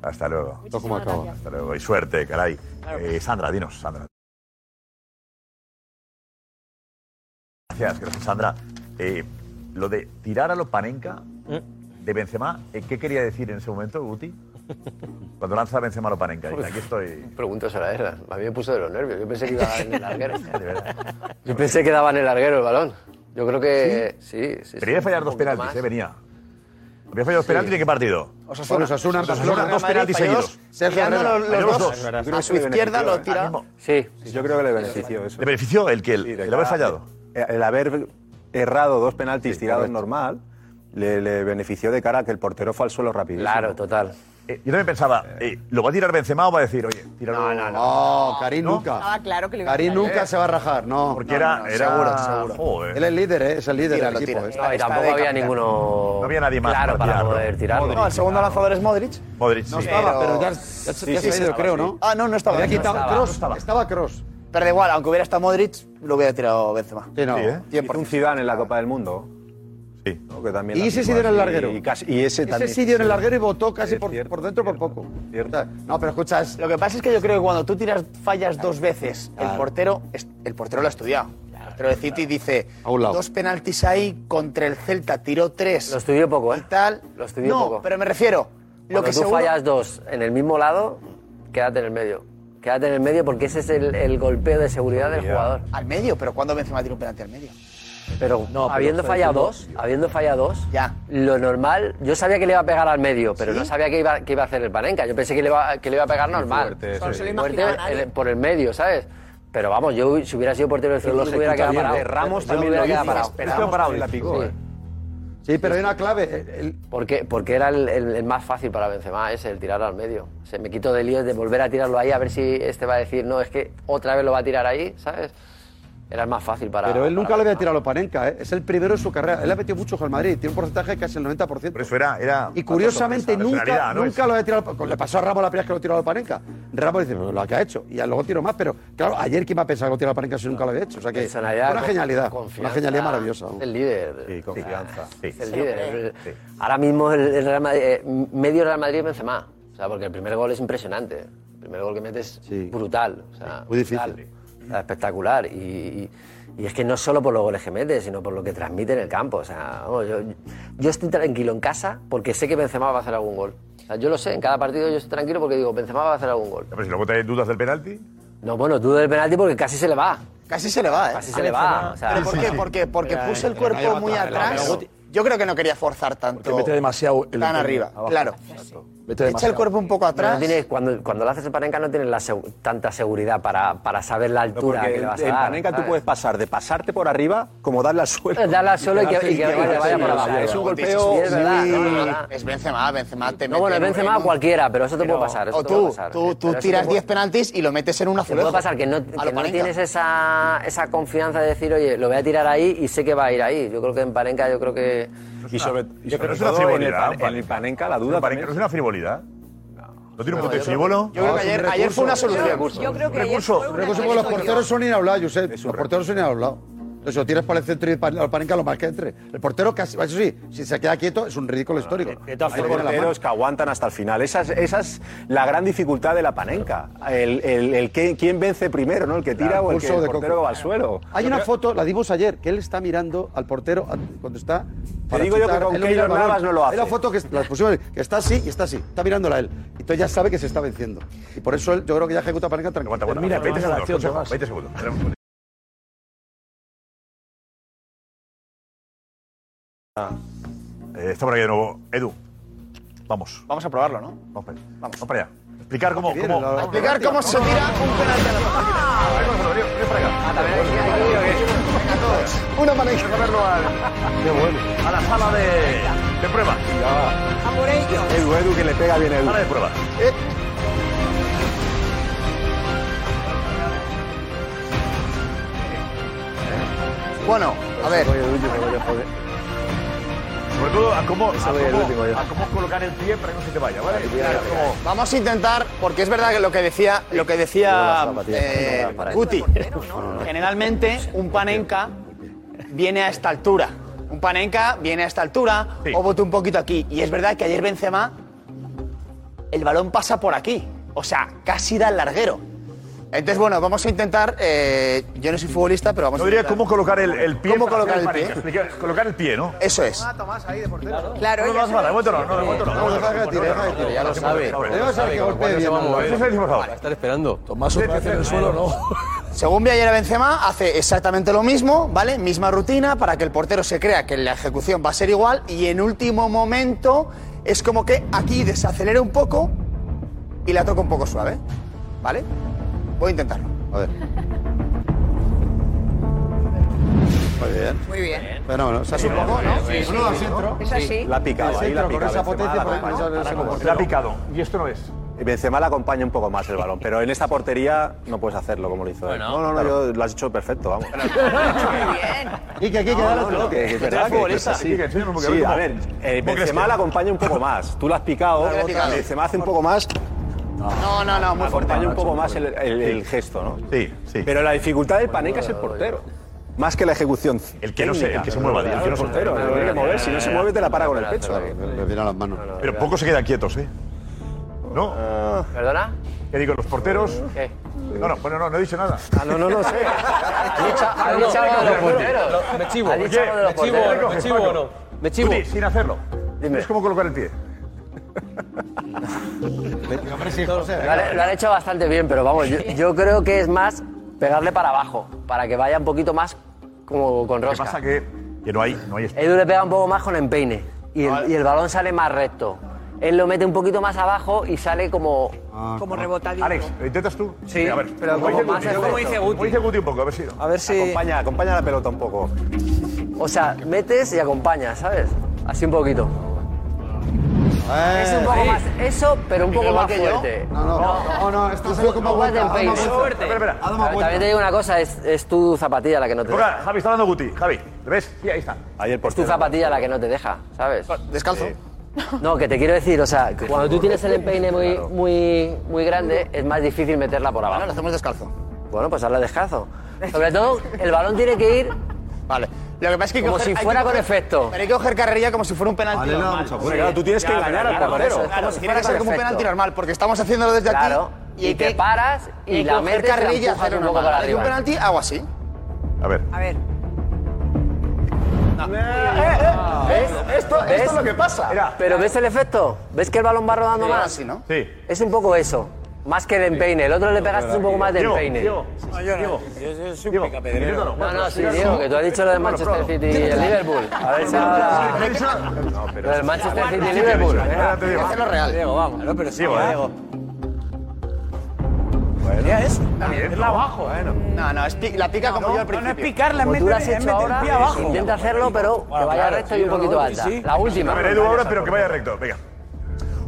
[SPEAKER 13] Hasta luego.
[SPEAKER 7] ¿Cómo acaba? gracias.
[SPEAKER 13] Hasta luego. Y suerte, caray. Eh, Sandra, dinos, Sandra. Gracias, gracias, Sandra. Eh, lo de tirar a los panenca de Benzema, eh, ¿qué quería decir en ese momento, Guti? Cuando lanza Benzema a Lopanenka, dice,
[SPEAKER 17] Pues
[SPEAKER 13] aquí estoy.
[SPEAKER 17] Preguntas a la era. A mí me puso de los nervios. Yo pensé que iba en el larguero. Yo pensé que daba en el larguero el balón. Yo creo que sí. sí, sí
[SPEAKER 13] Venía de fallar
[SPEAKER 17] un
[SPEAKER 13] dos
[SPEAKER 17] poquito
[SPEAKER 13] penaltis,
[SPEAKER 17] más.
[SPEAKER 13] eh, venía. Había fallado dos
[SPEAKER 17] Sí.
[SPEAKER 13] penaltis, ¿de qué partido?
[SPEAKER 17] Osasuna.
[SPEAKER 7] Osasuna,
[SPEAKER 13] Osasuna, dos penaltis seguidos.
[SPEAKER 7] Herrera.
[SPEAKER 13] Falló los dos.
[SPEAKER 5] A su izquierda
[SPEAKER 13] eh.
[SPEAKER 5] lo tira.
[SPEAKER 13] Ah,
[SPEAKER 17] Sí.
[SPEAKER 5] Yo creo que le benefició eso.
[SPEAKER 13] ¿Le benefició el que el,
[SPEAKER 5] Sí, de
[SPEAKER 13] el haber
[SPEAKER 5] cara- eh,
[SPEAKER 13] fallado?
[SPEAKER 5] El haber errado dos penaltis tirados
[SPEAKER 13] correcto.
[SPEAKER 5] normal le, le benefició de cara a que el portero fue al suelo rápido.
[SPEAKER 17] Claro, total.
[SPEAKER 13] Eh, yo también pensaba, eh, ¿lo va a tirar Benzema o va a decir, oye, tíralo? No, no, no.
[SPEAKER 7] Karim nunca.
[SPEAKER 4] Ah, claro que le iba a
[SPEAKER 7] Karim
[SPEAKER 4] fallar.
[SPEAKER 7] nunca se va a rajar, no.
[SPEAKER 13] Porque era- era-
[SPEAKER 7] Seguro, seguro.
[SPEAKER 13] Joder.
[SPEAKER 7] Él es líder, ¿eh? es el líder
[SPEAKER 17] Tira,
[SPEAKER 7] del
[SPEAKER 17] lo
[SPEAKER 7] equipo.
[SPEAKER 17] tira.
[SPEAKER 7] ¿eh?
[SPEAKER 17] No, y tampoco había ninguno.
[SPEAKER 13] No había nadie más
[SPEAKER 17] Claro,
[SPEAKER 13] para
[SPEAKER 17] para
[SPEAKER 13] tirar, ¿no?
[SPEAKER 17] poder tirarlo.
[SPEAKER 13] Modric,
[SPEAKER 9] No, el segundo lanzador es Modric.
[SPEAKER 13] Modric,
[SPEAKER 7] No
[SPEAKER 13] sí.
[SPEAKER 7] estaba, pero ya, ya se- ya se ha ido, creo, ¿no?
[SPEAKER 9] Ah, no, no estaba.
[SPEAKER 7] Había
[SPEAKER 9] No
[SPEAKER 7] quitado
[SPEAKER 9] estaba.
[SPEAKER 7] Cross, estaba Cross.
[SPEAKER 9] Pero da igual, aunque hubiera estado Modric, lo hubiera tirado Benzema.
[SPEAKER 5] Sí, ¿eh? Hizo un Zidane en la Copa del Mundo. Sí. que también la
[SPEAKER 7] Y ese
[SPEAKER 5] aplicó
[SPEAKER 7] sí dio en el
[SPEAKER 5] así,
[SPEAKER 7] larguero.
[SPEAKER 5] Y, casi- y ese también.
[SPEAKER 7] sí dio en el larguero y votó casi
[SPEAKER 5] Es
[SPEAKER 7] por,
[SPEAKER 5] cierto,
[SPEAKER 7] por dentro por poco.
[SPEAKER 9] No, pero escuchas. Lo que pasa es que yo creo que cuando tú tiras fallas dos veces, el portero es- el portero lo ha estudiado. El portero de City dice
[SPEAKER 7] A un lado.
[SPEAKER 9] dos penaltis ahí contra el Celta, tiró tres. Lo
[SPEAKER 17] estudié poco, ¿eh?
[SPEAKER 9] Tal.
[SPEAKER 17] Lo estudié
[SPEAKER 9] no,
[SPEAKER 17] poco.
[SPEAKER 9] pero me refiero. Lo
[SPEAKER 17] Cuando
[SPEAKER 9] que
[SPEAKER 17] tú
[SPEAKER 9] seguro-
[SPEAKER 17] fallas dos en el mismo lado, quédate en el medio. Quédate en el medio porque ese es el, el golpeo de seguridad del jugador.
[SPEAKER 9] Al medio, pero cuando Benzema tira un penalti al medio.
[SPEAKER 17] Pero habiendo
[SPEAKER 9] pero
[SPEAKER 17] fallado
[SPEAKER 9] fue-
[SPEAKER 17] dos, habiendo fallado dos,
[SPEAKER 9] ya.
[SPEAKER 17] lo normal, yo sabía que le iba a pegar al medio, pero
[SPEAKER 9] ¿Sí?
[SPEAKER 17] no sabía que iba, que iba a hacer el Panenka. Yo pensé que le iba, que le iba a pegar
[SPEAKER 9] Sí,
[SPEAKER 17] normal.
[SPEAKER 9] fuerte, Claro, sí. se lo
[SPEAKER 17] Fuerte
[SPEAKER 9] imaginaba
[SPEAKER 17] el-
[SPEAKER 9] nadie.
[SPEAKER 17] por el medio, ¿sabes? Pero vamos, yo si hubiera sido portero del
[SPEAKER 7] Pero lo
[SPEAKER 17] City, hubiera
[SPEAKER 7] ejecuta
[SPEAKER 17] quedado
[SPEAKER 7] bien,
[SPEAKER 17] parado.
[SPEAKER 7] ¿eh? Ramos
[SPEAKER 17] Yo
[SPEAKER 7] también
[SPEAKER 17] hubiera
[SPEAKER 7] lo
[SPEAKER 17] quedado
[SPEAKER 7] hizo,
[SPEAKER 17] parado.
[SPEAKER 7] esperamos Hizo parado y la picó,
[SPEAKER 17] Sí.
[SPEAKER 7] ¿eh? Sí, pero hay una clave. eh, el-
[SPEAKER 17] Porque, porque era el, el- el más fácil para Benzema, ese, el tirar al medio. Se me quito de líos de volver a tirarlo ahí, a ver si este va a decir, no, es que otra vez lo va a tirar ahí, ¿sabes? Era el más fácil para.
[SPEAKER 7] Pero él
[SPEAKER 17] para
[SPEAKER 7] nunca le había tirado a Panenka, ¿eh? es el primero en su carrera. Él ha metido mucho con el Madrid, tiene un porcentaje casi el 90%.
[SPEAKER 13] Pero eso era. era
[SPEAKER 7] y curiosamente
[SPEAKER 13] Esa
[SPEAKER 7] nunca,
[SPEAKER 13] personalidad, ¿no?
[SPEAKER 7] nunca lo había tirado. al- Le pasó a Ramos la primera vez que lo tiró a Panenka. Ramos dice, pues lo que ha hecho. Y ya luego tiró más, pero claro, ayer quién va a pensar que lo tiró a Panenka si nunca lo había hecho. O sea que.
[SPEAKER 17] Personalidad,
[SPEAKER 7] Una genialidad.
[SPEAKER 17] confianza,
[SPEAKER 7] Una genialidad maravillosa.
[SPEAKER 17] es El líder. Sí,
[SPEAKER 7] confianza.
[SPEAKER 17] Es el
[SPEAKER 7] Sí.
[SPEAKER 17] líder.
[SPEAKER 7] Sí.
[SPEAKER 17] El- Ahora mismo el, el Real Madrid, eh, medio Real Madrid es Benzema. O sea, porque el primer gol es impresionante. El primer gol que metes es brutal. O sea,
[SPEAKER 7] Muy difícil.
[SPEAKER 17] brutal. O sea, espectacular. Y, y- y es que no solo por los goles que metes, sino por lo que transmite en el campo. O sea, vamos, yo, yo estoy tranquilo en casa porque sé que Benzema va a hacer algún gol. O sea, yo lo sé, en cada partido yo estoy tranquilo porque digo, Benzema va a hacer algún gol.
[SPEAKER 13] Pero si luego te dudas del penalti.
[SPEAKER 17] No, bueno, dudo del penalti porque casi se le va.
[SPEAKER 9] Casi se le va, ¿eh?
[SPEAKER 17] Casi se le va. O sea,
[SPEAKER 9] ¿Pero por qué? Porque, porque
[SPEAKER 17] Mira,
[SPEAKER 9] puso el
[SPEAKER 17] eh, no
[SPEAKER 9] cuerpo
[SPEAKER 17] lleva
[SPEAKER 9] muy
[SPEAKER 17] atrás,
[SPEAKER 9] atrás.
[SPEAKER 17] pero luego-
[SPEAKER 9] Yo creo que no quería forzar tanto.
[SPEAKER 17] mete
[SPEAKER 1] demasiado
[SPEAKER 17] el
[SPEAKER 9] tan
[SPEAKER 17] otro
[SPEAKER 9] arriba.
[SPEAKER 17] abajo.
[SPEAKER 9] Claro. Echa el cuerpo un poco atrás.
[SPEAKER 17] No tienes- cuando, cuando lo haces el Panenka no tienes la segu- tanta seguridad para, para saber la
[SPEAKER 5] No,
[SPEAKER 17] altura
[SPEAKER 5] porque
[SPEAKER 17] que le vas a
[SPEAKER 5] en
[SPEAKER 17] dar.
[SPEAKER 5] Panenka tú
[SPEAKER 17] ¿sabes?
[SPEAKER 5] puedes pasar de pasarte por arriba como darle al suelo.
[SPEAKER 17] Eh, Darle al suelo y que-
[SPEAKER 5] quedarse-
[SPEAKER 17] y que vaya- vaya por abajo.
[SPEAKER 5] Es un
[SPEAKER 17] Sí, sí,
[SPEAKER 5] golpeo.
[SPEAKER 17] sí, es verdad,
[SPEAKER 5] muy-
[SPEAKER 17] no, no, no.
[SPEAKER 9] Es Benzema, Benzema te
[SPEAKER 17] No, bueno, es Benzema
[SPEAKER 9] a
[SPEAKER 17] cualquiera, pero eso te puede pasar, eso
[SPEAKER 9] o
[SPEAKER 17] te
[SPEAKER 9] tú,
[SPEAKER 17] puede pasar.
[SPEAKER 9] tú, tú
[SPEAKER 17] Pero eso te
[SPEAKER 9] tiras
[SPEAKER 17] puede-
[SPEAKER 9] 10 penaltis y lo metes en una
[SPEAKER 17] Te
[SPEAKER 9] azulejo.
[SPEAKER 17] puede pasar que no, que
[SPEAKER 9] lo
[SPEAKER 17] no
[SPEAKER 9] Panenka.
[SPEAKER 17] tienes esa, esa confianza de decir, oye, lo voy a tirar ahí y sé que va a ir ahí. Yo creo que en Panenka yo creo que...
[SPEAKER 13] Y sobre, y
[SPEAKER 5] Yo creo
[SPEAKER 13] sobre todo
[SPEAKER 5] que en el
[SPEAKER 13] frivolidad,
[SPEAKER 5] Pan- en el Panenka la duda
[SPEAKER 13] Panenka
[SPEAKER 5] también-
[SPEAKER 13] ¿No es una frivolidad? ¿No tiene un punto de frívolo?
[SPEAKER 9] Yo creo que
[SPEAKER 7] es un
[SPEAKER 9] ayer, ayer fue una
[SPEAKER 7] recurso.
[SPEAKER 9] solución.
[SPEAKER 7] Yo
[SPEAKER 4] creo que ayer
[SPEAKER 9] recurso,
[SPEAKER 7] Un recurso porque los porteros son inaulados, Josep. Los porteros son inaulados. Entonces, si lo tiras para el centro y para el panenca, lo más que entre. El portero casi, eso sí, si se queda quieto, es un ridículo histórico.
[SPEAKER 5] Hay porteros que aguantan hasta el final. Esa es, esa es la gran dificultad de la panenca. El, el- el que- quién vence primero, ¿no? El que tira
[SPEAKER 7] Claro,
[SPEAKER 5] o el, que
[SPEAKER 7] pulso
[SPEAKER 5] el
[SPEAKER 7] de
[SPEAKER 5] portero
[SPEAKER 7] coco.
[SPEAKER 5] va al suelo.
[SPEAKER 7] Hay una foto, la dimos ayer, que él está mirando al portero a- cuando está. para
[SPEAKER 5] digo yo que con
[SPEAKER 7] él mira el
[SPEAKER 5] Keylor
[SPEAKER 7] balón.
[SPEAKER 5] Navas no lo hace.
[SPEAKER 7] Hay la foto que las pusimos, que está así y está así, está mirándola él. Entonces ya sabe que se está venciendo. Y por eso él, yo creo que ya ejecuta panenca tranquilo.
[SPEAKER 13] Mira, 20 segundos, Joseba, 20 segundos. Ah, Eh, está por aquí de nuevo. Edu, vamos.
[SPEAKER 9] Vamos a probarlo, ¿no?
[SPEAKER 13] Vamos para allá. Vamos para allá. Explicar cómo.
[SPEAKER 9] viene,
[SPEAKER 13] cómo-
[SPEAKER 9] la- Explicar cómo se tira un penalti a la
[SPEAKER 7] Una panenca.
[SPEAKER 13] Qué bueno. A la sala de, de prueba.
[SPEAKER 4] A por ello.
[SPEAKER 5] Edu, Edu, que le pega bien Edu.
[SPEAKER 13] Sala de prueba.
[SPEAKER 9] Bueno, a ver.
[SPEAKER 13] Sobre todo a cómo, a cómo, a cómo colocar el pie para que no se te vaya, ¿vale? Claro, como-
[SPEAKER 9] Vamos a intentar, porque es verdad que lo que decía, lo que decía eh, Guti, Ah. generalmente un panenca viene a esta altura. Un panenca viene a esta altura o bote un poquito aquí. Y es verdad que ayer Benzema, el balón pasa por aquí. O sea, casi da el larguero. Entonces, bueno, vamos a intentar. eh, yo no soy futbolista, pero vamos
[SPEAKER 13] Yo
[SPEAKER 9] a
[SPEAKER 13] diría
[SPEAKER 9] intentar.
[SPEAKER 13] cómo colocar el, el pie.
[SPEAKER 9] ¿Cómo
[SPEAKER 13] para
[SPEAKER 9] colocar
[SPEAKER 13] hacer
[SPEAKER 9] el pie?
[SPEAKER 13] panenca. Explicar- Colocar el pie, ¿no?
[SPEAKER 9] Eso es.
[SPEAKER 4] Claro,
[SPEAKER 13] No, no hace falta, de momento no, no, de momento no.
[SPEAKER 7] No, deja que tire, deja que tire, ya lo sabe. Debe saber que golpee bien.
[SPEAKER 13] Eso se lo decimos ahora.
[SPEAKER 9] Vale.
[SPEAKER 19] Estar esperando.
[SPEAKER 7] Tomás otra vez en el
[SPEAKER 9] suelo, ¿no? Según vi ayer a Benzema, hace exactamente lo mismo, ¿vale? Misma rutina para que el portero se crea que la ejecución va a ser igual y en último momento es como que aquí desacelera un poco y la toca un poco suave, ¿vale? Voy a intentarlo.
[SPEAKER 7] A ver. Muy bien.
[SPEAKER 4] Muy bien.
[SPEAKER 7] Bueno, bueno, se hace un poco, ¿no?
[SPEAKER 4] Sí, sí, sí. Es así.
[SPEAKER 5] La ha picado, ahí la ha
[SPEAKER 7] Centro, con
[SPEAKER 5] picado. este
[SPEAKER 7] esa
[SPEAKER 5] Benzema,
[SPEAKER 7] potencia,
[SPEAKER 5] la ha
[SPEAKER 7] pues, por ahí,
[SPEAKER 5] picado.
[SPEAKER 7] eso- eso
[SPEAKER 5] Ahora
[SPEAKER 7] como
[SPEAKER 5] como
[SPEAKER 7] portero.
[SPEAKER 13] Y esto no es.
[SPEAKER 5] Benzema le acompaña un poco más el balón, pero en esta portería no puedes hacerlo como lo hizo él.
[SPEAKER 7] Bueno,
[SPEAKER 5] no, no, no,
[SPEAKER 7] claro.
[SPEAKER 5] yo- lo has hecho perfecto, vamos.
[SPEAKER 7] Y que aquí queda
[SPEAKER 5] No, no, que- que es verdad que- que sí. Sí, a ver, eh, Benzema la acompaña un poco más. Tú lo has picado,
[SPEAKER 7] Claro, lo he picado.
[SPEAKER 5] Benzema hace un poco más
[SPEAKER 9] No, no, no, muy fuerte.
[SPEAKER 5] Acompaña un poco más el, el- el gesto, ¿no?
[SPEAKER 13] Sí, sí.
[SPEAKER 5] Pero la dificultad del Paneca es el portero. Más que la ejecución.
[SPEAKER 13] El que no se- el que se mueva,
[SPEAKER 5] El,
[SPEAKER 13] el que no se-
[SPEAKER 5] portero, el que tiene que mover. Si no se mueve, te la para con el pecho.
[SPEAKER 7] Me vienen las manos.
[SPEAKER 13] Pero pocos se quedan quietos, ¿eh? ¿No?
[SPEAKER 17] Ah. ¿Perdona?
[SPEAKER 13] ¿Qué digo? ¿Los porteros? No, no, bueno, no, no he dicho nada.
[SPEAKER 5] Ah, no, no, no sé.
[SPEAKER 17] ha dicho algo de los porteros.
[SPEAKER 13] Me
[SPEAKER 17] Ha dicho algo de los porteros.
[SPEAKER 13] Me chivo o no. Me chivo. Tuti, sin hacerlo. Es como colocar el pie.
[SPEAKER 17] Lo han, lo han hecho bastante bien, pero vamos, yo, yo creo que es más pegarle para abajo, para que vaya un poquito más como
[SPEAKER 13] Lo
[SPEAKER 17] con
[SPEAKER 13] que
[SPEAKER 17] rosca.
[SPEAKER 13] pasa que, que no hay, no hay Ah.
[SPEAKER 17] Edu le pega un poco más con empeine y el, y el balón sale más recto. Él lo mete un poquito más abajo y sale como...
[SPEAKER 4] Como rebotadito.
[SPEAKER 13] Ah, Alex, ¿lo intentas tú?
[SPEAKER 17] Sí,
[SPEAKER 13] a ver.
[SPEAKER 17] pero
[SPEAKER 13] como
[SPEAKER 17] como
[SPEAKER 13] dice
[SPEAKER 17] más
[SPEAKER 13] Guti,
[SPEAKER 17] efecto.
[SPEAKER 13] como dice Guti. Como dice Guti un poco, a ver si...
[SPEAKER 17] A ver si...
[SPEAKER 5] Acompaña, acompaña la pelota un poco.
[SPEAKER 17] O sea, metes y acompañas, ¿sabes? Así un poquito. Es un poco más eso, pero un poco
[SPEAKER 7] Igual
[SPEAKER 17] más
[SPEAKER 7] que yo.
[SPEAKER 17] fuerte.
[SPEAKER 7] No, no, no, no, esto es lo que me
[SPEAKER 17] Un poco más de
[SPEAKER 7] aguanta.
[SPEAKER 17] empeine.
[SPEAKER 13] Espera, espera.
[SPEAKER 17] Pero También te digo una cosa, es, es tu zapatilla la que no te
[SPEAKER 13] Toca,
[SPEAKER 17] deja.
[SPEAKER 13] Ah, Javi, está dando Guti. Javi, ¿lo ves? Sí, ahí está. Ahí el
[SPEAKER 17] Es tu zapatilla la que no te deja, ¿sabes?
[SPEAKER 13] Descalzo.
[SPEAKER 17] No, que te quiero decir, o sea, que cuando tú tienes el empeine muy, muy, muy grande, es más difícil meterla por abajo. Bueno, lo hacemos descalzo. Bueno, pues hazla descalzo. Sobre todo, el balón tiene que ir... Vale. Lo que pasa es
[SPEAKER 9] que
[SPEAKER 17] Como
[SPEAKER 9] coger-
[SPEAKER 17] si
[SPEAKER 9] hay que
[SPEAKER 17] fuera con
[SPEAKER 9] coger-
[SPEAKER 17] efecto.
[SPEAKER 9] Pero hay que coger carrerilla como si fuera un penalti
[SPEAKER 17] Vale, no,
[SPEAKER 9] normal.
[SPEAKER 17] mucha fuerza. Claro, tú tienes que engañar al
[SPEAKER 9] claro,
[SPEAKER 17] portero.
[SPEAKER 9] eso es,
[SPEAKER 17] Claro,
[SPEAKER 9] como si
[SPEAKER 17] si
[SPEAKER 9] tiene
[SPEAKER 17] fuera
[SPEAKER 9] que ser
[SPEAKER 17] con
[SPEAKER 9] como un
[SPEAKER 17] efecto.
[SPEAKER 9] penalti normal, porque estamos haciéndolo desde
[SPEAKER 17] Claro,
[SPEAKER 9] aquí.
[SPEAKER 17] y
[SPEAKER 9] hay
[SPEAKER 17] te paras y
[SPEAKER 9] hay que
[SPEAKER 17] la
[SPEAKER 9] coger
[SPEAKER 17] metes y Eh, la
[SPEAKER 9] carrerilla,
[SPEAKER 17] empujas
[SPEAKER 9] hacer
[SPEAKER 17] un poco
[SPEAKER 9] normal.
[SPEAKER 17] para
[SPEAKER 9] Hay un
[SPEAKER 17] arriba.
[SPEAKER 9] penalti, hago así.
[SPEAKER 13] A ver.
[SPEAKER 4] A ver.
[SPEAKER 17] Eh,
[SPEAKER 9] ah,
[SPEAKER 17] ¿Ves?
[SPEAKER 5] Esto,
[SPEAKER 17] ¿Ves?
[SPEAKER 5] esto es lo que pasa.
[SPEAKER 17] Pero ¿ves el efecto? ¿Ves que el balón va rodando
[SPEAKER 9] Sería
[SPEAKER 17] más?
[SPEAKER 9] así, ¿no?
[SPEAKER 13] Sí.
[SPEAKER 17] Es un poco eso. Más que de empeine. El otro le pegaste un poco más de
[SPEAKER 13] Diego,
[SPEAKER 17] empeine.
[SPEAKER 13] Diego, Ah,
[SPEAKER 21] No, yo no. Yo, yo soy un picapedrero.
[SPEAKER 13] inténtalo.
[SPEAKER 17] No, no, sí, Diego, que tú has dicho lo de Manchester City y el Liverpool. A ver si ahora...
[SPEAKER 13] No, pero...
[SPEAKER 17] Lo del Manchester City y
[SPEAKER 13] Sí,
[SPEAKER 17] Liverpool.
[SPEAKER 13] sí, sí,
[SPEAKER 17] venga.
[SPEAKER 13] ahora te
[SPEAKER 9] Este
[SPEAKER 13] digo.
[SPEAKER 21] Diego, vamos. Claro, pero sí,
[SPEAKER 13] Diego, ¿eh?
[SPEAKER 21] Diego. Mira eso.
[SPEAKER 9] Meterla abajo.
[SPEAKER 17] eh,
[SPEAKER 9] No, no, es pi- la pica como yo al principio.
[SPEAKER 21] es picarla, es
[SPEAKER 9] Como tú
[SPEAKER 21] meter-
[SPEAKER 9] la has
[SPEAKER 21] es
[SPEAKER 9] hecho
[SPEAKER 21] meter el
[SPEAKER 9] ahora, eh,
[SPEAKER 21] pie abajo.
[SPEAKER 17] eh, Intenta hacerlo, pero que
[SPEAKER 9] Bueno,
[SPEAKER 17] vaya
[SPEAKER 9] claro,
[SPEAKER 17] recto
[SPEAKER 9] sí,
[SPEAKER 17] y un
[SPEAKER 9] no,
[SPEAKER 17] poquito
[SPEAKER 9] no,
[SPEAKER 17] alta.
[SPEAKER 9] sí.
[SPEAKER 17] La última.
[SPEAKER 13] A ver, Edu ahora, pero que vaya recto. Venga.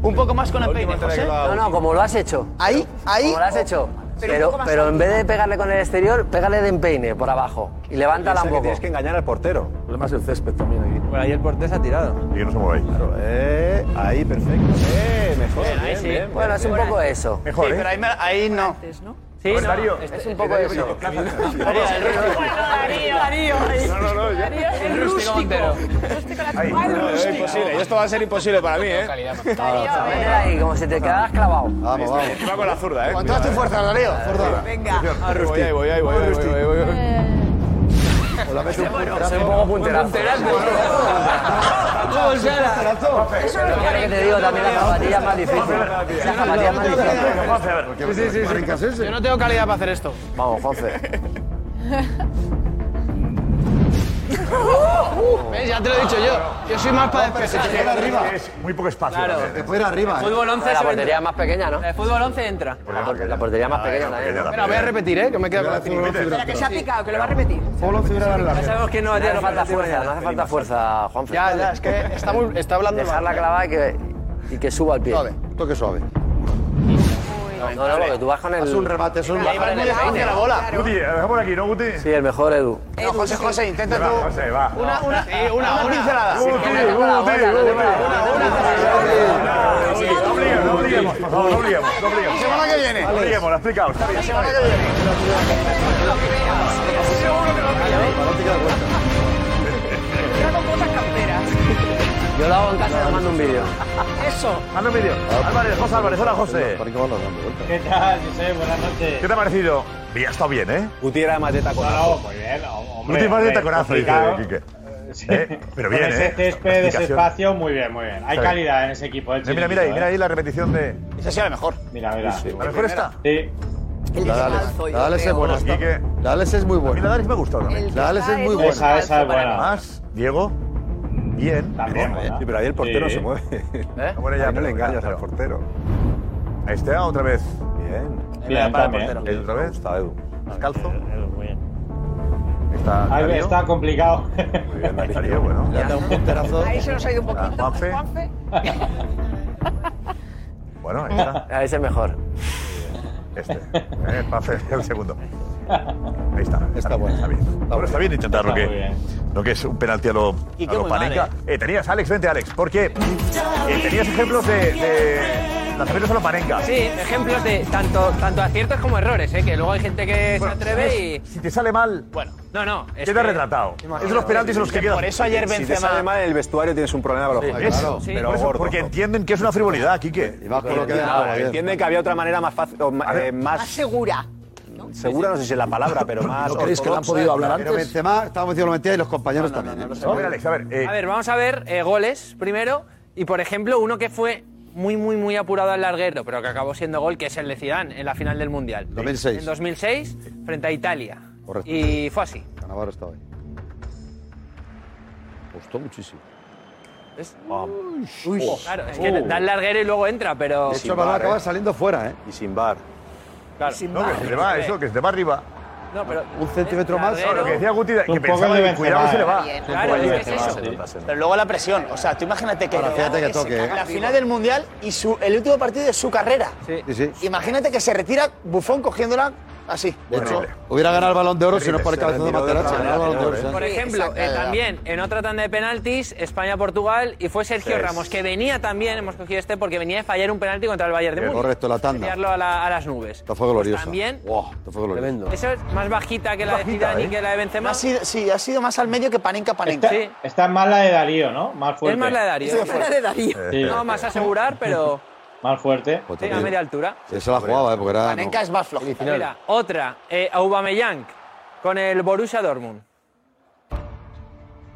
[SPEAKER 9] Un poco más con el peine, José.
[SPEAKER 17] No, no, como lo has hecho.
[SPEAKER 9] Ahí, ahí.
[SPEAKER 17] Como lo has hecho.
[SPEAKER 9] Pero un
[SPEAKER 17] Pero,
[SPEAKER 9] poco más
[SPEAKER 17] pero
[SPEAKER 9] alto.
[SPEAKER 17] en vez de pegarle con el exterior, pégale de empeine por abajo. Y
[SPEAKER 5] Piensa
[SPEAKER 17] levántala un
[SPEAKER 5] que
[SPEAKER 17] poco.
[SPEAKER 5] tienes que engañar al portero. El problema es el césped también aquí.
[SPEAKER 1] Por ahí el portero se ha tirado.
[SPEAKER 13] Y que no se mueva ahí.
[SPEAKER 5] Claro, eh, ahí, perfecto. Eh, mejor.
[SPEAKER 9] Bien, ahí
[SPEAKER 5] bien,
[SPEAKER 9] sí.
[SPEAKER 5] bien, bien,
[SPEAKER 9] Bueno, es un
[SPEAKER 5] bien.
[SPEAKER 9] poco
[SPEAKER 17] eso.
[SPEAKER 5] Mejor,
[SPEAKER 9] sí,
[SPEAKER 5] ¿eh?
[SPEAKER 9] pero ahí, me- ahí no.
[SPEAKER 5] Sí, no, Darío,
[SPEAKER 17] es un poco eso.
[SPEAKER 12] No, no, no. yo-
[SPEAKER 21] El rústico.
[SPEAKER 12] No, es imposible. Esto va a ser imposible para mí, ¿eh?
[SPEAKER 17] Métela ahí, como si te quedaras clavado.
[SPEAKER 12] Vamos, vamos. Encima con la zurda, ¿eh?
[SPEAKER 9] Con todas tus fuerzas, Darío. Zurda.
[SPEAKER 4] Venga.
[SPEAKER 12] Voy ahí, voy ahí, voy ahí, voy ahí, voy ahí.
[SPEAKER 17] Soy un poco punterazo.
[SPEAKER 1] ¿Cómo se hará?
[SPEAKER 17] Pero mira que te digo, también la zapatilla es más difícil. La zapatilla es más difícil.
[SPEAKER 1] Sí, sí, sí, sí.
[SPEAKER 9] Yo no tengo calidad para hacer esto.
[SPEAKER 17] Vamos, José.
[SPEAKER 9] ¿Ves? Ya te lo he dicho yo. Yo soy más para despejar.
[SPEAKER 13] Es muy poco espacio. también, ¿eh?
[SPEAKER 1] Fútbol 11
[SPEAKER 17] La
[SPEAKER 1] se
[SPEAKER 17] portería
[SPEAKER 1] vendrá.
[SPEAKER 17] es más pequeña, ¿no?
[SPEAKER 1] El fútbol 11 entra.
[SPEAKER 17] Pues La por- La portería es más pequeña también. ¿no?
[SPEAKER 9] Espera, voy a repetir, ¿eh? Que me queda con la
[SPEAKER 4] Espera, que se ha picado, que lo va a repetir.
[SPEAKER 1] Ya sabemos que no
[SPEAKER 17] No hace
[SPEAKER 1] tiene
[SPEAKER 17] falta fuerza, no hace falta fuerza, Juanfe.
[SPEAKER 9] Ya, ya, es que está, muy- está hablando.
[SPEAKER 17] Dejarla clavada y que, y que suba al pie.
[SPEAKER 7] Suave, toque suave.
[SPEAKER 17] No, no, porque tú vas con el...
[SPEAKER 7] Haz un remate, es un
[SPEAKER 17] Vas con el empeine.
[SPEAKER 9] hacia la bola.
[SPEAKER 13] Guti, eh, dejamos aquí, ¿no, Guti?
[SPEAKER 17] Sí, el mejor Edu.
[SPEAKER 9] No, José, José, intenta
[SPEAKER 13] Va,
[SPEAKER 9] tú.
[SPEAKER 13] José, va.
[SPEAKER 9] Una, una, una, una pincelada.
[SPEAKER 13] Guti, Guti, Guti. Guti, No obliguemos, no obliguemos, por favor, no obliguemos, no obliguemos.
[SPEAKER 9] La semana que viene.
[SPEAKER 13] No obliguemos, lo ha explicado. Está bien.
[SPEAKER 17] Yo lo hago en casa y os mando un vídeo.
[SPEAKER 4] Eso.
[SPEAKER 13] Manda un vídeo. Álvarez, José Álvarez, hola, José.
[SPEAKER 2] ¿Qué tal, José? Buenas noches.
[SPEAKER 13] ¿Qué te ha parecido? Ya está bien, ¿eh?
[SPEAKER 5] Guti era más de taconazo.
[SPEAKER 2] muy bien, hombre.
[SPEAKER 13] Guti más de
[SPEAKER 2] hombre,
[SPEAKER 13] taconazo, dice
[SPEAKER 2] complicado.
[SPEAKER 13] Quique.
[SPEAKER 2] Sí.
[SPEAKER 13] Eh, Pero bien,
[SPEAKER 2] Con ese
[SPEAKER 13] ¿eh? La
[SPEAKER 2] césped, ese
[SPEAKER 13] explicación.
[SPEAKER 2] espacio, muy bien, muy bien. Hay
[SPEAKER 13] Sí.
[SPEAKER 2] calidad en ese equipo.
[SPEAKER 16] Pues
[SPEAKER 13] Eh,
[SPEAKER 2] del
[SPEAKER 13] Mira, mira ahí,
[SPEAKER 2] chiringuito,
[SPEAKER 13] mira
[SPEAKER 2] ¿eh?
[SPEAKER 13] ahí la repetición de...
[SPEAKER 9] Esa sí, la mejor.
[SPEAKER 2] Mira, mira.
[SPEAKER 13] A lo mejor está.
[SPEAKER 2] Sí.
[SPEAKER 4] El
[SPEAKER 7] La Dales,
[SPEAKER 4] descalzo, yo
[SPEAKER 7] la Dales es
[SPEAKER 4] creo.
[SPEAKER 7] buena. está- La Dales es muy buena.
[SPEAKER 13] La Dales me ha gustado también.
[SPEAKER 4] El
[SPEAKER 7] La Dales es muy buena.
[SPEAKER 2] Esa, esa es buena.
[SPEAKER 13] Más, Diego, bien.
[SPEAKER 2] También,
[SPEAKER 13] Bien.
[SPEAKER 2] ¿verdad?
[SPEAKER 5] Sí, pero ahí el portero
[SPEAKER 2] Sí.
[SPEAKER 5] se mueve.
[SPEAKER 13] Ah, Bueno, ya,
[SPEAKER 5] Ahí no le
[SPEAKER 13] pero venga,
[SPEAKER 5] engañas
[SPEAKER 13] pero-
[SPEAKER 5] al portero.
[SPEAKER 13] Ahí está, otra vez.
[SPEAKER 5] Bien.
[SPEAKER 2] Bien,
[SPEAKER 9] para el
[SPEAKER 2] también.
[SPEAKER 9] portero.
[SPEAKER 13] Edu, otra
[SPEAKER 5] Me
[SPEAKER 13] vez.
[SPEAKER 5] gusta, Edu.
[SPEAKER 13] Calzo.
[SPEAKER 2] Edu, muy bien.
[SPEAKER 13] Está
[SPEAKER 2] Ahí
[SPEAKER 13] Darío.
[SPEAKER 2] está complicado.
[SPEAKER 5] Muy bien, Darío.
[SPEAKER 13] Darío, bueno.
[SPEAKER 7] Le ha dado un punterazo.
[SPEAKER 4] Ahí se nos ha ido un
[SPEAKER 13] Ah,
[SPEAKER 4] poquito.
[SPEAKER 13] Juanfe.
[SPEAKER 4] Juanfe.
[SPEAKER 13] Bueno, ahí está.
[SPEAKER 17] A ese mejor.
[SPEAKER 13] Este. Eh, va a hacer el segundo. Ahí está.
[SPEAKER 7] Está bueno.
[SPEAKER 13] Está bien. Bueno, está bien intentar lo
[SPEAKER 2] Está muy
[SPEAKER 13] que,
[SPEAKER 2] bien.
[SPEAKER 13] lo que es un penalti a lo,
[SPEAKER 1] Quique,
[SPEAKER 13] a lo
[SPEAKER 1] muy mal,
[SPEAKER 13] Panenka. Eh, tenías, Alex, vente, Alex, porque eh, tenías ejemplos de, de- Lanzamiento solo Panenka.
[SPEAKER 1] Sí, ejemplos de tanto, tanto aciertos como errores, ¿eh? que luego hay gente que se atreve y.
[SPEAKER 13] Si te sale mal.
[SPEAKER 1] Bueno, no, no. es
[SPEAKER 13] Queda
[SPEAKER 1] que-
[SPEAKER 13] retratado. Es de los penaltis en los que queda.
[SPEAKER 5] Si te sale mal en el vestuario tienes un problema con los jugadores.
[SPEAKER 13] Eso,
[SPEAKER 5] Pero
[SPEAKER 13] por eso,
[SPEAKER 5] gordo.
[SPEAKER 13] porque entienden que es una frivolidad, Quique.
[SPEAKER 5] Claro, entiende que había otra manera más fácil, o ma- eh,
[SPEAKER 4] Más
[SPEAKER 5] más
[SPEAKER 4] segura.
[SPEAKER 5] segura, no sé si es la palabra, pero más.
[SPEAKER 7] ¿No creéis que le han
[SPEAKER 5] ortodoxa.
[SPEAKER 7] podido hablar
[SPEAKER 5] Pero
[SPEAKER 7] antes?
[SPEAKER 5] Benzema-
[SPEAKER 7] Benzema, estábamos diciendo lo mentira y los compañeros también. ¿eh?
[SPEAKER 1] A ver, Alex,
[SPEAKER 13] a ver.
[SPEAKER 1] A ver, vamos a ver eh, goles primero. Y por ejemplo, uno que fue muy, muy, muy apurado al larguero, pero que acabó siendo gol, que es el de Zidane en la final del Mundial.
[SPEAKER 7] 2006.
[SPEAKER 1] En 2006, frente a Italia.
[SPEAKER 7] Correcto.
[SPEAKER 1] Y fue así.
[SPEAKER 7] Navarro estaba ahí. Costó muchísimo.
[SPEAKER 1] ¿Ves?
[SPEAKER 7] Uy.
[SPEAKER 1] Claro, es que
[SPEAKER 7] Oh.
[SPEAKER 1] da el larguero y luego entra, pero.
[SPEAKER 7] De hecho, el balón acaba saliendo fuera, ¿eh?
[SPEAKER 5] Y sin bar.
[SPEAKER 1] Claro.
[SPEAKER 13] No, que se te va, eso, que se te va arriba.
[SPEAKER 1] No, pero.
[SPEAKER 7] Un centímetro más.
[SPEAKER 13] No, lo que decía Guti, que
[SPEAKER 7] poco
[SPEAKER 13] pensaba
[SPEAKER 7] de
[SPEAKER 13] que cuidado se le va.
[SPEAKER 7] Benzema,
[SPEAKER 9] Claro, es que es eso. Pero luego la presión. O sea, tú imagínate que,
[SPEAKER 7] Ahora, fíjate que
[SPEAKER 9] se
[SPEAKER 7] toque,
[SPEAKER 9] caga
[SPEAKER 7] ¿eh?
[SPEAKER 9] la final del Mundial y su, el último partido de su carrera.
[SPEAKER 7] Sí, sí.
[SPEAKER 9] Imagínate que se retira Bufón cogiéndola así.
[SPEAKER 7] De hecho, hubiera ganado el balón de oro si no es por el cabezazo de
[SPEAKER 5] Se retiró de
[SPEAKER 7] Materazzi.
[SPEAKER 5] otra
[SPEAKER 7] ganaba el
[SPEAKER 5] manera,
[SPEAKER 7] balón de
[SPEAKER 1] Por
[SPEAKER 7] oro, ¿eh?
[SPEAKER 1] ejemplo, eh, también en otra tanda de penaltis, España-Portugal, y fue Sergio
[SPEAKER 7] Sí.
[SPEAKER 1] Ramos, que venía también, hemos cogido este, porque venía de fallar un penalti contra el Bayern de Múnich.
[SPEAKER 7] Correcto, la tanda.
[SPEAKER 1] Enviarlo a, la- a las nubes.
[SPEAKER 7] Esto fue glorioso.
[SPEAKER 1] pues También-
[SPEAKER 7] Wow, esto fue glorioso.
[SPEAKER 1] Esa es más bajita que la de Zidane y que la de Benzema.
[SPEAKER 9] Ha sido- sí, ha sido más al medio que Panenka Panenka.
[SPEAKER 1] Sí.
[SPEAKER 2] Esta es más la de Darío, ¿no? Más fuerte.
[SPEAKER 1] Es más la de Darío.
[SPEAKER 9] Es más la de Darío.
[SPEAKER 2] Sí.
[SPEAKER 1] No, más asegurar, pero
[SPEAKER 2] Más fuerte.
[SPEAKER 1] sí, a media altura.
[SPEAKER 7] Se la jugaba, ¿eh? Porque
[SPEAKER 16] Ah,
[SPEAKER 7] era.
[SPEAKER 1] Panenka es
[SPEAKER 9] más flojo.
[SPEAKER 1] Mira, otra, eh, Aubameyang con el Borussia Dortmund.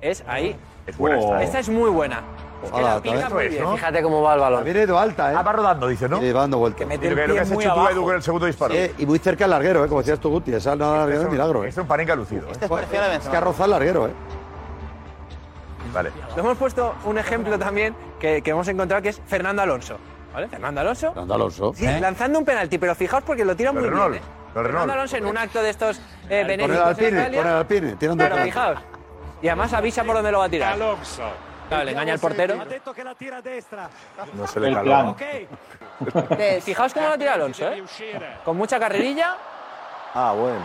[SPEAKER 1] Es ahí.
[SPEAKER 13] Es
[SPEAKER 1] buena
[SPEAKER 13] esta, ¿eh?
[SPEAKER 1] Esta es muy buena. Es que la pinta muy bien. Fíjate cómo va el balón.
[SPEAKER 7] Viene ido alta, ¿eh? Ah,
[SPEAKER 13] va rodando, dice, ¿no?
[SPEAKER 7] Viene dando vueltas.
[SPEAKER 13] Y lo que, lo que has hecho tú, Edu, con el segundo disparo.
[SPEAKER 7] Sí, y muy cerca al larguero, ¿eh? Como decías tú, Guti. Esa no larguero es milagro, ¿eh?
[SPEAKER 13] Este es un panenca lucido. ¿eh?
[SPEAKER 7] Es que ha rozado el larguero, ¿eh?
[SPEAKER 13] Vale.
[SPEAKER 1] Le hemos puesto un ejemplo también que, que hemos encontrado que es Fernando Alonso. ¿Vale? Fernando Alonso.
[SPEAKER 7] Fernando Alonso.
[SPEAKER 1] Sí, lanzando un penalti, pero fijaos porque lo tira
[SPEAKER 7] Lo
[SPEAKER 1] muy
[SPEAKER 7] de
[SPEAKER 1] bien.
[SPEAKER 7] Renault,
[SPEAKER 1] ¿eh?
[SPEAKER 7] lo de
[SPEAKER 1] Fernando
[SPEAKER 7] Renault.
[SPEAKER 1] Alonso en un acto de estos eh,
[SPEAKER 7] Con el
[SPEAKER 1] benéficos en
[SPEAKER 7] alpine,
[SPEAKER 1] Italia.
[SPEAKER 7] con el alpine. Tiene un
[SPEAKER 1] Pero
[SPEAKER 7] detalle.
[SPEAKER 1] fijaos. Y además avisa por dónde lo va a tirar. Alonso. Claro, le engaña al portero.
[SPEAKER 13] No
[SPEAKER 1] se le El caló. plan. Eh, Fijaos cómo lo tira Alonso, ¿eh? Con mucha carrerilla.
[SPEAKER 5] Ah, bueno.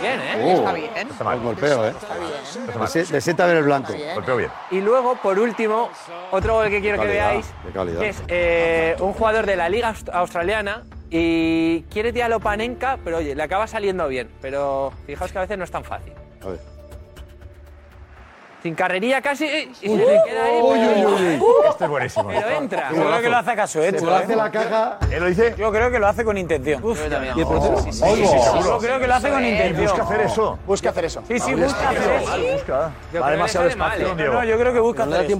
[SPEAKER 1] Bien, ¿eh?
[SPEAKER 7] Está bien.
[SPEAKER 13] Está
[SPEAKER 7] mal. golpeo, ¿eh?
[SPEAKER 1] bien.
[SPEAKER 7] Le se- Le sienta bien el blanco.
[SPEAKER 1] Está bien.
[SPEAKER 13] Golpeo bien.
[SPEAKER 1] Y luego, por último, otro gol que quiero
[SPEAKER 7] Qué
[SPEAKER 1] que
[SPEAKER 7] calidad,
[SPEAKER 1] veáis
[SPEAKER 7] qué calidad.
[SPEAKER 1] que es eh, un jugador de la Liga Aust- Australiana y quiere tirarlo panenca, pero oye, le acaba saliendo bien. Pero fijaos que a veces no es tan fácil.
[SPEAKER 7] A ver.
[SPEAKER 1] Sin carrería casi eh, y se le queda ahí.
[SPEAKER 7] Uh, Uy,
[SPEAKER 1] pero-
[SPEAKER 7] uy, uy, uy.
[SPEAKER 13] Este es buenísimo.
[SPEAKER 1] Pero entra.
[SPEAKER 21] Uh. Yo creo que lo hace a caso hecho.
[SPEAKER 1] Se lo hace
[SPEAKER 21] ¿eh?
[SPEAKER 1] la
[SPEAKER 7] caja.
[SPEAKER 13] ¿Él lo dice?
[SPEAKER 21] Yo creo que lo hace con intención.
[SPEAKER 1] ¿Y el portero? Sí, sí,
[SPEAKER 21] Oigo.
[SPEAKER 1] sí, sí, seguro.
[SPEAKER 21] Yo creo que lo hace con
[SPEAKER 1] Sí,
[SPEAKER 21] intención.
[SPEAKER 1] busca hacer eso.
[SPEAKER 9] Busca hacer eso.
[SPEAKER 21] Sí, sí,
[SPEAKER 1] Vale,
[SPEAKER 21] busca hacer
[SPEAKER 1] vale,
[SPEAKER 21] eso.
[SPEAKER 1] vale,
[SPEAKER 13] busca.
[SPEAKER 1] Yo creo que sale mal, ¿eh?
[SPEAKER 21] No, yo creo que busca hacer eso.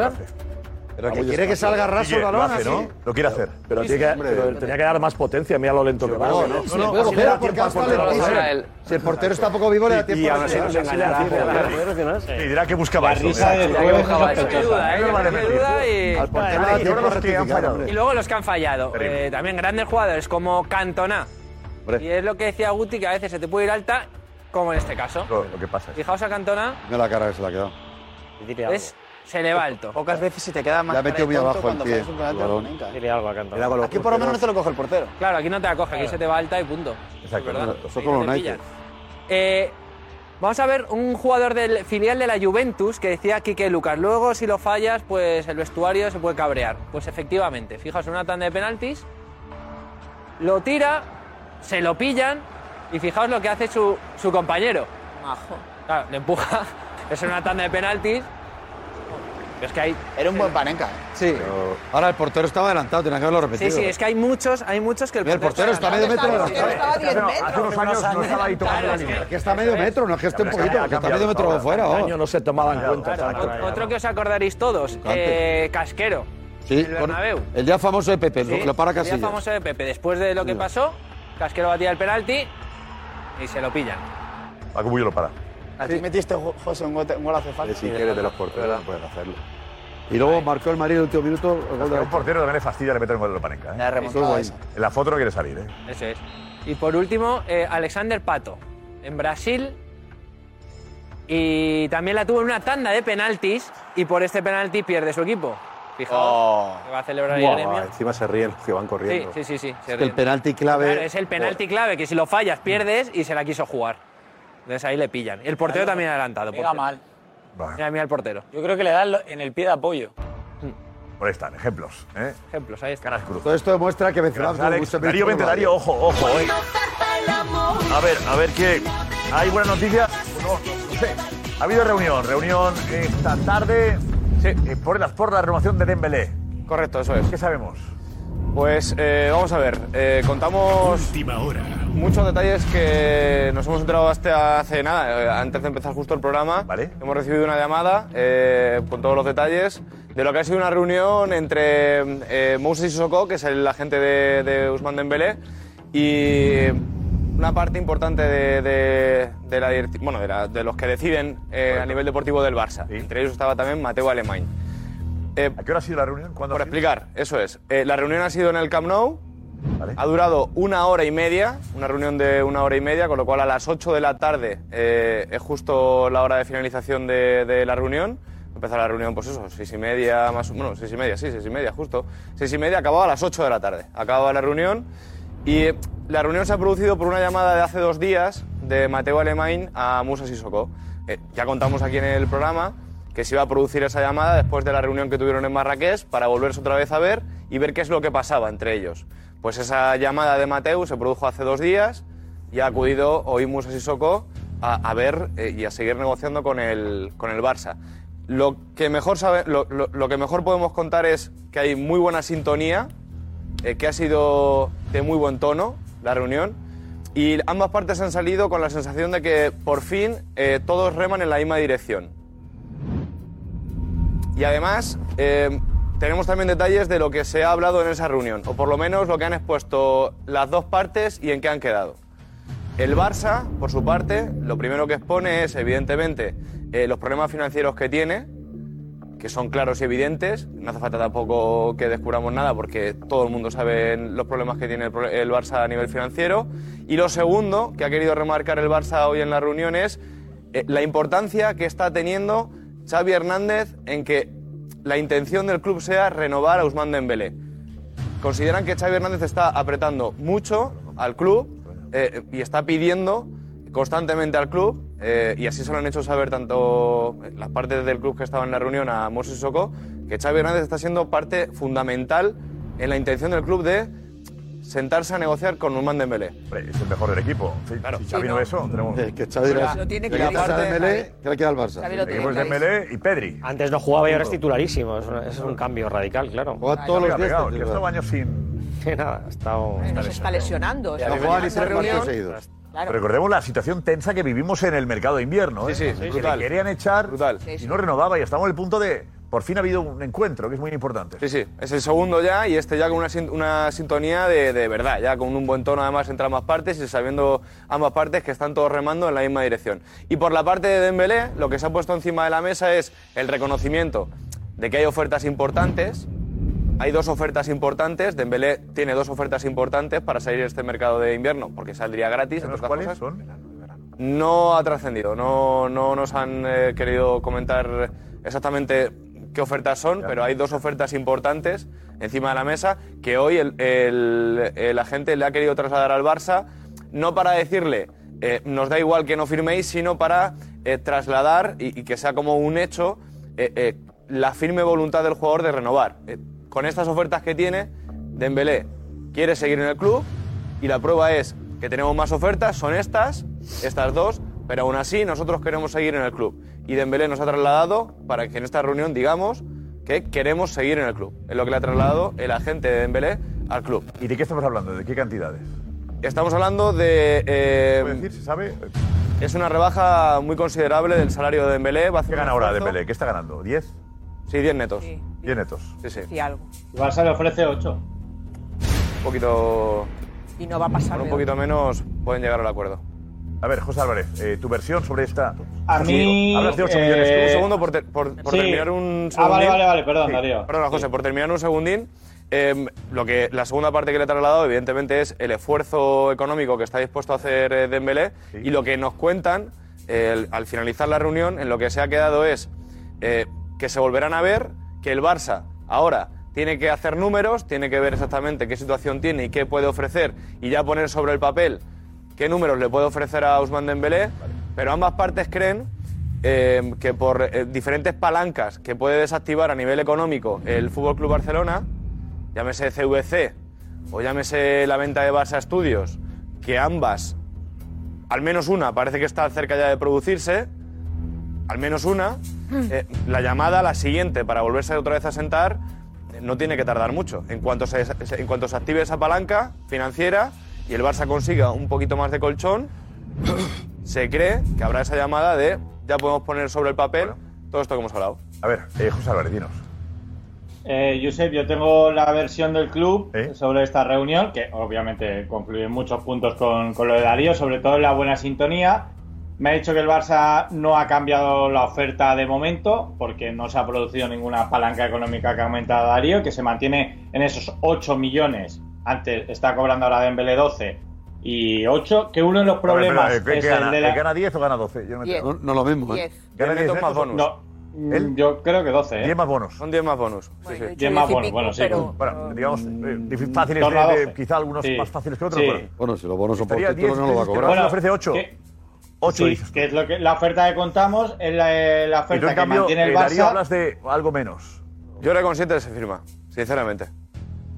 [SPEAKER 13] Ah,
[SPEAKER 7] Pero
[SPEAKER 13] pues
[SPEAKER 3] que
[SPEAKER 7] quiere que salga raso el balón, así.
[SPEAKER 13] Lo quiere hacer.
[SPEAKER 3] Pero, tiene que, pero tenía que dar más potencia, mira lo lento que va.
[SPEAKER 7] No, no,
[SPEAKER 3] Si
[SPEAKER 7] no,
[SPEAKER 3] le
[SPEAKER 7] no,
[SPEAKER 3] puede
[SPEAKER 7] si le
[SPEAKER 3] coger,
[SPEAKER 7] da
[SPEAKER 3] porque
[SPEAKER 7] tiempo
[SPEAKER 3] al
[SPEAKER 7] al
[SPEAKER 3] palo
[SPEAKER 7] portero,
[SPEAKER 3] lo
[SPEAKER 7] si-
[SPEAKER 3] coge.
[SPEAKER 7] Si el portero está poco vivo, le da tiempo al portero.
[SPEAKER 3] se engañará,
[SPEAKER 13] Y
[SPEAKER 1] eh,
[SPEAKER 13] dirá que buscaba
[SPEAKER 7] La
[SPEAKER 13] eso.
[SPEAKER 7] risa del juego es sospechosa.
[SPEAKER 1] Duda, ¿eh? Yo creo que duda y-
[SPEAKER 7] Al portero
[SPEAKER 1] Vale,
[SPEAKER 7] da
[SPEAKER 1] y luego
[SPEAKER 7] tiempo a
[SPEAKER 1] los que han
[SPEAKER 7] rectificar,
[SPEAKER 1] fallado.
[SPEAKER 7] hombre.
[SPEAKER 1] Y luego los que han fallado. Eh, también grandes jugadores como Cantona. Y es lo que decía Guti, que a veces se te puede ir alta, como en este caso.
[SPEAKER 13] Lo que pasa es.
[SPEAKER 1] Fijaos a Cantona,
[SPEAKER 7] Mira la cara que se le ha quedado.
[SPEAKER 1] es, se le va alto.
[SPEAKER 9] Pocas veces se te queda más
[SPEAKER 7] Le ha metido muy abajo el pie. el balón.
[SPEAKER 9] Dile algo a
[SPEAKER 7] Era balón
[SPEAKER 9] Aquí por lo menos no te lo coge el portero.
[SPEAKER 1] Claro, aquí no te la coge, aquí se te va alta y punto.
[SPEAKER 7] Exacto,
[SPEAKER 1] Es verdad.
[SPEAKER 7] eso con los
[SPEAKER 1] Te
[SPEAKER 7] Nike.
[SPEAKER 1] pillan. Eh, vamos a ver un jugador del filial de la Juventus que decía Quique Lucas, luego si lo fallas, pues el vestuario se puede cabrear. Pues efectivamente, fijaos, en una tanda de penaltis, lo tira, se lo pillan y fijaos lo que hace su, su compañero. Claro, le empuja, es en una tanda de penaltis. Es que hay...
[SPEAKER 9] Era un buen panenca.
[SPEAKER 7] Sí. Ahora el portero estaba adelantado, tenía que haberlo
[SPEAKER 1] Sí,
[SPEAKER 7] repetido.
[SPEAKER 1] sí, es que hay muchos, hay muchos que el,
[SPEAKER 7] Mira, el portero está a medio metro de la
[SPEAKER 1] Estaba a 10 metros.
[SPEAKER 13] Hace unos años no estaba ahí tomando la línea.
[SPEAKER 7] Que está a medio metro, no es que esté un
[SPEAKER 13] Pero es que
[SPEAKER 7] poquito,
[SPEAKER 13] ha
[SPEAKER 7] que está a
[SPEAKER 13] cambiado
[SPEAKER 7] medio metro
[SPEAKER 13] ahora.
[SPEAKER 7] fuera.
[SPEAKER 13] Este
[SPEAKER 7] vamos.
[SPEAKER 13] año no se tomaban
[SPEAKER 7] Claro,
[SPEAKER 13] cuenta,
[SPEAKER 7] claro,
[SPEAKER 13] exacto.
[SPEAKER 7] claro.
[SPEAKER 1] Otro que os acordaréis todos,
[SPEAKER 7] Cante.
[SPEAKER 1] eh, Casquero.
[SPEAKER 7] Sí,
[SPEAKER 1] el Bernabéu.
[SPEAKER 7] con- el ya famoso de Pepe,
[SPEAKER 1] Sí,
[SPEAKER 7] lo para
[SPEAKER 1] sería
[SPEAKER 7] Casillas.
[SPEAKER 1] famoso de Pepe. Después de lo que pasó, Casquero batía el penalti y se lo pillan.
[SPEAKER 13] Paco Bullo lo para.
[SPEAKER 9] A ti metiste, Jo- José, un gote- un gol hace falta.
[SPEAKER 5] Si quieres de los porteros, no puedes hacerlo.
[SPEAKER 7] Y luego marcó el Madrid en el último minuto. el gol de la
[SPEAKER 13] Un portero también le fastidia le meter un gol de Panenka. ¿eh?
[SPEAKER 7] La remontada Eso es
[SPEAKER 13] En la foto no quiere salir, ¿eh?
[SPEAKER 1] Eso es. Y por último, eh, Alexander Pato. En Brasil. Y también la tuvo en una tanda de penaltis. Y por este penalti pierde su equipo. Fijaos.
[SPEAKER 7] Oh.
[SPEAKER 1] que va a celebrar el
[SPEAKER 5] Buah,
[SPEAKER 1] gremio.
[SPEAKER 5] encima se ríen los que van
[SPEAKER 1] Sí,
[SPEAKER 5] corriendo.
[SPEAKER 1] sí, sí. sí, se
[SPEAKER 7] Es que el
[SPEAKER 1] ríen.
[SPEAKER 7] penalti clave.
[SPEAKER 1] Claro, es el penalti clave, que si lo fallas pierdes y se la quiso jugar. Entonces ahí le pillan. El portero también adelantado.
[SPEAKER 21] Pega
[SPEAKER 1] por cierto.
[SPEAKER 21] mal.
[SPEAKER 1] Mira, mira el portero.
[SPEAKER 21] Yo creo que le da en el pie de apoyo.
[SPEAKER 13] Por Hmm. ahí están, ejemplos. ¿eh?
[SPEAKER 1] Ejemplos, ahí está.
[SPEAKER 13] Caras cruz.
[SPEAKER 7] Todo esto demuestra que Benzema
[SPEAKER 13] Gracias,
[SPEAKER 7] tuvo
[SPEAKER 13] Alex.
[SPEAKER 7] mucho
[SPEAKER 13] Darío, vente,
[SPEAKER 7] mérito
[SPEAKER 13] Darío, ojo, ojo. eh. A ver, a ver qué. ¿Hay buena noticia? No, no sé. Ha habido reunión, reunión esta tarde eh, por, la, por la renovación de Dembélé.
[SPEAKER 11] Correcto, eso es.
[SPEAKER 13] ¿Qué sabemos?
[SPEAKER 11] Pues eh, vamos a ver, eh, contamos muchos detalles que nos hemos enterado hasta hace nada, eh, antes de empezar justo el programa. Hemos recibido una llamada eh, con todos los detalles de lo que ha sido una reunión entre eh, Moses Sissoko, que es el agente de, de Usman Dembélé, y una parte importante de, de- de la direc- bueno, de, la- de los que deciden eh, a nivel deportivo del Barça. Entre ellos estaba también Mateo Alemán.
[SPEAKER 13] ¿A qué hora ha sido la reunión?
[SPEAKER 11] por Eh, explicar, eso es. Eh, la reunión ha sido en el Camp Nou. Ha durado una hora y media, una reunión de una hora y media, con lo cual a las 8 de la tarde eh, es justo la hora de finalización de, de la reunión. Empezó la reunión, pues eso, seis y media, más o bueno, seis y media, sí, seis y media, justo. Seis y media, acababa a las 8 de la tarde. Acababa la reunión y eh, la reunión se ha producido por una llamada de hace dos días de Mateo Alemán a Musa Sissoko. Eh, ya contamos aquí en el programa que se iba a producir esa llamada después de la reunión que tuvieron en Marrakech para volverse otra vez a ver y ver qué es lo que pasaba entre ellos. Pues esa llamada de Mateu se produjo hace dos días y ha acudido hoy Musa Sissoko a, a ver eh, y a seguir negociando con el, con el Barça. Lo que, mejor sabe- lo- lo- lo que mejor podemos contar es que hay muy buena sintonía eh, que ha sido de muy buen tono la reunión y ambas partes han salido con la sensación de que por fin eh, todos reman en la misma dirección. Y además eh, tenemos también detalles de lo que se ha hablado en esa reunión, o por lo menos lo que han expuesto las dos partes y en qué han quedado. El Barça, por su parte, lo primero que expone es, evidentemente, eh, los problemas financieros que tiene, que son claros y evidentes. No hace falta tampoco que descubramos nada porque todo el mundo sabe los problemas que tiene el, pro- el Barça a nivel financiero. Y lo segundo que ha querido remarcar el Barça hoy en la reunión es eh, la importancia que está teniendo Xavi Hernández en que la intención del club sea renovar a Usman Dembélé. Consideran que Xavi Hernández está apretando mucho al club eh, y está pidiendo constantemente al club, eh, y así se lo han hecho saber tanto las partes del club que estaban en la reunión a Moses Soko, que Xavi Hernández está siendo parte fundamental en la intención del club de sentarse a negociar con Usman Dembélé.
[SPEAKER 13] es el mejor del equipo. claro. Si Xavi no ve eso, tenemos...
[SPEAKER 7] Es que Xavi era-
[SPEAKER 11] Lo tiene
[SPEAKER 7] le
[SPEAKER 11] clarísimo.
[SPEAKER 7] quitas a Dembélé, ¿qué le queda al Barça?
[SPEAKER 11] Xavi lo
[SPEAKER 7] Le
[SPEAKER 11] tiene
[SPEAKER 7] quitas a Dembélé.
[SPEAKER 13] Dembélé y Pedri.
[SPEAKER 11] Antes no jugaba y ahora es titularísimo. Es un, es un cambio radical, claro.
[SPEAKER 7] Juega todos los días.
[SPEAKER 11] que
[SPEAKER 7] titular.
[SPEAKER 13] años sin.
[SPEAKER 11] nada, ha estado.
[SPEAKER 4] No se está lesionando. o sea,
[SPEAKER 7] No
[SPEAKER 4] que
[SPEAKER 7] juega
[SPEAKER 4] en
[SPEAKER 7] ni
[SPEAKER 4] esa
[SPEAKER 7] tres partidos
[SPEAKER 4] reunión-
[SPEAKER 7] seguidos.
[SPEAKER 4] Claro.
[SPEAKER 13] Recordemos la situación tensa que vivimos en el mercado de invierno. ¿eh?
[SPEAKER 11] Sí, sí,
[SPEAKER 13] Que
[SPEAKER 11] brutal.
[SPEAKER 13] le querían echar
[SPEAKER 11] Sí,
[SPEAKER 13] y
[SPEAKER 11] sí.
[SPEAKER 13] no renovaba. Y estamos en el punto de. Por fin ha habido un encuentro, que es muy importante.
[SPEAKER 11] Sí, sí, es el segundo ya y este ya con una, sin- una sintonía de, de verdad, ya con un buen tono además entre ambas partes y sabiendo ambas partes que están todos remando en la misma dirección. Y por la parte de Dembélé, lo que se ha puesto encima de la mesa es el reconocimiento de que hay ofertas importantes, hay dos ofertas importantes, Dembélé tiene dos ofertas importantes para salir de este mercado de invierno, porque saldría gratis. entre otras
[SPEAKER 13] ¿Cuáles
[SPEAKER 11] cosas.
[SPEAKER 13] son?
[SPEAKER 11] No ha trascendido, no, no nos han eh, querido comentar exactamente qué ofertas son, pero hay dos ofertas importantes encima de la mesa que hoy el, el- el agente le ha querido trasladar al Barça, no para decirle eh, nos da igual que no firméis, sino para eh, trasladar y, y que sea como un hecho eh, eh, la firme voluntad del jugador de renovar. Eh, con estas ofertas que tiene, Dembélé quiere seguir en el club y la prueba es que tenemos más ofertas, son estas, estas dos, pero aún así nosotros queremos seguir en el club. Y Dembélé nos ha trasladado para que en esta reunión digamos que queremos seguir en el club. Es lo que le ha trasladado el agente de Dembélé al club.
[SPEAKER 13] ¿Y de qué estamos hablando? ¿De qué cantidades?
[SPEAKER 11] Estamos hablando de... eh,
[SPEAKER 13] ¿Se sabe?
[SPEAKER 11] Es una rebaja muy considerable del salario de Dembélé. Va a hacer un
[SPEAKER 13] ¿Qué gana ahora
[SPEAKER 11] esfuerzo.
[SPEAKER 13] Dembélé? ¿Qué está ganando? ¿10?
[SPEAKER 11] Sí, 10 netos.
[SPEAKER 13] 10 netos.
[SPEAKER 11] Sí, sí.
[SPEAKER 4] Y algo.
[SPEAKER 11] El Barça le ofrece 8. Un poquito...
[SPEAKER 4] Y no va a pasar.
[SPEAKER 11] Por un
[SPEAKER 4] de-
[SPEAKER 11] poquito menos pueden llegar al acuerdo.
[SPEAKER 13] A ver, José Álvarez, eh, tu versión sobre esta.
[SPEAKER 11] A mí,
[SPEAKER 13] Hablas de 8
[SPEAKER 11] eh,
[SPEAKER 13] millones.
[SPEAKER 11] un segundo por, te- por- por
[SPEAKER 13] Sí.
[SPEAKER 11] terminar un
[SPEAKER 13] Ah,
[SPEAKER 11] segundín.
[SPEAKER 13] vale, vale, vale, perdón,
[SPEAKER 11] Sí.
[SPEAKER 13] Darío.
[SPEAKER 11] Perdona, José, por terminar un segundín. eh, lo que, la segunda parte que le he trasladado, evidentemente, es el esfuerzo económico que está dispuesto a hacer eh, Dembélé y lo que nos cuentan eh, el- al finalizar la reunión, en lo que se ha quedado es eh, que se volverán a ver, que el Barça ahora tiene que hacer números, tiene que ver exactamente qué situación tiene y qué puede ofrecer y ya poner sobre el papel qué números le puede ofrecer a Usman Dembélé, pero ambas partes creen eh, que por eh, diferentes palancas que puede desactivar a nivel económico el Fútbol Club Barcelona, llámese CVC o llámese la venta de Barça Estudios, que ambas, al menos una, parece que está cerca ya de producirse, al menos una, eh, la llamada, la siguiente, para volverse otra vez a sentar, eh, no tiene que tardar mucho. En cuanto se, se- en cuanto se active esa palanca financiera y el Barça consiga un poquito más de colchón, se cree que habrá esa llamada de ya podemos poner sobre el papel todo esto que hemos hablado.
[SPEAKER 13] A ver, José Álvarez, dinos.
[SPEAKER 16] Eh, Josep, yo tengo la versión del club sobre esta reunión, que obviamente confluyen muchos puntos con, con lo de Darío, sobre todo en la buena sintonía. Me ha dicho que el Barça no ha cambiado la oferta de momento, porque no se ha producido ninguna palanca económica que ha aumentado Darío, que se mantiene en esos 8 millones. Antes está cobrando ahora Dembélé 12 y 8, que uno de los problemas
[SPEAKER 13] Espera, espera, ¿qué-
[SPEAKER 16] es
[SPEAKER 13] qué
[SPEAKER 16] el
[SPEAKER 13] gana?
[SPEAKER 16] de la...
[SPEAKER 13] ¿Que gana 10 o gana 12? Yo no,
[SPEAKER 16] Diez.
[SPEAKER 29] No, no lo mismo, ¿eh?
[SPEAKER 16] Diez.
[SPEAKER 13] ¿Gana
[SPEAKER 16] Diez
[SPEAKER 13] 10
[SPEAKER 16] netos más
[SPEAKER 13] netos?
[SPEAKER 16] bonus. No, Mm, Yo creo que 12, ¿eh?
[SPEAKER 13] 10 más bonus.
[SPEAKER 11] Son 10 más bonus.
[SPEAKER 16] yo he dicho 10 más diez y bonus, pico, bueno, sí. pero-
[SPEAKER 13] Bueno, digamos, eh, dif- fáciles,
[SPEAKER 16] Torno a
[SPEAKER 13] de- de-
[SPEAKER 16] 12.
[SPEAKER 13] quizá algunos
[SPEAKER 16] Sí.
[SPEAKER 13] más fáciles que otros.
[SPEAKER 16] Sí.
[SPEAKER 13] Bueno,
[SPEAKER 29] Bueno, si los bonos son por
[SPEAKER 13] Estaría
[SPEAKER 29] títulos, Pues no
[SPEAKER 13] 10,
[SPEAKER 29] lo va a
[SPEAKER 13] dices que
[SPEAKER 29] cobrar.
[SPEAKER 13] Barça ofrece 8.
[SPEAKER 16] ¿qué?
[SPEAKER 13] 8
[SPEAKER 16] Sí, que es lo que la oferta que contamos es la, eh, la
[SPEAKER 13] Y tú,
[SPEAKER 16] oferta
[SPEAKER 13] en
[SPEAKER 16] que
[SPEAKER 13] cambio,
[SPEAKER 16] mantiene el
[SPEAKER 13] eh, Darío,
[SPEAKER 16] Barça.
[SPEAKER 13] hablas de algo menos.
[SPEAKER 11] Yo creo que con 7 se firma, sinceramente.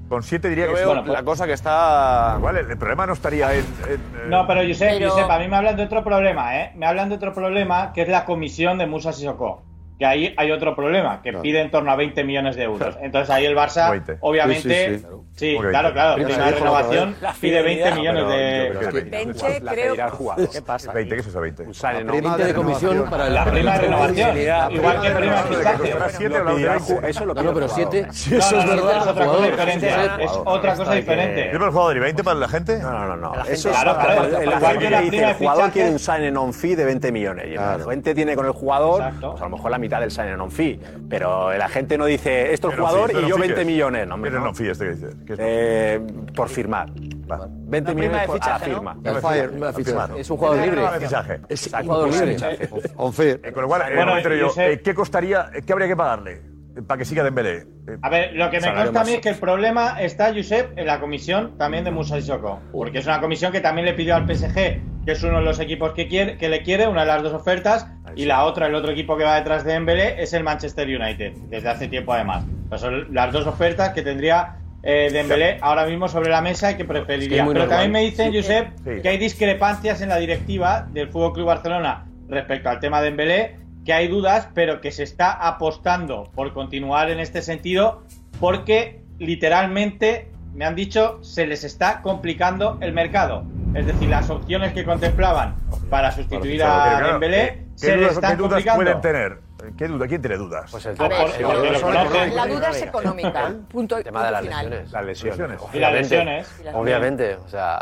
[SPEAKER 13] Con 7 diría
[SPEAKER 11] Yo
[SPEAKER 13] que sí.
[SPEAKER 11] veo
[SPEAKER 13] Bueno, pues-
[SPEAKER 11] la cosa que está...
[SPEAKER 13] Igual el, el problema no estaría en... en, eh,
[SPEAKER 16] No, pero Josep,
[SPEAKER 13] Pero-
[SPEAKER 16] Josep, a mí me hablan de otro problema, ¿eh? Me hablan de otro problema que es la comisión de Musa Sissoko. Que ahí hay otro problema, que
[SPEAKER 13] Claro.
[SPEAKER 16] pide en torno a 20 millones de euros. Entonces ahí el Barça,
[SPEAKER 13] 20.
[SPEAKER 16] obviamente,
[SPEAKER 13] Sí,
[SPEAKER 16] sí,
[SPEAKER 13] sí, sí.
[SPEAKER 5] Ok,
[SPEAKER 16] claro, claro,
[SPEAKER 13] pero
[SPEAKER 16] tiene
[SPEAKER 13] se
[SPEAKER 16] una
[SPEAKER 13] dijo la otra
[SPEAKER 16] renovación
[SPEAKER 13] vez. La
[SPEAKER 16] pide 20
[SPEAKER 13] fidelidad.
[SPEAKER 16] millones
[SPEAKER 13] No,
[SPEAKER 16] de
[SPEAKER 13] pero yo creo que
[SPEAKER 16] euros.
[SPEAKER 13] 20 Veinte,
[SPEAKER 5] La pedirá el jugador.
[SPEAKER 13] ¿Qué pasa? 20, ¿qué es eso? 20.
[SPEAKER 5] Sale, ¿no?
[SPEAKER 13] prima
[SPEAKER 5] 20 de
[SPEAKER 13] de
[SPEAKER 5] comisión
[SPEAKER 13] renovación.
[SPEAKER 5] para el
[SPEAKER 13] La prima de renovación.
[SPEAKER 5] La prima
[SPEAKER 13] Igual
[SPEAKER 5] de
[SPEAKER 13] que prima de
[SPEAKER 5] renovación.
[SPEAKER 13] fichaje.
[SPEAKER 5] Lo
[SPEAKER 13] Siete o la
[SPEAKER 5] pedirá el
[SPEAKER 13] otra.
[SPEAKER 5] ju- Eso lo
[SPEAKER 13] No,
[SPEAKER 5] pide el
[SPEAKER 13] pero
[SPEAKER 5] jugador.
[SPEAKER 13] siete-
[SPEAKER 5] Sí, eso es verdad.
[SPEAKER 16] es otra cosa
[SPEAKER 5] Jugador.
[SPEAKER 16] diferente.
[SPEAKER 5] Sí,
[SPEAKER 16] Es
[SPEAKER 5] sí.
[SPEAKER 16] otra cosa
[SPEAKER 5] Está
[SPEAKER 16] diferente.
[SPEAKER 13] ¿Yo para el jugador y 20 para la gente? No,
[SPEAKER 5] no, no.
[SPEAKER 13] La
[SPEAKER 5] Eso
[SPEAKER 13] gente-
[SPEAKER 5] es
[SPEAKER 13] Claro,
[SPEAKER 5] otra
[SPEAKER 13] claro,
[SPEAKER 5] cosa.
[SPEAKER 13] el
[SPEAKER 5] La
[SPEAKER 13] jugador
[SPEAKER 5] gente
[SPEAKER 13] quiere
[SPEAKER 5] dice,
[SPEAKER 13] ir de
[SPEAKER 5] el jugador
[SPEAKER 13] fichaje.
[SPEAKER 5] quiere un sign on fee de 20 millones. Y el agente tiene con el jugador, pues a lo mejor la mitad del sign on fee. Pero la gente no dice, esto es
[SPEAKER 13] Pero
[SPEAKER 5] jugador
[SPEAKER 13] sí, pero
[SPEAKER 5] y yo
[SPEAKER 13] sí
[SPEAKER 5] 20
[SPEAKER 13] que es.
[SPEAKER 5] millones. No, hombre,
[SPEAKER 13] Pero
[SPEAKER 5] no.
[SPEAKER 13] no fíes, ¿qué dices? ¿Qué es?
[SPEAKER 5] Eh, por firmar. 20
[SPEAKER 13] prima
[SPEAKER 5] millones
[SPEAKER 13] de
[SPEAKER 5] por a
[SPEAKER 13] fichaje,
[SPEAKER 5] la
[SPEAKER 13] ¿no?
[SPEAKER 5] firma.
[SPEAKER 13] La Fire, la Ah, firma.
[SPEAKER 5] Es un jugador
[SPEAKER 13] La
[SPEAKER 5] libre.
[SPEAKER 13] firma de fichaje.
[SPEAKER 5] Es
[SPEAKER 13] Exacto.
[SPEAKER 5] un jugador libre.
[SPEAKER 13] Eh, Con lo cual, eh,
[SPEAKER 16] Bueno,
[SPEAKER 13] Montero, yo,
[SPEAKER 16] yo sé-
[SPEAKER 13] eh, ¿qué costaría, eh, qué habría que pagarle eh, para que siga Dembélé? Eh,
[SPEAKER 16] A ver, lo que me
[SPEAKER 13] salario
[SPEAKER 16] consta a mí
[SPEAKER 13] más.
[SPEAKER 16] es que el problema está, Josep, en la comisión también de Musa Sissoko. Porque es una comisión que también le pidió al PSG, que es uno de los equipos que, quiere, que le quiere, una de las dos ofertas, y la otra, el otro equipo que va detrás de Dembélé, es el Manchester United, desde hace tiempo además. Pues son las dos ofertas que tendría eh, Dembélé ahora mismo sobre la mesa y que preferiría.
[SPEAKER 5] Es muy
[SPEAKER 16] Pero también
[SPEAKER 5] normal.
[SPEAKER 16] me dicen,
[SPEAKER 5] Sí.
[SPEAKER 16] Josep,
[SPEAKER 5] Sí.
[SPEAKER 16] que hay discrepancias en la directiva del Fútbol Club Barcelona respecto al tema de Dembélé, que hay dudas, pero que se está apostando por continuar en este sentido, porque literalmente me han dicho se les está complicando el mercado. Es decir, las opciones que contemplaban para sustituir
[SPEAKER 13] Claro,
[SPEAKER 16] a
[SPEAKER 13] claro, eh,
[SPEAKER 16] Dembélé
[SPEAKER 13] ¿qué
[SPEAKER 16] se les
[SPEAKER 13] dudas-
[SPEAKER 16] están
[SPEAKER 13] ¿Qué dudas
[SPEAKER 16] complicando.
[SPEAKER 13] pueden tener? Eh, ¿Qué duda? ¿Quién tiene dudas? Pues
[SPEAKER 17] el
[SPEAKER 16] Por- por- porque lo conocen.
[SPEAKER 4] La duda es económica. Punto,
[SPEAKER 17] El tema de
[SPEAKER 4] punto
[SPEAKER 17] las
[SPEAKER 4] final.
[SPEAKER 17] lesiones.
[SPEAKER 13] Las lesiones.
[SPEAKER 17] Obviamente.
[SPEAKER 16] Y las lesiones. Y las
[SPEAKER 17] Obviamente, o sea,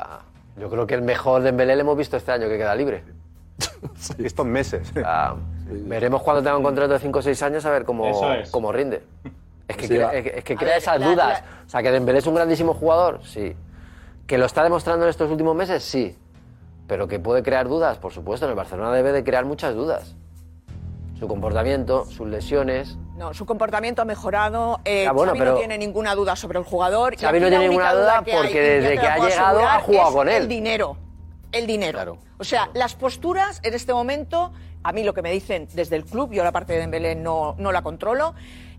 [SPEAKER 17] yo creo que el mejor Dembélé le hemos visto este año que queda libre.
[SPEAKER 1] Estos meses.
[SPEAKER 17] Veremos cuando tenga un contrato de 5 o 6 años a ver cómo,
[SPEAKER 1] Eso es.
[SPEAKER 17] cómo rinde. Es que,
[SPEAKER 1] Sí,
[SPEAKER 17] crea,
[SPEAKER 1] va.
[SPEAKER 17] es que- es que
[SPEAKER 1] A
[SPEAKER 17] crea
[SPEAKER 1] ver,
[SPEAKER 17] esas
[SPEAKER 1] la-
[SPEAKER 17] dudas. O sea, que Dembélé es un grandísimo jugador, sí. ¿Que lo está demostrando en estos últimos meses? Sí. Pero que puede crear dudas, por supuesto. En el Barcelona debe de crear muchas dudas. Su comportamiento, sus lesiones.
[SPEAKER 4] No, su comportamiento ha mejorado. Eh,
[SPEAKER 17] Ya, Ah, bueno,
[SPEAKER 4] Xavi
[SPEAKER 17] pero-
[SPEAKER 4] no tiene ninguna duda sobre el jugador. y
[SPEAKER 17] Xavi
[SPEAKER 4] aquí
[SPEAKER 17] no
[SPEAKER 4] la
[SPEAKER 17] tiene
[SPEAKER 4] única
[SPEAKER 17] ninguna duda
[SPEAKER 4] hay,
[SPEAKER 17] porque
[SPEAKER 4] y yo
[SPEAKER 17] desde
[SPEAKER 4] te
[SPEAKER 17] que
[SPEAKER 4] la
[SPEAKER 17] ha
[SPEAKER 4] puedo
[SPEAKER 17] llegado
[SPEAKER 4] asegurar,
[SPEAKER 17] ha jugado
[SPEAKER 4] es
[SPEAKER 17] con él.
[SPEAKER 4] El dinero. El dinero. O sea, las posturas en este momento, a mí lo que me dicen desde el club, yo la parte de Dembélé no, no la controlo,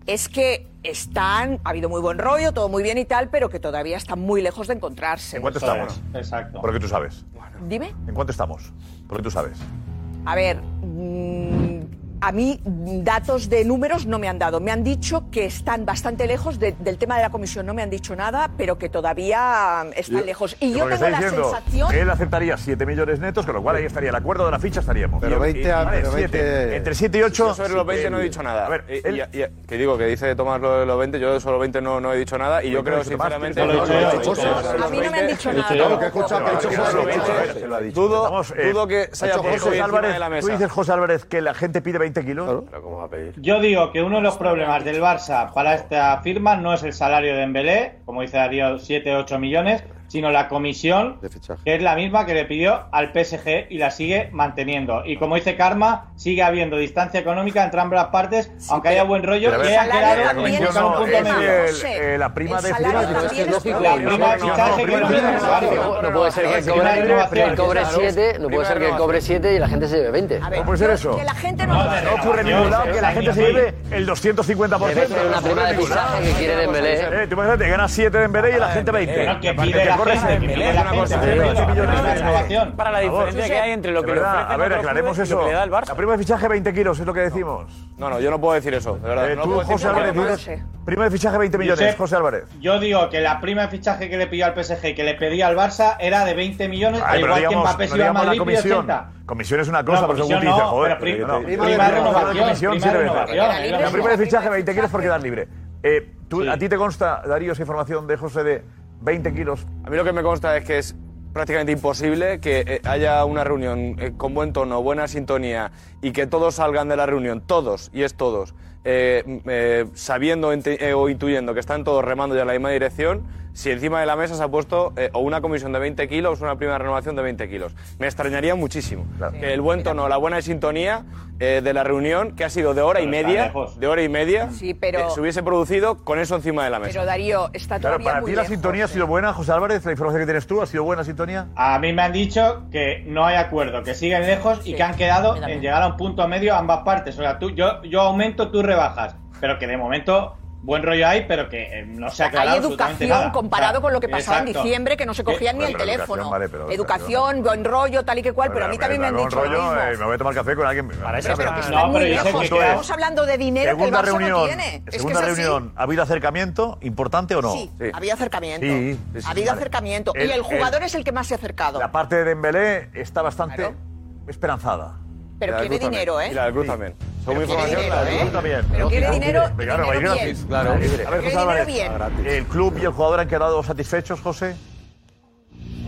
[SPEAKER 4] es que están, ha habido muy buen rollo, todo muy bien y tal, pero que todavía están muy lejos de encontrarse.
[SPEAKER 13] ¿En cuánto estamos?
[SPEAKER 16] Exacto.
[SPEAKER 13] Por lo que tú sabes.
[SPEAKER 4] Dime.
[SPEAKER 13] ¿En cuánto estamos? Por lo que tú sabes.
[SPEAKER 4] A ver, mm, a mí mm, datos de números no me han dado. Me han dicho que están bastante lejos de- del tema de la comisión. No me han dicho nada, pero que todavía mm, están lejos. Y yo
[SPEAKER 13] Porque
[SPEAKER 4] tengo
[SPEAKER 13] está
[SPEAKER 4] la
[SPEAKER 13] diciendo,
[SPEAKER 4] sensación.
[SPEAKER 13] Él aceptaría 7 millones netos, con lo cual ahí estaría el acuerdo de la ficha, estaríamos.
[SPEAKER 11] Pero
[SPEAKER 13] Y-
[SPEAKER 11] 20
[SPEAKER 13] y-
[SPEAKER 11] a-
[SPEAKER 13] vale,
[SPEAKER 11] pero
[SPEAKER 13] siete.
[SPEAKER 11] 20
[SPEAKER 13] Entre 7 y 8.
[SPEAKER 11] Yo sobre los 20 no he dicho nada.
[SPEAKER 13] A ver,
[SPEAKER 11] Eh,
[SPEAKER 13] él-
[SPEAKER 11] y- y- que digo, que dice Tomás lo de los 20, yo sobre los 20 no, no he dicho nada y yo creo
[SPEAKER 13] dicho Tomás,
[SPEAKER 11] sinceramente...
[SPEAKER 13] tú lo has
[SPEAKER 11] Yo
[SPEAKER 13] dicho, yo he dicho
[SPEAKER 11] sobre
[SPEAKER 13] cosas.
[SPEAKER 11] los
[SPEAKER 13] A mí no me han
[SPEAKER 11] 20,
[SPEAKER 13] dicho
[SPEAKER 11] yo
[SPEAKER 13] nada.
[SPEAKER 11] he dicho
[SPEAKER 13] Lo que he escuchado,
[SPEAKER 11] nada.
[SPEAKER 13] que he dicho José,
[SPEAKER 11] Sobre los
[SPEAKER 13] lo he
[SPEAKER 11] 20,
[SPEAKER 13] dicho, se lo ha dicho.
[SPEAKER 11] Dudo,
[SPEAKER 13] Estamos, eh,
[SPEAKER 11] dudo que se
[SPEAKER 13] ha
[SPEAKER 11] haya
[SPEAKER 13] hecho
[SPEAKER 11] puesto
[SPEAKER 13] José
[SPEAKER 11] encima
[SPEAKER 13] Álvarez,
[SPEAKER 11] de la
[SPEAKER 13] ¿Tú
[SPEAKER 11] mesa.
[SPEAKER 13] dices, José Álvarez, que la gente pide 20 kilos? Pero
[SPEAKER 17] ¿cómo va a pedir?
[SPEAKER 16] Yo digo que uno de los problemas del Barça para esta firma no es el salario de Dembélé, como dice Darío, 7 8 millones, sino la comisión, que es la misma que le pidió al PSG y la sigue manteniendo. Y como dice Karma, sigue habiendo distancia económica entre ambas partes, aunque haya buen rollo,
[SPEAKER 13] Pero
[SPEAKER 16] que
[SPEAKER 13] el
[SPEAKER 16] ha
[SPEAKER 13] salario
[SPEAKER 16] quedado
[SPEAKER 13] también
[SPEAKER 16] en
[SPEAKER 13] es
[SPEAKER 16] un punto
[SPEAKER 13] el-
[SPEAKER 16] medio.
[SPEAKER 13] el- eh, la prima
[SPEAKER 16] El
[SPEAKER 13] de
[SPEAKER 16] salario
[SPEAKER 13] fichaje.
[SPEAKER 16] también es La prima de fichaje que no tiene salario.
[SPEAKER 17] No puede ser que
[SPEAKER 13] Es una
[SPEAKER 17] cobre- que
[SPEAKER 13] renovación.
[SPEAKER 17] cobre
[SPEAKER 13] Claro.
[SPEAKER 17] 7, no puede ser que cobre 7 y la gente se lleve 20.
[SPEAKER 13] ¿Cómo puede ser eso? No ocurre en ningún lado que la gente se lleve el 250%.
[SPEAKER 17] Debe ser una prima de fichaje que quiere Dembélé.
[SPEAKER 13] Eh, tú imagínate, ganas 7 de Dembélé y la gente 20.
[SPEAKER 17] Bueno, que
[SPEAKER 13] Te
[SPEAKER 17] pide la
[SPEAKER 13] corre
[SPEAKER 17] gente,
[SPEAKER 13] siete.
[SPEAKER 17] que pide la
[SPEAKER 13] Una cosa,
[SPEAKER 17] gente,
[SPEAKER 13] eh,
[SPEAKER 17] que pide
[SPEAKER 13] 20
[SPEAKER 17] la
[SPEAKER 13] millones
[SPEAKER 17] gente.
[SPEAKER 13] de
[SPEAKER 17] Renovación.
[SPEAKER 30] Para la
[SPEAKER 13] Por favor.
[SPEAKER 30] diferencia que hay entre lo
[SPEAKER 13] De
[SPEAKER 30] que le
[SPEAKER 13] verdad,
[SPEAKER 30] ofrecen
[SPEAKER 13] A ver,
[SPEAKER 30] otros
[SPEAKER 13] aclaremos
[SPEAKER 30] clubes y
[SPEAKER 13] eso.
[SPEAKER 30] lo que le da el Barça.
[SPEAKER 13] La prima de fichaje 20 kilos es lo que decimos.
[SPEAKER 11] No, no, yo no puedo decir eso, de verdad.
[SPEAKER 13] Eh,
[SPEAKER 11] no
[SPEAKER 13] tú,
[SPEAKER 11] puedo decir
[SPEAKER 13] José
[SPEAKER 11] eso.
[SPEAKER 13] Álvarez,
[SPEAKER 11] No, no, no.
[SPEAKER 13] dices prima de fichaje 20 millones,
[SPEAKER 16] Josep.
[SPEAKER 13] José Álvarez.
[SPEAKER 16] Yo digo que la prima de fichaje que le pidió al PSG y que le pedía al Barça era de 20 millones, al
[SPEAKER 13] Ay, pero
[SPEAKER 16] igual que
[SPEAKER 13] digamos,
[SPEAKER 16] Mbappé
[SPEAKER 13] no
[SPEAKER 16] se iba a
[SPEAKER 13] digamos la
[SPEAKER 16] Madrid y
[SPEAKER 13] comisión.
[SPEAKER 16] 80.
[SPEAKER 13] Comisión es una cosa,
[SPEAKER 16] No,
[SPEAKER 13] pero según
[SPEAKER 16] comisión
[SPEAKER 13] dice,
[SPEAKER 16] no,
[SPEAKER 13] joder.
[SPEAKER 16] pero prim-
[SPEAKER 13] que
[SPEAKER 16] no,
[SPEAKER 13] que
[SPEAKER 16] prima de renovación,
[SPEAKER 13] La comisión
[SPEAKER 16] prima de
[SPEAKER 13] sirve.
[SPEAKER 16] renovación, es lo
[SPEAKER 13] La
[SPEAKER 16] mismo.
[SPEAKER 13] prima de fichaje 20 kilos porque dan libre. Eh, tú- ¿A ti te consta, Darío, esa información de José de 20 kilos?
[SPEAKER 11] A mí lo que me consta es que es prácticamente imposible que eh, haya una reunión eh, con buen tono, buena sintonía y que todos salgan de la reunión, todos, y es todos, eh, m- eh, sabiendo ente- eh, o intuyendo que están todos remando ya en la misma dirección, si encima de la mesa se ha puesto eh, o una comisión de 20 kilos o una primera renovación de 20 kilos. Me extrañaría muchísimo que el buen tono, la buena sintonía eh, de la reunión, que ha sido de hora y
[SPEAKER 16] Pero está
[SPEAKER 11] media,
[SPEAKER 16] lejos.
[SPEAKER 11] de hora y media,
[SPEAKER 4] Sí, pero-
[SPEAKER 11] eh, se hubiese producido con eso encima de la mesa.
[SPEAKER 4] Pero Darío, está
[SPEAKER 13] Claro,
[SPEAKER 4] todavía
[SPEAKER 13] para
[SPEAKER 4] muy
[SPEAKER 13] ti la
[SPEAKER 4] lejos.
[SPEAKER 13] sintonía ha sido buena, José Álvarez, la información que tienes tú, ¿ha sido buena sintonía?
[SPEAKER 16] A mí me han dicho que no hay acuerdo, que siguen lejos y que han quedado en llegar a un punto medio ambas partes. O sea, tú, yo, yo aumento, tú rebajas. Pero que de momento buen rollo hay, pero que eh, no se ha aclarado
[SPEAKER 4] Hay
[SPEAKER 16] absolutamente
[SPEAKER 4] educación
[SPEAKER 16] nada. O
[SPEAKER 4] comparado
[SPEAKER 16] sea,
[SPEAKER 4] con lo que pasaba
[SPEAKER 16] exacto.
[SPEAKER 4] en diciembre, que no se cogían
[SPEAKER 16] Eh,
[SPEAKER 4] ni el
[SPEAKER 16] bueno, pero
[SPEAKER 4] teléfono.
[SPEAKER 16] educación, vale, pero
[SPEAKER 4] Educación, buen rollo, tal y que cual, pero a mí también me han
[SPEAKER 13] Con
[SPEAKER 4] dicho
[SPEAKER 13] rollo,
[SPEAKER 4] lo mismo.
[SPEAKER 13] eh, me voy a tomar café con alguien. Para
[SPEAKER 4] eso, pero que están muy lejos, que estamos hablando de dinero que el
[SPEAKER 13] Segunda
[SPEAKER 4] Barça no
[SPEAKER 13] reunión.
[SPEAKER 4] tiene. Es que es
[SPEAKER 13] Segunda
[SPEAKER 4] así.
[SPEAKER 13] reunión. ¿Ha habido acercamiento importante o no?
[SPEAKER 4] Sí, ha habido acercamiento.
[SPEAKER 13] Sí, sí, sí,
[SPEAKER 4] ha habido
[SPEAKER 13] vale.
[SPEAKER 4] acercamiento.
[SPEAKER 13] El-
[SPEAKER 4] y el jugador
[SPEAKER 13] el-
[SPEAKER 4] es el que más se ha acercado.
[SPEAKER 13] La parte de Dembélé está bastante esperanzada.
[SPEAKER 4] Pero
[SPEAKER 13] tiene
[SPEAKER 4] quiere dinero, ¿eh?
[SPEAKER 13] Y la del Cruz también. Según mi
[SPEAKER 4] Pero quiere
[SPEAKER 13] información, la del
[SPEAKER 4] dinero,
[SPEAKER 13] Cruz también.
[SPEAKER 4] Pero quiere dinero,
[SPEAKER 13] Claro,
[SPEAKER 4] dinero
[SPEAKER 13] va a ir
[SPEAKER 4] bien.
[SPEAKER 13] gratis.
[SPEAKER 4] Claro.
[SPEAKER 13] A ver, José
[SPEAKER 4] Quiere dinero
[SPEAKER 13] Álvarez, ¿el club y el jugador han quedado satisfechos, José?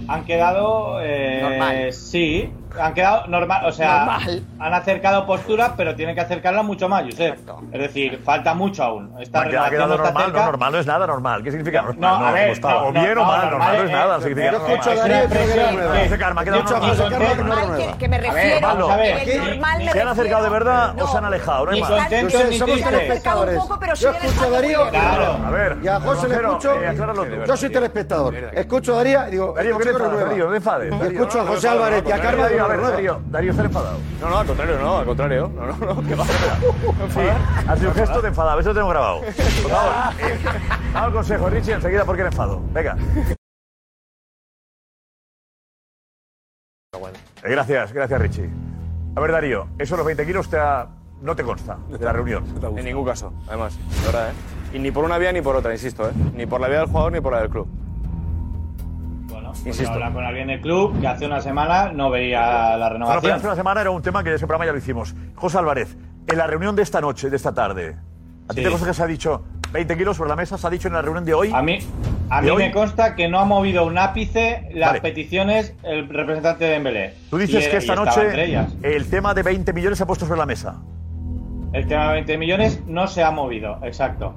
[SPEAKER 16] Han quedado. eh,
[SPEAKER 13] Normal.
[SPEAKER 16] Sí, han quedado normal. O sea,
[SPEAKER 13] Normal.
[SPEAKER 16] han acercado posturas, pero tienen que acercarlas mucho más, Josep. Es decir, falta mucho aún. Esta
[SPEAKER 13] Ha quedado-
[SPEAKER 16] relación no
[SPEAKER 13] ha quedado
[SPEAKER 16] está
[SPEAKER 13] normal,
[SPEAKER 16] cerca.
[SPEAKER 13] no, normal no es nada normal. ¿Qué significa normal?
[SPEAKER 16] a ver,
[SPEAKER 13] como está.
[SPEAKER 16] no,
[SPEAKER 13] o bien
[SPEAKER 16] no,
[SPEAKER 13] o mal,
[SPEAKER 16] no,
[SPEAKER 13] normal no es
[SPEAKER 16] normal,
[SPEAKER 13] nada.
[SPEAKER 16] eh,
[SPEAKER 13] significa
[SPEAKER 16] yo
[SPEAKER 13] normal.
[SPEAKER 16] escucho a Darío
[SPEAKER 13] Es una
[SPEAKER 16] que-
[SPEAKER 13] impresión,
[SPEAKER 16] que-
[SPEAKER 13] dice Karma, ha quedado
[SPEAKER 16] Yo escucho a
[SPEAKER 13] normal.
[SPEAKER 16] José Carlos que no es
[SPEAKER 4] Normal, que, que me
[SPEAKER 13] A ver,
[SPEAKER 4] refiero.
[SPEAKER 13] vamos a ver.
[SPEAKER 4] que el normal me
[SPEAKER 13] ¿Se han
[SPEAKER 4] refiero.
[SPEAKER 13] acercado de verdad o se han alejado? No hay
[SPEAKER 4] Ni
[SPEAKER 13] más.
[SPEAKER 4] contentos Yo sé, ni somos tristes. telespectadores. Un poco, pero
[SPEAKER 7] Yo
[SPEAKER 4] sí
[SPEAKER 7] escucho a
[SPEAKER 4] eres
[SPEAKER 7] Darío
[SPEAKER 13] Claro. A ver,
[SPEAKER 7] y a José le
[SPEAKER 13] Rojero,
[SPEAKER 7] escucho.
[SPEAKER 13] eh, acláralo tú.
[SPEAKER 7] yo soy telespectador. Escucho a Darío y digo.
[SPEAKER 13] Darío, ¿qué te
[SPEAKER 7] escucho
[SPEAKER 13] enfadas?
[SPEAKER 7] a Nueva.
[SPEAKER 13] Darío, no te enfades.
[SPEAKER 7] Y
[SPEAKER 13] Darío,
[SPEAKER 7] escucho a
[SPEAKER 13] no, no,
[SPEAKER 7] José
[SPEAKER 13] no, no,
[SPEAKER 7] Álvarez
[SPEAKER 13] no,
[SPEAKER 7] y a
[SPEAKER 13] no,
[SPEAKER 7] Carmen
[SPEAKER 13] Darío, a ver,
[SPEAKER 7] Nueva.
[SPEAKER 13] Darío, Darío está enfadado.
[SPEAKER 11] No, no, al contrario, no, al contrario. No, no, no, que va.
[SPEAKER 13] Sí, ha sido un gesto de enfadado, eso lo tengo grabado. Por favor, eh, dame el consejo, Richie, enseguida porque eres enfado. Venga. Eh, Gracias, gracias, Richie. A ver, Darío, eso de los 20 kilos te ha- no te consta de la reunión.
[SPEAKER 11] En ningún caso, además, de verdad, ¿eh? Y ni por una vía ni por otra, insisto, ¿eh? Ni por la vía del jugador ni por la del club.
[SPEAKER 16] Bueno, pues
[SPEAKER 11] Insisto.
[SPEAKER 16] habla con alguien del club que hace una semana no veía la
[SPEAKER 13] Bueno, pero
[SPEAKER 16] renovación.
[SPEAKER 13] hace una semana era un tema que ese programa ya lo hicimos. José Álvarez, en la reunión de esta noche, de esta tarde, ¿a ti
[SPEAKER 16] Sí.
[SPEAKER 13] te consta que se ha dicho 20 kilos sobre la mesa? ¿Se ha dicho en la reunión de hoy?
[SPEAKER 16] A mí, A mí me consta que no ha movido un ápice las peticiones el representante de Dembélé.
[SPEAKER 13] Tú dices
[SPEAKER 16] Y-
[SPEAKER 13] que
[SPEAKER 16] y
[SPEAKER 13] esta
[SPEAKER 16] estaba entre
[SPEAKER 13] noche
[SPEAKER 16] ellas.
[SPEAKER 13] el tema de 20 millones se ha puesto sobre la mesa.
[SPEAKER 16] El tema de 20 millones no se ha movido, exacto.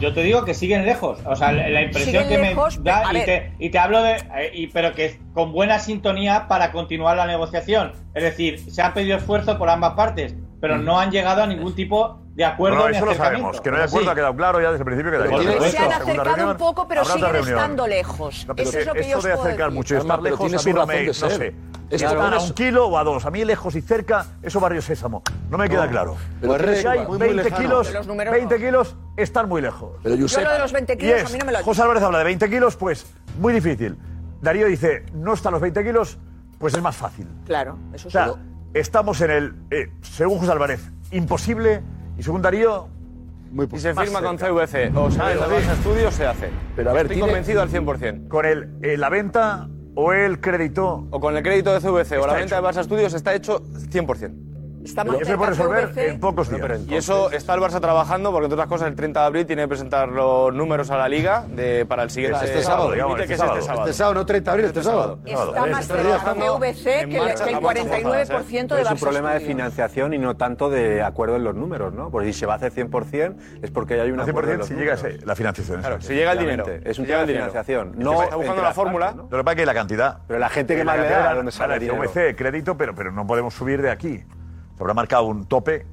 [SPEAKER 16] Yo te digo que siguen lejos. O sea, la, la impresión
[SPEAKER 4] Siguen
[SPEAKER 16] que
[SPEAKER 4] lejos,
[SPEAKER 16] me da
[SPEAKER 4] pero- a
[SPEAKER 16] y te, y te hablo de. eh, y- pero que con buena sintonía para continuar la negociación. Es decir, se han pedido esfuerzo por ambas partes, pero no han llegado a ningún tipo de acuerdo
[SPEAKER 13] Bueno,
[SPEAKER 16] ni
[SPEAKER 13] eso lo
[SPEAKER 16] acercamiento.
[SPEAKER 13] sabemos. Que Mm. no hay acuerdo
[SPEAKER 16] Sí.
[SPEAKER 13] ha quedado claro ya desde el principio. Que da igual.
[SPEAKER 4] Se han
[SPEAKER 13] Segunda
[SPEAKER 4] acercado
[SPEAKER 13] reunión,
[SPEAKER 4] un poco, pero
[SPEAKER 13] habrá otra
[SPEAKER 4] siguen
[SPEAKER 13] reunión.
[SPEAKER 4] estando lejos.
[SPEAKER 13] No, pero
[SPEAKER 4] Eso es lo que yo
[SPEAKER 13] esto
[SPEAKER 4] os
[SPEAKER 13] de
[SPEAKER 4] puedo
[SPEAKER 13] acercar
[SPEAKER 4] decir.
[SPEAKER 13] mucho y estar
[SPEAKER 8] pero
[SPEAKER 13] lejos,
[SPEAKER 8] tiene
[SPEAKER 13] a
[SPEAKER 8] su
[SPEAKER 13] mí no
[SPEAKER 8] razón
[SPEAKER 13] me,
[SPEAKER 8] de
[SPEAKER 13] no
[SPEAKER 8] ser.
[SPEAKER 13] sé.
[SPEAKER 8] Esto
[SPEAKER 13] Estar a
[SPEAKER 8] tiene
[SPEAKER 13] un
[SPEAKER 8] su-
[SPEAKER 13] kilo o a dos. A mí lejos y cerca, eso barrio sésamo. No me queda
[SPEAKER 8] No,
[SPEAKER 13] claro.
[SPEAKER 8] pero
[SPEAKER 13] Pero
[SPEAKER 8] tiene
[SPEAKER 13] si hay
[SPEAKER 8] su- muy
[SPEAKER 13] 20
[SPEAKER 8] lejano.
[SPEAKER 13] kilos,
[SPEAKER 8] Pero los
[SPEAKER 13] 20 kilos, están muy lejos.
[SPEAKER 8] Pero, Yo Josep,
[SPEAKER 4] lo de los 20
[SPEAKER 13] Y
[SPEAKER 4] kilos,
[SPEAKER 13] es,
[SPEAKER 4] a mí no me lo-
[SPEAKER 13] José Álvarez habla de 20 kilos, pues muy difícil. Darío dice, no están los 20 kilos, pues es más fácil.
[SPEAKER 4] Claro, eso
[SPEAKER 13] O
[SPEAKER 4] es
[SPEAKER 13] sea,
[SPEAKER 4] todo.
[SPEAKER 13] estamos en el, eh, según José Álvarez, imposible y según Darío, muy
[SPEAKER 11] Y se firma con CVC. O sea, en
[SPEAKER 13] Pero,
[SPEAKER 11] la base de estudio se hace.
[SPEAKER 13] Pero, a ver,
[SPEAKER 11] Estoy
[SPEAKER 13] tiene-
[SPEAKER 11] convencido al 100%.
[SPEAKER 13] ¿Con el, eh, la venta o el crédito?
[SPEAKER 11] O con el crédito de CVC o la
[SPEAKER 13] Está
[SPEAKER 11] venta de Barça Estudios está hecho 100%.
[SPEAKER 4] Está
[SPEAKER 13] Pero
[SPEAKER 4] más
[SPEAKER 13] se
[SPEAKER 4] cerca
[SPEAKER 13] puede resolver
[SPEAKER 4] CVC.
[SPEAKER 13] en pocos días.
[SPEAKER 11] Y eso está el Barça trabajando porque, entre otras cosas, el 30 de abril tiene que presentar los números a la liga de, para el siguiente
[SPEAKER 7] Este sábado,
[SPEAKER 11] límite,
[SPEAKER 7] digamos,
[SPEAKER 11] que
[SPEAKER 7] este
[SPEAKER 11] es este
[SPEAKER 7] sábado.
[SPEAKER 11] sábado.
[SPEAKER 7] Este sábado, no 30 de abril, este sábado.
[SPEAKER 4] Está más cerca CVC que el- que el 49% de
[SPEAKER 5] Es
[SPEAKER 4] Barça.
[SPEAKER 5] un problema de
[SPEAKER 4] Studios.
[SPEAKER 5] financiación y no tanto de acuerdo en los números, ¿no? Porque si se va a hacer 100% es porque hay un
[SPEAKER 13] Al
[SPEAKER 5] acuerdo en
[SPEAKER 13] 100%
[SPEAKER 5] los
[SPEAKER 13] si llega
[SPEAKER 5] números.
[SPEAKER 13] ese- la financiación.
[SPEAKER 5] Claro,
[SPEAKER 13] eso.
[SPEAKER 5] si llega el dinero. Efectivamente, es un Si llega tema el de dinero. financiación, no
[SPEAKER 13] Este,
[SPEAKER 5] está buscando
[SPEAKER 13] entre
[SPEAKER 5] la
[SPEAKER 13] las
[SPEAKER 5] fórmula.
[SPEAKER 13] partes, ¿no? Lo que pasa es que la cantidad.
[SPEAKER 5] Pero la
[SPEAKER 13] Eh,
[SPEAKER 5] gente que más le da,
[SPEAKER 13] cantidad,
[SPEAKER 5] ¿de dónde sale
[SPEAKER 13] vale,
[SPEAKER 5] el dinero?
[SPEAKER 13] CVC, crédito, pero, pero no podemos subir de aquí. Se habrá marcado un tope.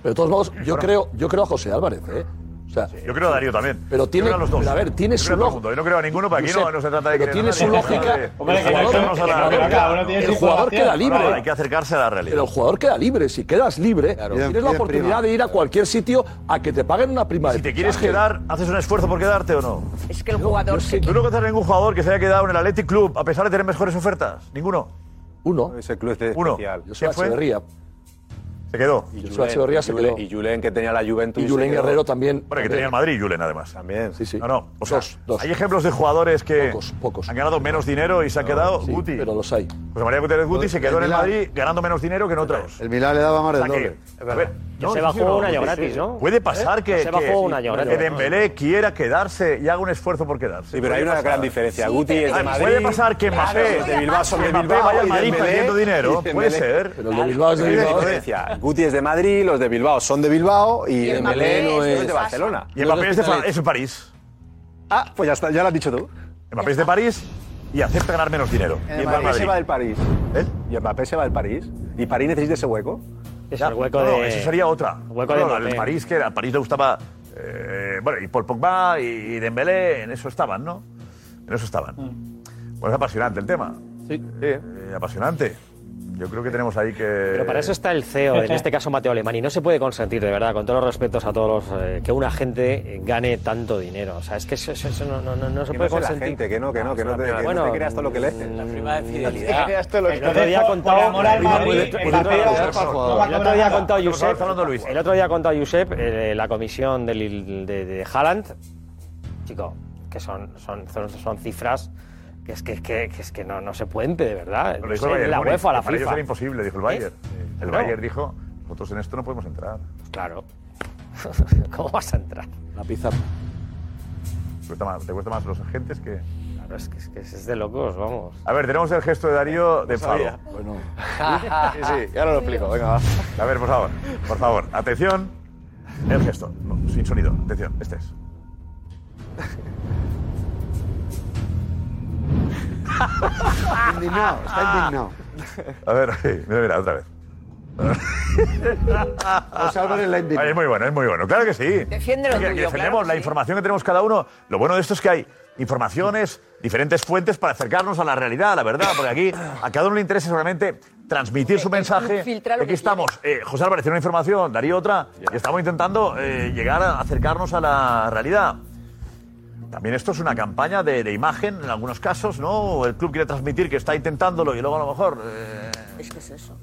[SPEAKER 18] Pero de todos modos, yo creo, yo creo a José Álvarez, ¿eh? O sea,
[SPEAKER 13] Yo creo a Darío también.
[SPEAKER 18] Pero
[SPEAKER 13] Yo
[SPEAKER 18] tiene-
[SPEAKER 13] creo a los dos.
[SPEAKER 18] pero a ver, tiene
[SPEAKER 13] Yo
[SPEAKER 18] su
[SPEAKER 13] creo a todo el
[SPEAKER 18] log-
[SPEAKER 13] mundo. Yo no creo a ninguno, para aquí
[SPEAKER 18] Josep,
[SPEAKER 13] no, no se trata de
[SPEAKER 18] pero
[SPEAKER 13] creer
[SPEAKER 18] tiene
[SPEAKER 13] a
[SPEAKER 18] su
[SPEAKER 13] nadie.
[SPEAKER 18] lógica.
[SPEAKER 13] El
[SPEAKER 18] Hombre,
[SPEAKER 13] jugador-
[SPEAKER 18] que cada uno-
[SPEAKER 13] vamos a la-
[SPEAKER 18] que cada uno tiene
[SPEAKER 13] el
[SPEAKER 18] su
[SPEAKER 13] jugador
[SPEAKER 18] situación.
[SPEAKER 13] queda libre.
[SPEAKER 18] Claro.
[SPEAKER 13] Hay que acercarse a la realidad.
[SPEAKER 18] Pero el jugador queda libre. Si quedas libre, tienes la
[SPEAKER 13] piden
[SPEAKER 18] oportunidad
[SPEAKER 13] prima.
[SPEAKER 18] de ir a cualquier sitio a que te paguen una prima.
[SPEAKER 13] Si te quieres quedar, ¿haces un esfuerzo por quedarte o no?
[SPEAKER 4] Es que el jugador se
[SPEAKER 13] Tú no conoces a ningún jugador que se haya quedado en el Athletic Club a pesar de tener mejores ofertas. Ninguno.
[SPEAKER 18] Uno.
[SPEAKER 5] Ese club es
[SPEAKER 13] Uno.
[SPEAKER 5] especial.
[SPEAKER 13] ¿Quién fue? Se quedó.
[SPEAKER 5] Y
[SPEAKER 18] Joseba
[SPEAKER 5] Julen-
[SPEAKER 18] Echeverría se
[SPEAKER 5] y Julen-
[SPEAKER 18] quedó.
[SPEAKER 5] Y Julen, que tenía la Juventus.
[SPEAKER 18] Y Julen Guerrero también.
[SPEAKER 13] Hombre, que tenía el Madrid, Julen, además. También.
[SPEAKER 18] Sí, sí.
[SPEAKER 13] No, no. O sea, Hay ejemplos de jugadores que han ganado menos dinero y se han quedado Guti. Pero
[SPEAKER 18] los hay.
[SPEAKER 13] José María Gutiérrez Guti se quedó en el
[SPEAKER 7] Milán.
[SPEAKER 13] Madrid ganando menos dinero que en otros.
[SPEAKER 7] El Milán le daba más del
[SPEAKER 13] O sea que-
[SPEAKER 7] doble.
[SPEAKER 13] a ver,
[SPEAKER 7] Joseba
[SPEAKER 13] sí, sí,
[SPEAKER 7] jugó un
[SPEAKER 13] Guti,
[SPEAKER 7] año
[SPEAKER 13] sí.
[SPEAKER 7] gratis, ¿no?
[SPEAKER 13] Puede pasar
[SPEAKER 7] ¿Eh?
[SPEAKER 13] que,
[SPEAKER 7] Joseba
[SPEAKER 13] que-
[SPEAKER 7] jugó un
[SPEAKER 13] que
[SPEAKER 7] año gratis.
[SPEAKER 13] Dembélé quiera quedarse y haga un esfuerzo por quedarse.
[SPEAKER 5] Sí, pero hay
[SPEAKER 13] Puede
[SPEAKER 5] una
[SPEAKER 13] pasar.
[SPEAKER 5] gran diferencia.
[SPEAKER 13] Sí,
[SPEAKER 5] Guti
[SPEAKER 13] pero-
[SPEAKER 5] es de Madrid.
[SPEAKER 13] Puede pasar que Mbappé,
[SPEAKER 5] Claro, de Bilbao son de
[SPEAKER 13] que Mbappé
[SPEAKER 5] Bilbao
[SPEAKER 13] vaya al
[SPEAKER 5] y
[SPEAKER 13] Madrid
[SPEAKER 5] Dembélé-
[SPEAKER 13] perdiendo dinero.
[SPEAKER 5] y
[SPEAKER 13] Puede
[SPEAKER 5] Dembélé.
[SPEAKER 13] ser.
[SPEAKER 5] Pero el de Bilbao es de
[SPEAKER 13] Hay una
[SPEAKER 5] Bilbao.
[SPEAKER 13] diferencia.
[SPEAKER 5] Guti es de Madrid, los de Bilbao son de Bilbao y,
[SPEAKER 13] Y
[SPEAKER 5] Dembélé
[SPEAKER 13] Mbappé
[SPEAKER 5] no
[SPEAKER 13] es
[SPEAKER 5] es
[SPEAKER 13] de
[SPEAKER 5] de Barcelona.
[SPEAKER 13] Y Mbappé es de Fa- es de París.
[SPEAKER 5] Ah, pues ya está, ya lo has dicho tú.
[SPEAKER 13] Mbappé es de París y acepta ganar menos dinero.
[SPEAKER 5] Y Mbappé se va del París. Y Mbappé se va del París. Y París necesita ese hueco.
[SPEAKER 13] Ya, no, no, eso sería otra.
[SPEAKER 5] hueco
[SPEAKER 13] No,
[SPEAKER 5] de
[SPEAKER 13] no, el
[SPEAKER 5] Mbappé.
[SPEAKER 13] París, que era, el París le gustaba. eh, bueno, y Paul Pogba y, y Dembélé, en eso estaban, ¿no? En eso estaban. Bueno, es apasionante el tema. Sí. apasionante. Yo creo que tenemos ahí que.
[SPEAKER 20] Pero para eso está el CEO, en este caso Mateo Alemán, y no se puede consentir, de verdad, con todos los respetos a todos los. eh, que un agente gane tanto dinero. O sea, es que eso, eso- eso no, no- no- no se
[SPEAKER 5] Que
[SPEAKER 20] puede
[SPEAKER 5] no sea la
[SPEAKER 20] consentir.
[SPEAKER 5] gente, que no, que no, que no te, que no te creas todo lo que lees. Mm. La prima de
[SPEAKER 20] fidelidad. El otro día ha contado- El otro día el otro día ha contado Josep- el otro día ha contado Josep eh, la comisión del, il- de, de Haaland. Chico, que son, son, son, son cifras que es que, que, que es que no, no se pueden, de verdad.
[SPEAKER 13] Lo
[SPEAKER 20] No
[SPEAKER 13] dijo
[SPEAKER 20] sé,
[SPEAKER 13] el Bayern
[SPEAKER 20] la
[SPEAKER 13] Múnich,
[SPEAKER 20] UEFA, la
[SPEAKER 13] que para ellos
[SPEAKER 20] FIFA.
[SPEAKER 13] era imposible, dijo el
[SPEAKER 20] ¿Eh?
[SPEAKER 13] Bayern. El
[SPEAKER 20] No.
[SPEAKER 13] Bayern dijo: nosotros en esto no podemos entrar.
[SPEAKER 20] Claro. ¿Cómo vas a entrar?
[SPEAKER 18] La pizarra.
[SPEAKER 13] Te cuesta más, te cuesta más los agentes que.
[SPEAKER 20] Claro, es que es, que es de locos, vamos. Eh,
[SPEAKER 13] A ver, tenemos el gesto de Darío de enfado.
[SPEAKER 20] sabía.
[SPEAKER 13] Bueno.
[SPEAKER 20] Sí, sí, ya no lo explico, venga,
[SPEAKER 13] A ver, por favor, por favor, atención. El gesto, No, sin sonido, atención, este es.
[SPEAKER 7] Indignado, está indignado.
[SPEAKER 13] A ver, mira, mira, otra vez.
[SPEAKER 7] José Álvarez la indignado.
[SPEAKER 13] Ay, es muy bueno, es muy bueno, claro que sí.
[SPEAKER 4] Defiende lo
[SPEAKER 13] Que- que
[SPEAKER 4] tuyo,
[SPEAKER 13] defendemos
[SPEAKER 4] claro que
[SPEAKER 13] la
[SPEAKER 4] sí.
[SPEAKER 13] información que tenemos cada uno. Lo bueno de esto es que hay informaciones, diferentes fuentes para acercarnos a la realidad, a la verdad, porque aquí a cada uno le interesa seguramente transmitir su mensaje.
[SPEAKER 4] filtra lo
[SPEAKER 13] Aquí
[SPEAKER 4] que
[SPEAKER 13] estamos, eh, José Álvarez tiene una información, Darío otra, y estamos intentando eh, llegar a acercarnos a la realidad. También esto es una campaña de, de imagen en algunos casos, ¿no? El club quiere transmitir que está intentándolo y luego a lo mejor... eh,
[SPEAKER 4] Es que es eso.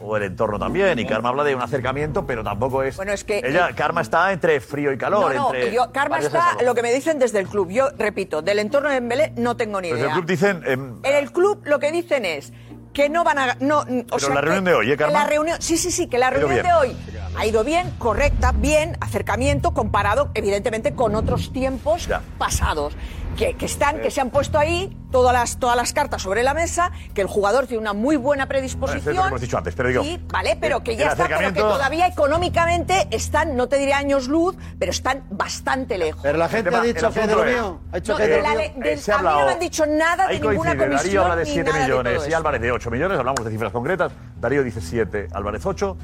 [SPEAKER 13] o el entorno también. Y Karma habla de un acercamiento, pero tampoco es.
[SPEAKER 4] Bueno, es que-
[SPEAKER 13] Ella, Karma está entre frío y calor.
[SPEAKER 4] no, no,
[SPEAKER 13] entre
[SPEAKER 4] yo, Karma
[SPEAKER 13] varios
[SPEAKER 4] está
[SPEAKER 13] esas-
[SPEAKER 4] lo que me dicen desde el club. Yo repito, del entorno de Dembélé no tengo ni
[SPEAKER 13] Desde el
[SPEAKER 4] idea.
[SPEAKER 13] club dicen. em,
[SPEAKER 4] En el club lo que dicen es que no van a no, mm, o
[SPEAKER 13] Pero
[SPEAKER 4] sea,
[SPEAKER 13] la
[SPEAKER 4] que-
[SPEAKER 13] reunión de hoy, ¿eh,
[SPEAKER 4] que
[SPEAKER 13] Carmen?
[SPEAKER 4] la reunión, sí, sí, sí, que la
[SPEAKER 13] Ha ido
[SPEAKER 4] reunión
[SPEAKER 13] bien.
[SPEAKER 4] de hoy ha ido bien, correcta, bien, acercamiento comparado evidentemente con otros tiempos pasados. Que, que están,
[SPEAKER 13] Sí.
[SPEAKER 4] que se han puesto ahí todas las, todas las cartas sobre la mesa, que el jugador tiene una muy buena predisposición.
[SPEAKER 13] Bueno, es lo que hemos dicho antes, pero digo, Eh,
[SPEAKER 4] y, vale, pero que ya
[SPEAKER 13] el
[SPEAKER 4] está, pero que
[SPEAKER 13] acercamiento-
[SPEAKER 4] todavía económicamente están, no te diré años luz, pero están bastante lejos.
[SPEAKER 7] Pero la gente
[SPEAKER 13] El tema-
[SPEAKER 7] ha
[SPEAKER 13] el
[SPEAKER 7] dicho que es de
[SPEAKER 13] asunto
[SPEAKER 7] lo
[SPEAKER 13] es- Eh,
[SPEAKER 7] mío. Ha dicho
[SPEAKER 4] No,
[SPEAKER 7] que es
[SPEAKER 4] de
[SPEAKER 7] de
[SPEAKER 4] la
[SPEAKER 7] lo
[SPEAKER 4] le-
[SPEAKER 7] mío.
[SPEAKER 4] del- a mí no me han dicho nada
[SPEAKER 13] Ahí
[SPEAKER 4] de ninguna
[SPEAKER 13] coincide, Darío
[SPEAKER 4] comisión
[SPEAKER 13] habla de
[SPEAKER 4] ni
[SPEAKER 13] 7
[SPEAKER 4] nada de
[SPEAKER 13] millones
[SPEAKER 4] todo
[SPEAKER 13] y
[SPEAKER 4] eso.
[SPEAKER 13] Álvarez de 8 millones, hablamos de cifras concretas. Darío dice 7, Álvarez 8.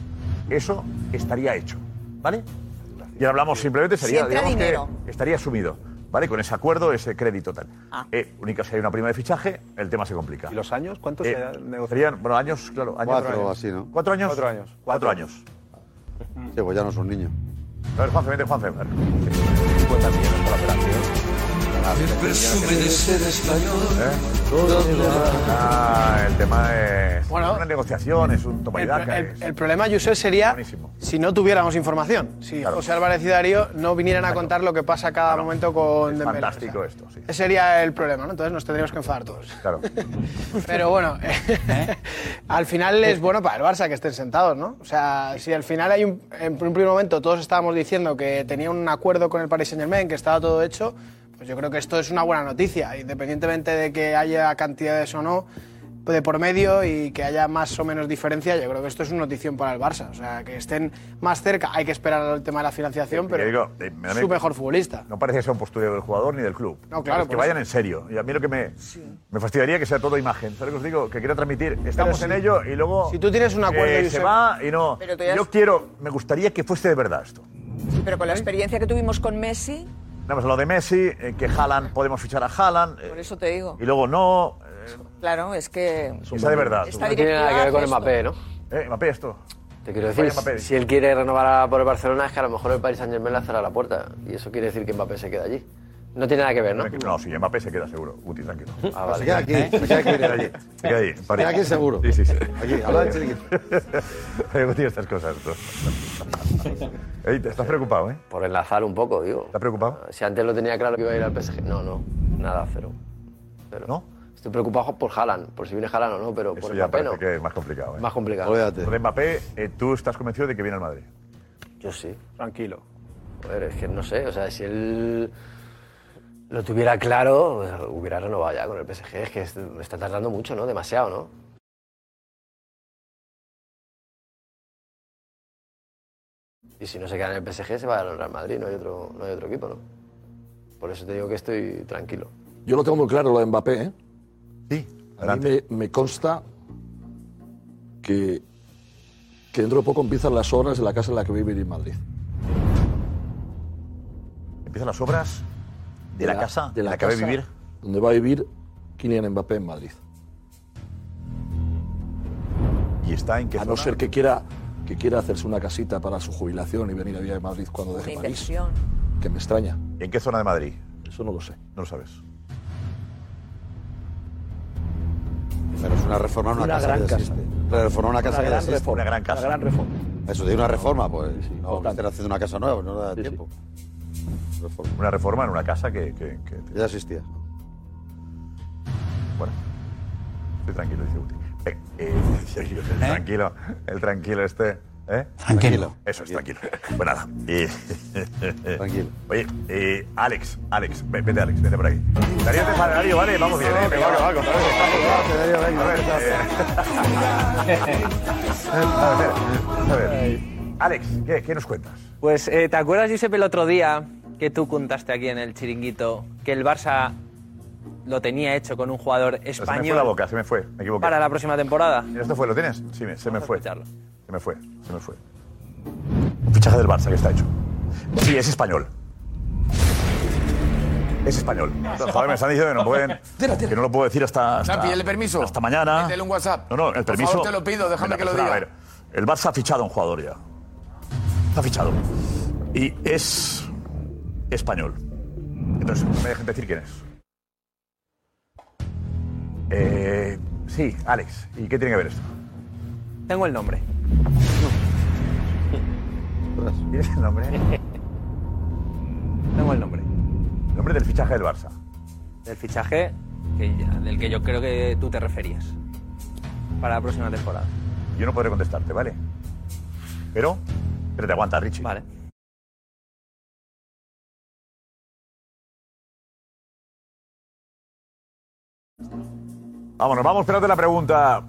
[SPEAKER 13] Eso estaría hecho, ¿vale? Y ahora hablamos simplemente,
[SPEAKER 4] Si
[SPEAKER 13] sería,
[SPEAKER 4] entra
[SPEAKER 13] digamos que
[SPEAKER 4] dinero.
[SPEAKER 13] estaría asumido, ¿vale? Con ese acuerdo, ese crédito tal.
[SPEAKER 4] Ah.
[SPEAKER 13] Eh, única si hay una prima de fichaje, el tema se complica. ¿Y los
[SPEAKER 5] años? ¿Cuántos
[SPEAKER 13] Eh,
[SPEAKER 5] se
[SPEAKER 13] serían? Bueno, años, claro. Años,
[SPEAKER 7] Cuatro
[SPEAKER 13] años.
[SPEAKER 7] o así, ¿no?
[SPEAKER 13] ¿Cuatro años?
[SPEAKER 7] Cuatro años.
[SPEAKER 13] Cuatro años.
[SPEAKER 7] Sí, pues ya no es un niño.
[SPEAKER 13] A ver, Juanfe, vete, Juanfe. a ver.
[SPEAKER 12] Presume de ser español.
[SPEAKER 13] Ah, el tema. tema es es una negociación, es un toma y
[SPEAKER 2] El,
[SPEAKER 13] daca.
[SPEAKER 2] el-
[SPEAKER 13] es-
[SPEAKER 2] el problema, Josep, sería si no tuviéramos información. Si
[SPEAKER 13] Claro.
[SPEAKER 2] José Álvarez y Darío no vinieran a contar lo que pasa cada momento con
[SPEAKER 13] es
[SPEAKER 2] Dembélé.
[SPEAKER 13] fantástico esto, sí.
[SPEAKER 2] Ese sería el problema, ¿no? Entonces nos tendríamos que enfadar todos.
[SPEAKER 13] Claro.
[SPEAKER 2] Pero bueno, al final es bueno para el Barça que estén sentados, ¿no? O sea, si al final hay un, en un primer momento todos estábamos diciendo que tenía un acuerdo con el Paris Saint Germain, que estaba todo hecho, pues yo creo que esto es una buena noticia, independientemente de que haya cantidades o no de por medio y que haya más o menos diferencia, yo creo que esto es una notición para el Barça. O sea, que estén más cerca, hay que esperar al tema de la financiación,
[SPEAKER 13] Yo
[SPEAKER 2] pero
[SPEAKER 13] digo, eh, me da
[SPEAKER 2] su
[SPEAKER 13] miedo.
[SPEAKER 2] mejor futbolista.
[SPEAKER 13] No parece que sea un postureo del jugador ni del club.
[SPEAKER 2] No, claro,
[SPEAKER 13] Es que
[SPEAKER 2] por
[SPEAKER 13] vayan
[SPEAKER 2] eso.
[SPEAKER 13] en serio. Y a mí lo que me, me fastidiaría que sea todo imagen. ¿Sabes lo que os digo? Que quiera transmitir. Estamos
[SPEAKER 2] si-
[SPEAKER 13] en ello y luego.
[SPEAKER 2] si tú tienes un acuerdo,
[SPEAKER 13] eh, se
[SPEAKER 2] Josep.
[SPEAKER 13] va y no.
[SPEAKER 4] Pero tú ya
[SPEAKER 13] Yo
[SPEAKER 4] has-
[SPEAKER 13] quiero. Me gustaría que fuese de verdad esto.
[SPEAKER 4] Pero con la experiencia que tuvimos con Messi,
[SPEAKER 13] Tenemos lo de Messi, eh, que Haaland, podemos fichar a Haaland. eh,
[SPEAKER 4] por eso te digo.
[SPEAKER 13] y luego no.
[SPEAKER 4] Claro, es que.
[SPEAKER 13] Que sea de verdad.
[SPEAKER 4] Esta
[SPEAKER 17] No tiene nada que
[SPEAKER 4] directiva
[SPEAKER 17] ver con
[SPEAKER 4] hace
[SPEAKER 17] Mbappé,
[SPEAKER 4] esto.
[SPEAKER 17] ¿no?
[SPEAKER 13] Eh, Mbappé esto.
[SPEAKER 17] Te quiero
[SPEAKER 13] Vaya
[SPEAKER 17] decir,
[SPEAKER 13] Mbappé.
[SPEAKER 17] si él quiere renovar a- por el Barcelona es que a lo mejor el Paris Saint Germain le cerrará la puerta. Y eso quiere decir que Mbappé se queda allí. No tiene nada que ver, ¿no?
[SPEAKER 13] No, sí, Mbappé se queda seguro. Guti, tranquilo.
[SPEAKER 17] Ah, vale.
[SPEAKER 13] queda aquí, se queda aquí, mira, allí. Se queda allí, en París.
[SPEAKER 7] Aquí seguro.
[SPEAKER 13] Sí, sí, sí.
[SPEAKER 7] Aquí, habla de chiringuito.
[SPEAKER 13] Me gustan estas cosas. tú. Ey, te estás preocupado, ¿eh?
[SPEAKER 17] Por enlazar un poco, digo. ¿Estás
[SPEAKER 13] preocupado?
[SPEAKER 17] Si antes lo tenía claro que iba a ir al PSG. No, no. Nada, cero. Cero.
[SPEAKER 13] ¿No?
[SPEAKER 17] Estoy preocupado por Haaland, por si viene Haaland o no, pero
[SPEAKER 13] Eso
[SPEAKER 17] por
[SPEAKER 13] ya
[SPEAKER 17] Mbappé
[SPEAKER 13] parece
[SPEAKER 17] no.
[SPEAKER 13] que es más complicado. ¿eh?
[SPEAKER 17] Más complicado.
[SPEAKER 13] Lo de Mbappé, eh, tú estás convencido de que viene al Madrid.
[SPEAKER 17] Yo sí. Tranquilo. Joder, eh. es que no sé, o sea, si él lo tuviera claro, hubiera renovado ya con el PSG. Es que es- está tardando mucho, ¿no? Demasiado, ¿no? Y si no se queda en el PSG, se va al Real Madrid, no hay otro, no hay otro equipo, ¿no? Por eso te digo que estoy tranquilo.
[SPEAKER 8] Yo lo tengo muy claro, lo de Mbappé. ¿eh?
[SPEAKER 13] Sí.
[SPEAKER 8] A mí me, me consta que, que dentro de poco empiezan las obras de la casa en la que voy a vivir en Madrid.
[SPEAKER 13] Empiezan las obras de la casa en la que va a
[SPEAKER 8] casa
[SPEAKER 13] vivir.
[SPEAKER 8] Donde va a vivir Kylian Mbappé en Madrid.
[SPEAKER 13] ¿Y está en qué
[SPEAKER 8] A no ser que quiera, que quiera hacerse una casita para su jubilación y venir a vivir a Madrid cuando
[SPEAKER 4] Una
[SPEAKER 8] deje París.
[SPEAKER 4] inversión.
[SPEAKER 8] Que me extraña.
[SPEAKER 13] ¿En qué zona de Madrid?
[SPEAKER 8] Eso no lo sé.
[SPEAKER 13] No lo sabes.
[SPEAKER 7] Pero es una reforma en una,
[SPEAKER 8] Una
[SPEAKER 7] casa
[SPEAKER 8] gran
[SPEAKER 7] que ya
[SPEAKER 8] casa.
[SPEAKER 7] existe. Reforma en una
[SPEAKER 8] Una
[SPEAKER 7] casa que ya
[SPEAKER 8] gran
[SPEAKER 7] existe.
[SPEAKER 8] reforma. Una gran casa. Una gran reforma.
[SPEAKER 7] Eso de una reforma, pues. no, estar haciendo una casa nueva, no da tiempo.
[SPEAKER 13] Una reforma en una casa que. que- que-
[SPEAKER 7] Ya existía.
[SPEAKER 13] Bueno. Estoy tranquilo, dice Guti. Eh, eh, dice yo, el tranquilo. El tranquilo este. ¿eh?
[SPEAKER 7] Tranquilo.
[SPEAKER 13] Eso es, tranquilo. Pues nada. y- Oye, eh, Alex, Alex, ve- vete, Alex, vete por aquí. Darío te para Darío, ¿vale? Vamos bien, ¿eh? Venga, venga, venga, otra vez, A ver, eh, a ver, a ver. Alex, ¿qué, qué nos cuentas?
[SPEAKER 1] Pues, eh, ¿te acuerdas, Josep, el otro día que tú contaste aquí en el chiringuito que el Barça lo tenía hecho con un jugador
[SPEAKER 13] Se me fue la
[SPEAKER 1] español
[SPEAKER 13] boca, se me fue, me equivoqué.
[SPEAKER 1] para la próxima temporada?
[SPEAKER 13] Mira, ¿Esto fue? ¿Lo tienes? Sí, me- se me fue. Se me fue, se me fue. Fichaje del Barça que está hecho. Sí, es español. Es español. Joder, me están diciendo que no pueden. Que no lo puedo decir hasta. hasta
[SPEAKER 31] Chapi, dile permiso.
[SPEAKER 13] Hasta mañana.
[SPEAKER 31] Métele un WhatsApp.
[SPEAKER 13] No, no, el
[SPEAKER 31] Por
[SPEAKER 13] permiso.
[SPEAKER 31] favor, te lo pido, déjame
[SPEAKER 13] Mira,
[SPEAKER 31] que lo
[SPEAKER 13] perdona,
[SPEAKER 31] diga.
[SPEAKER 13] A ver, el Barça ha fichado a un jugador ya. Está fichado. Y es. español. Entonces, no me dejen decir quién es. Eh, sí, Alex. ¿Y qué tiene que ver esto?
[SPEAKER 1] Tengo el nombre.
[SPEAKER 13] ¿Tienes el nombre?
[SPEAKER 1] Tengo el nombre.
[SPEAKER 13] El nombre del fichaje del Barça.
[SPEAKER 1] Del fichaje que ya- del que yo creo que tú te referías para la próxima temporada.
[SPEAKER 13] Yo no podré contestarte, ¿vale? Pero. Pero te aguanta, Richie.
[SPEAKER 1] Vale.
[SPEAKER 13] Vámonos, vamos, espérate la pregunta.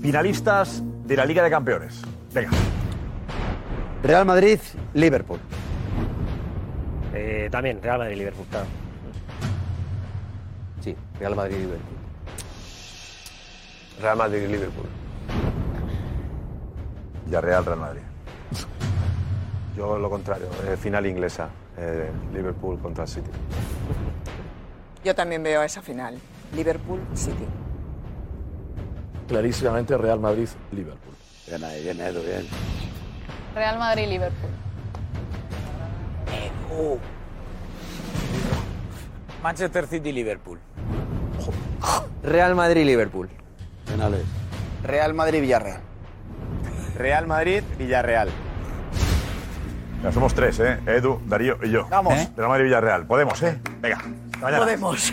[SPEAKER 13] Finalistas de la Liga de Campeones. Venga.
[SPEAKER 7] Real Madrid, Liverpool.
[SPEAKER 6] Eh, también, Real Madrid Liverpool, claro.
[SPEAKER 17] Sí, Real Madrid y Liverpool. Real Madrid y Liverpool.
[SPEAKER 13] Ya Real, Real Madrid.
[SPEAKER 5] Yo lo contrario, eh, final inglesa, eh, Liverpool contra City.
[SPEAKER 4] Yo también veo esa final. Liverpool City.
[SPEAKER 8] Clarísimamente Real Madrid-Liverpool.
[SPEAKER 7] Bien ahí, bien, Edu, bien.
[SPEAKER 3] Real Madrid, Liverpool.
[SPEAKER 21] Manchester City, Liverpool.
[SPEAKER 1] Real Madrid-Liverpool.
[SPEAKER 7] Penales.
[SPEAKER 9] Real Madrid-Villarreal.
[SPEAKER 11] Real Madrid, Villarreal.
[SPEAKER 13] Ya somos tres, ¿eh? Edu, Darío y yo. Vamos. Real ¿eh? Madrid Villarreal. Podemos, ¿eh? Venga. hasta mañana.
[SPEAKER 12] Podemos.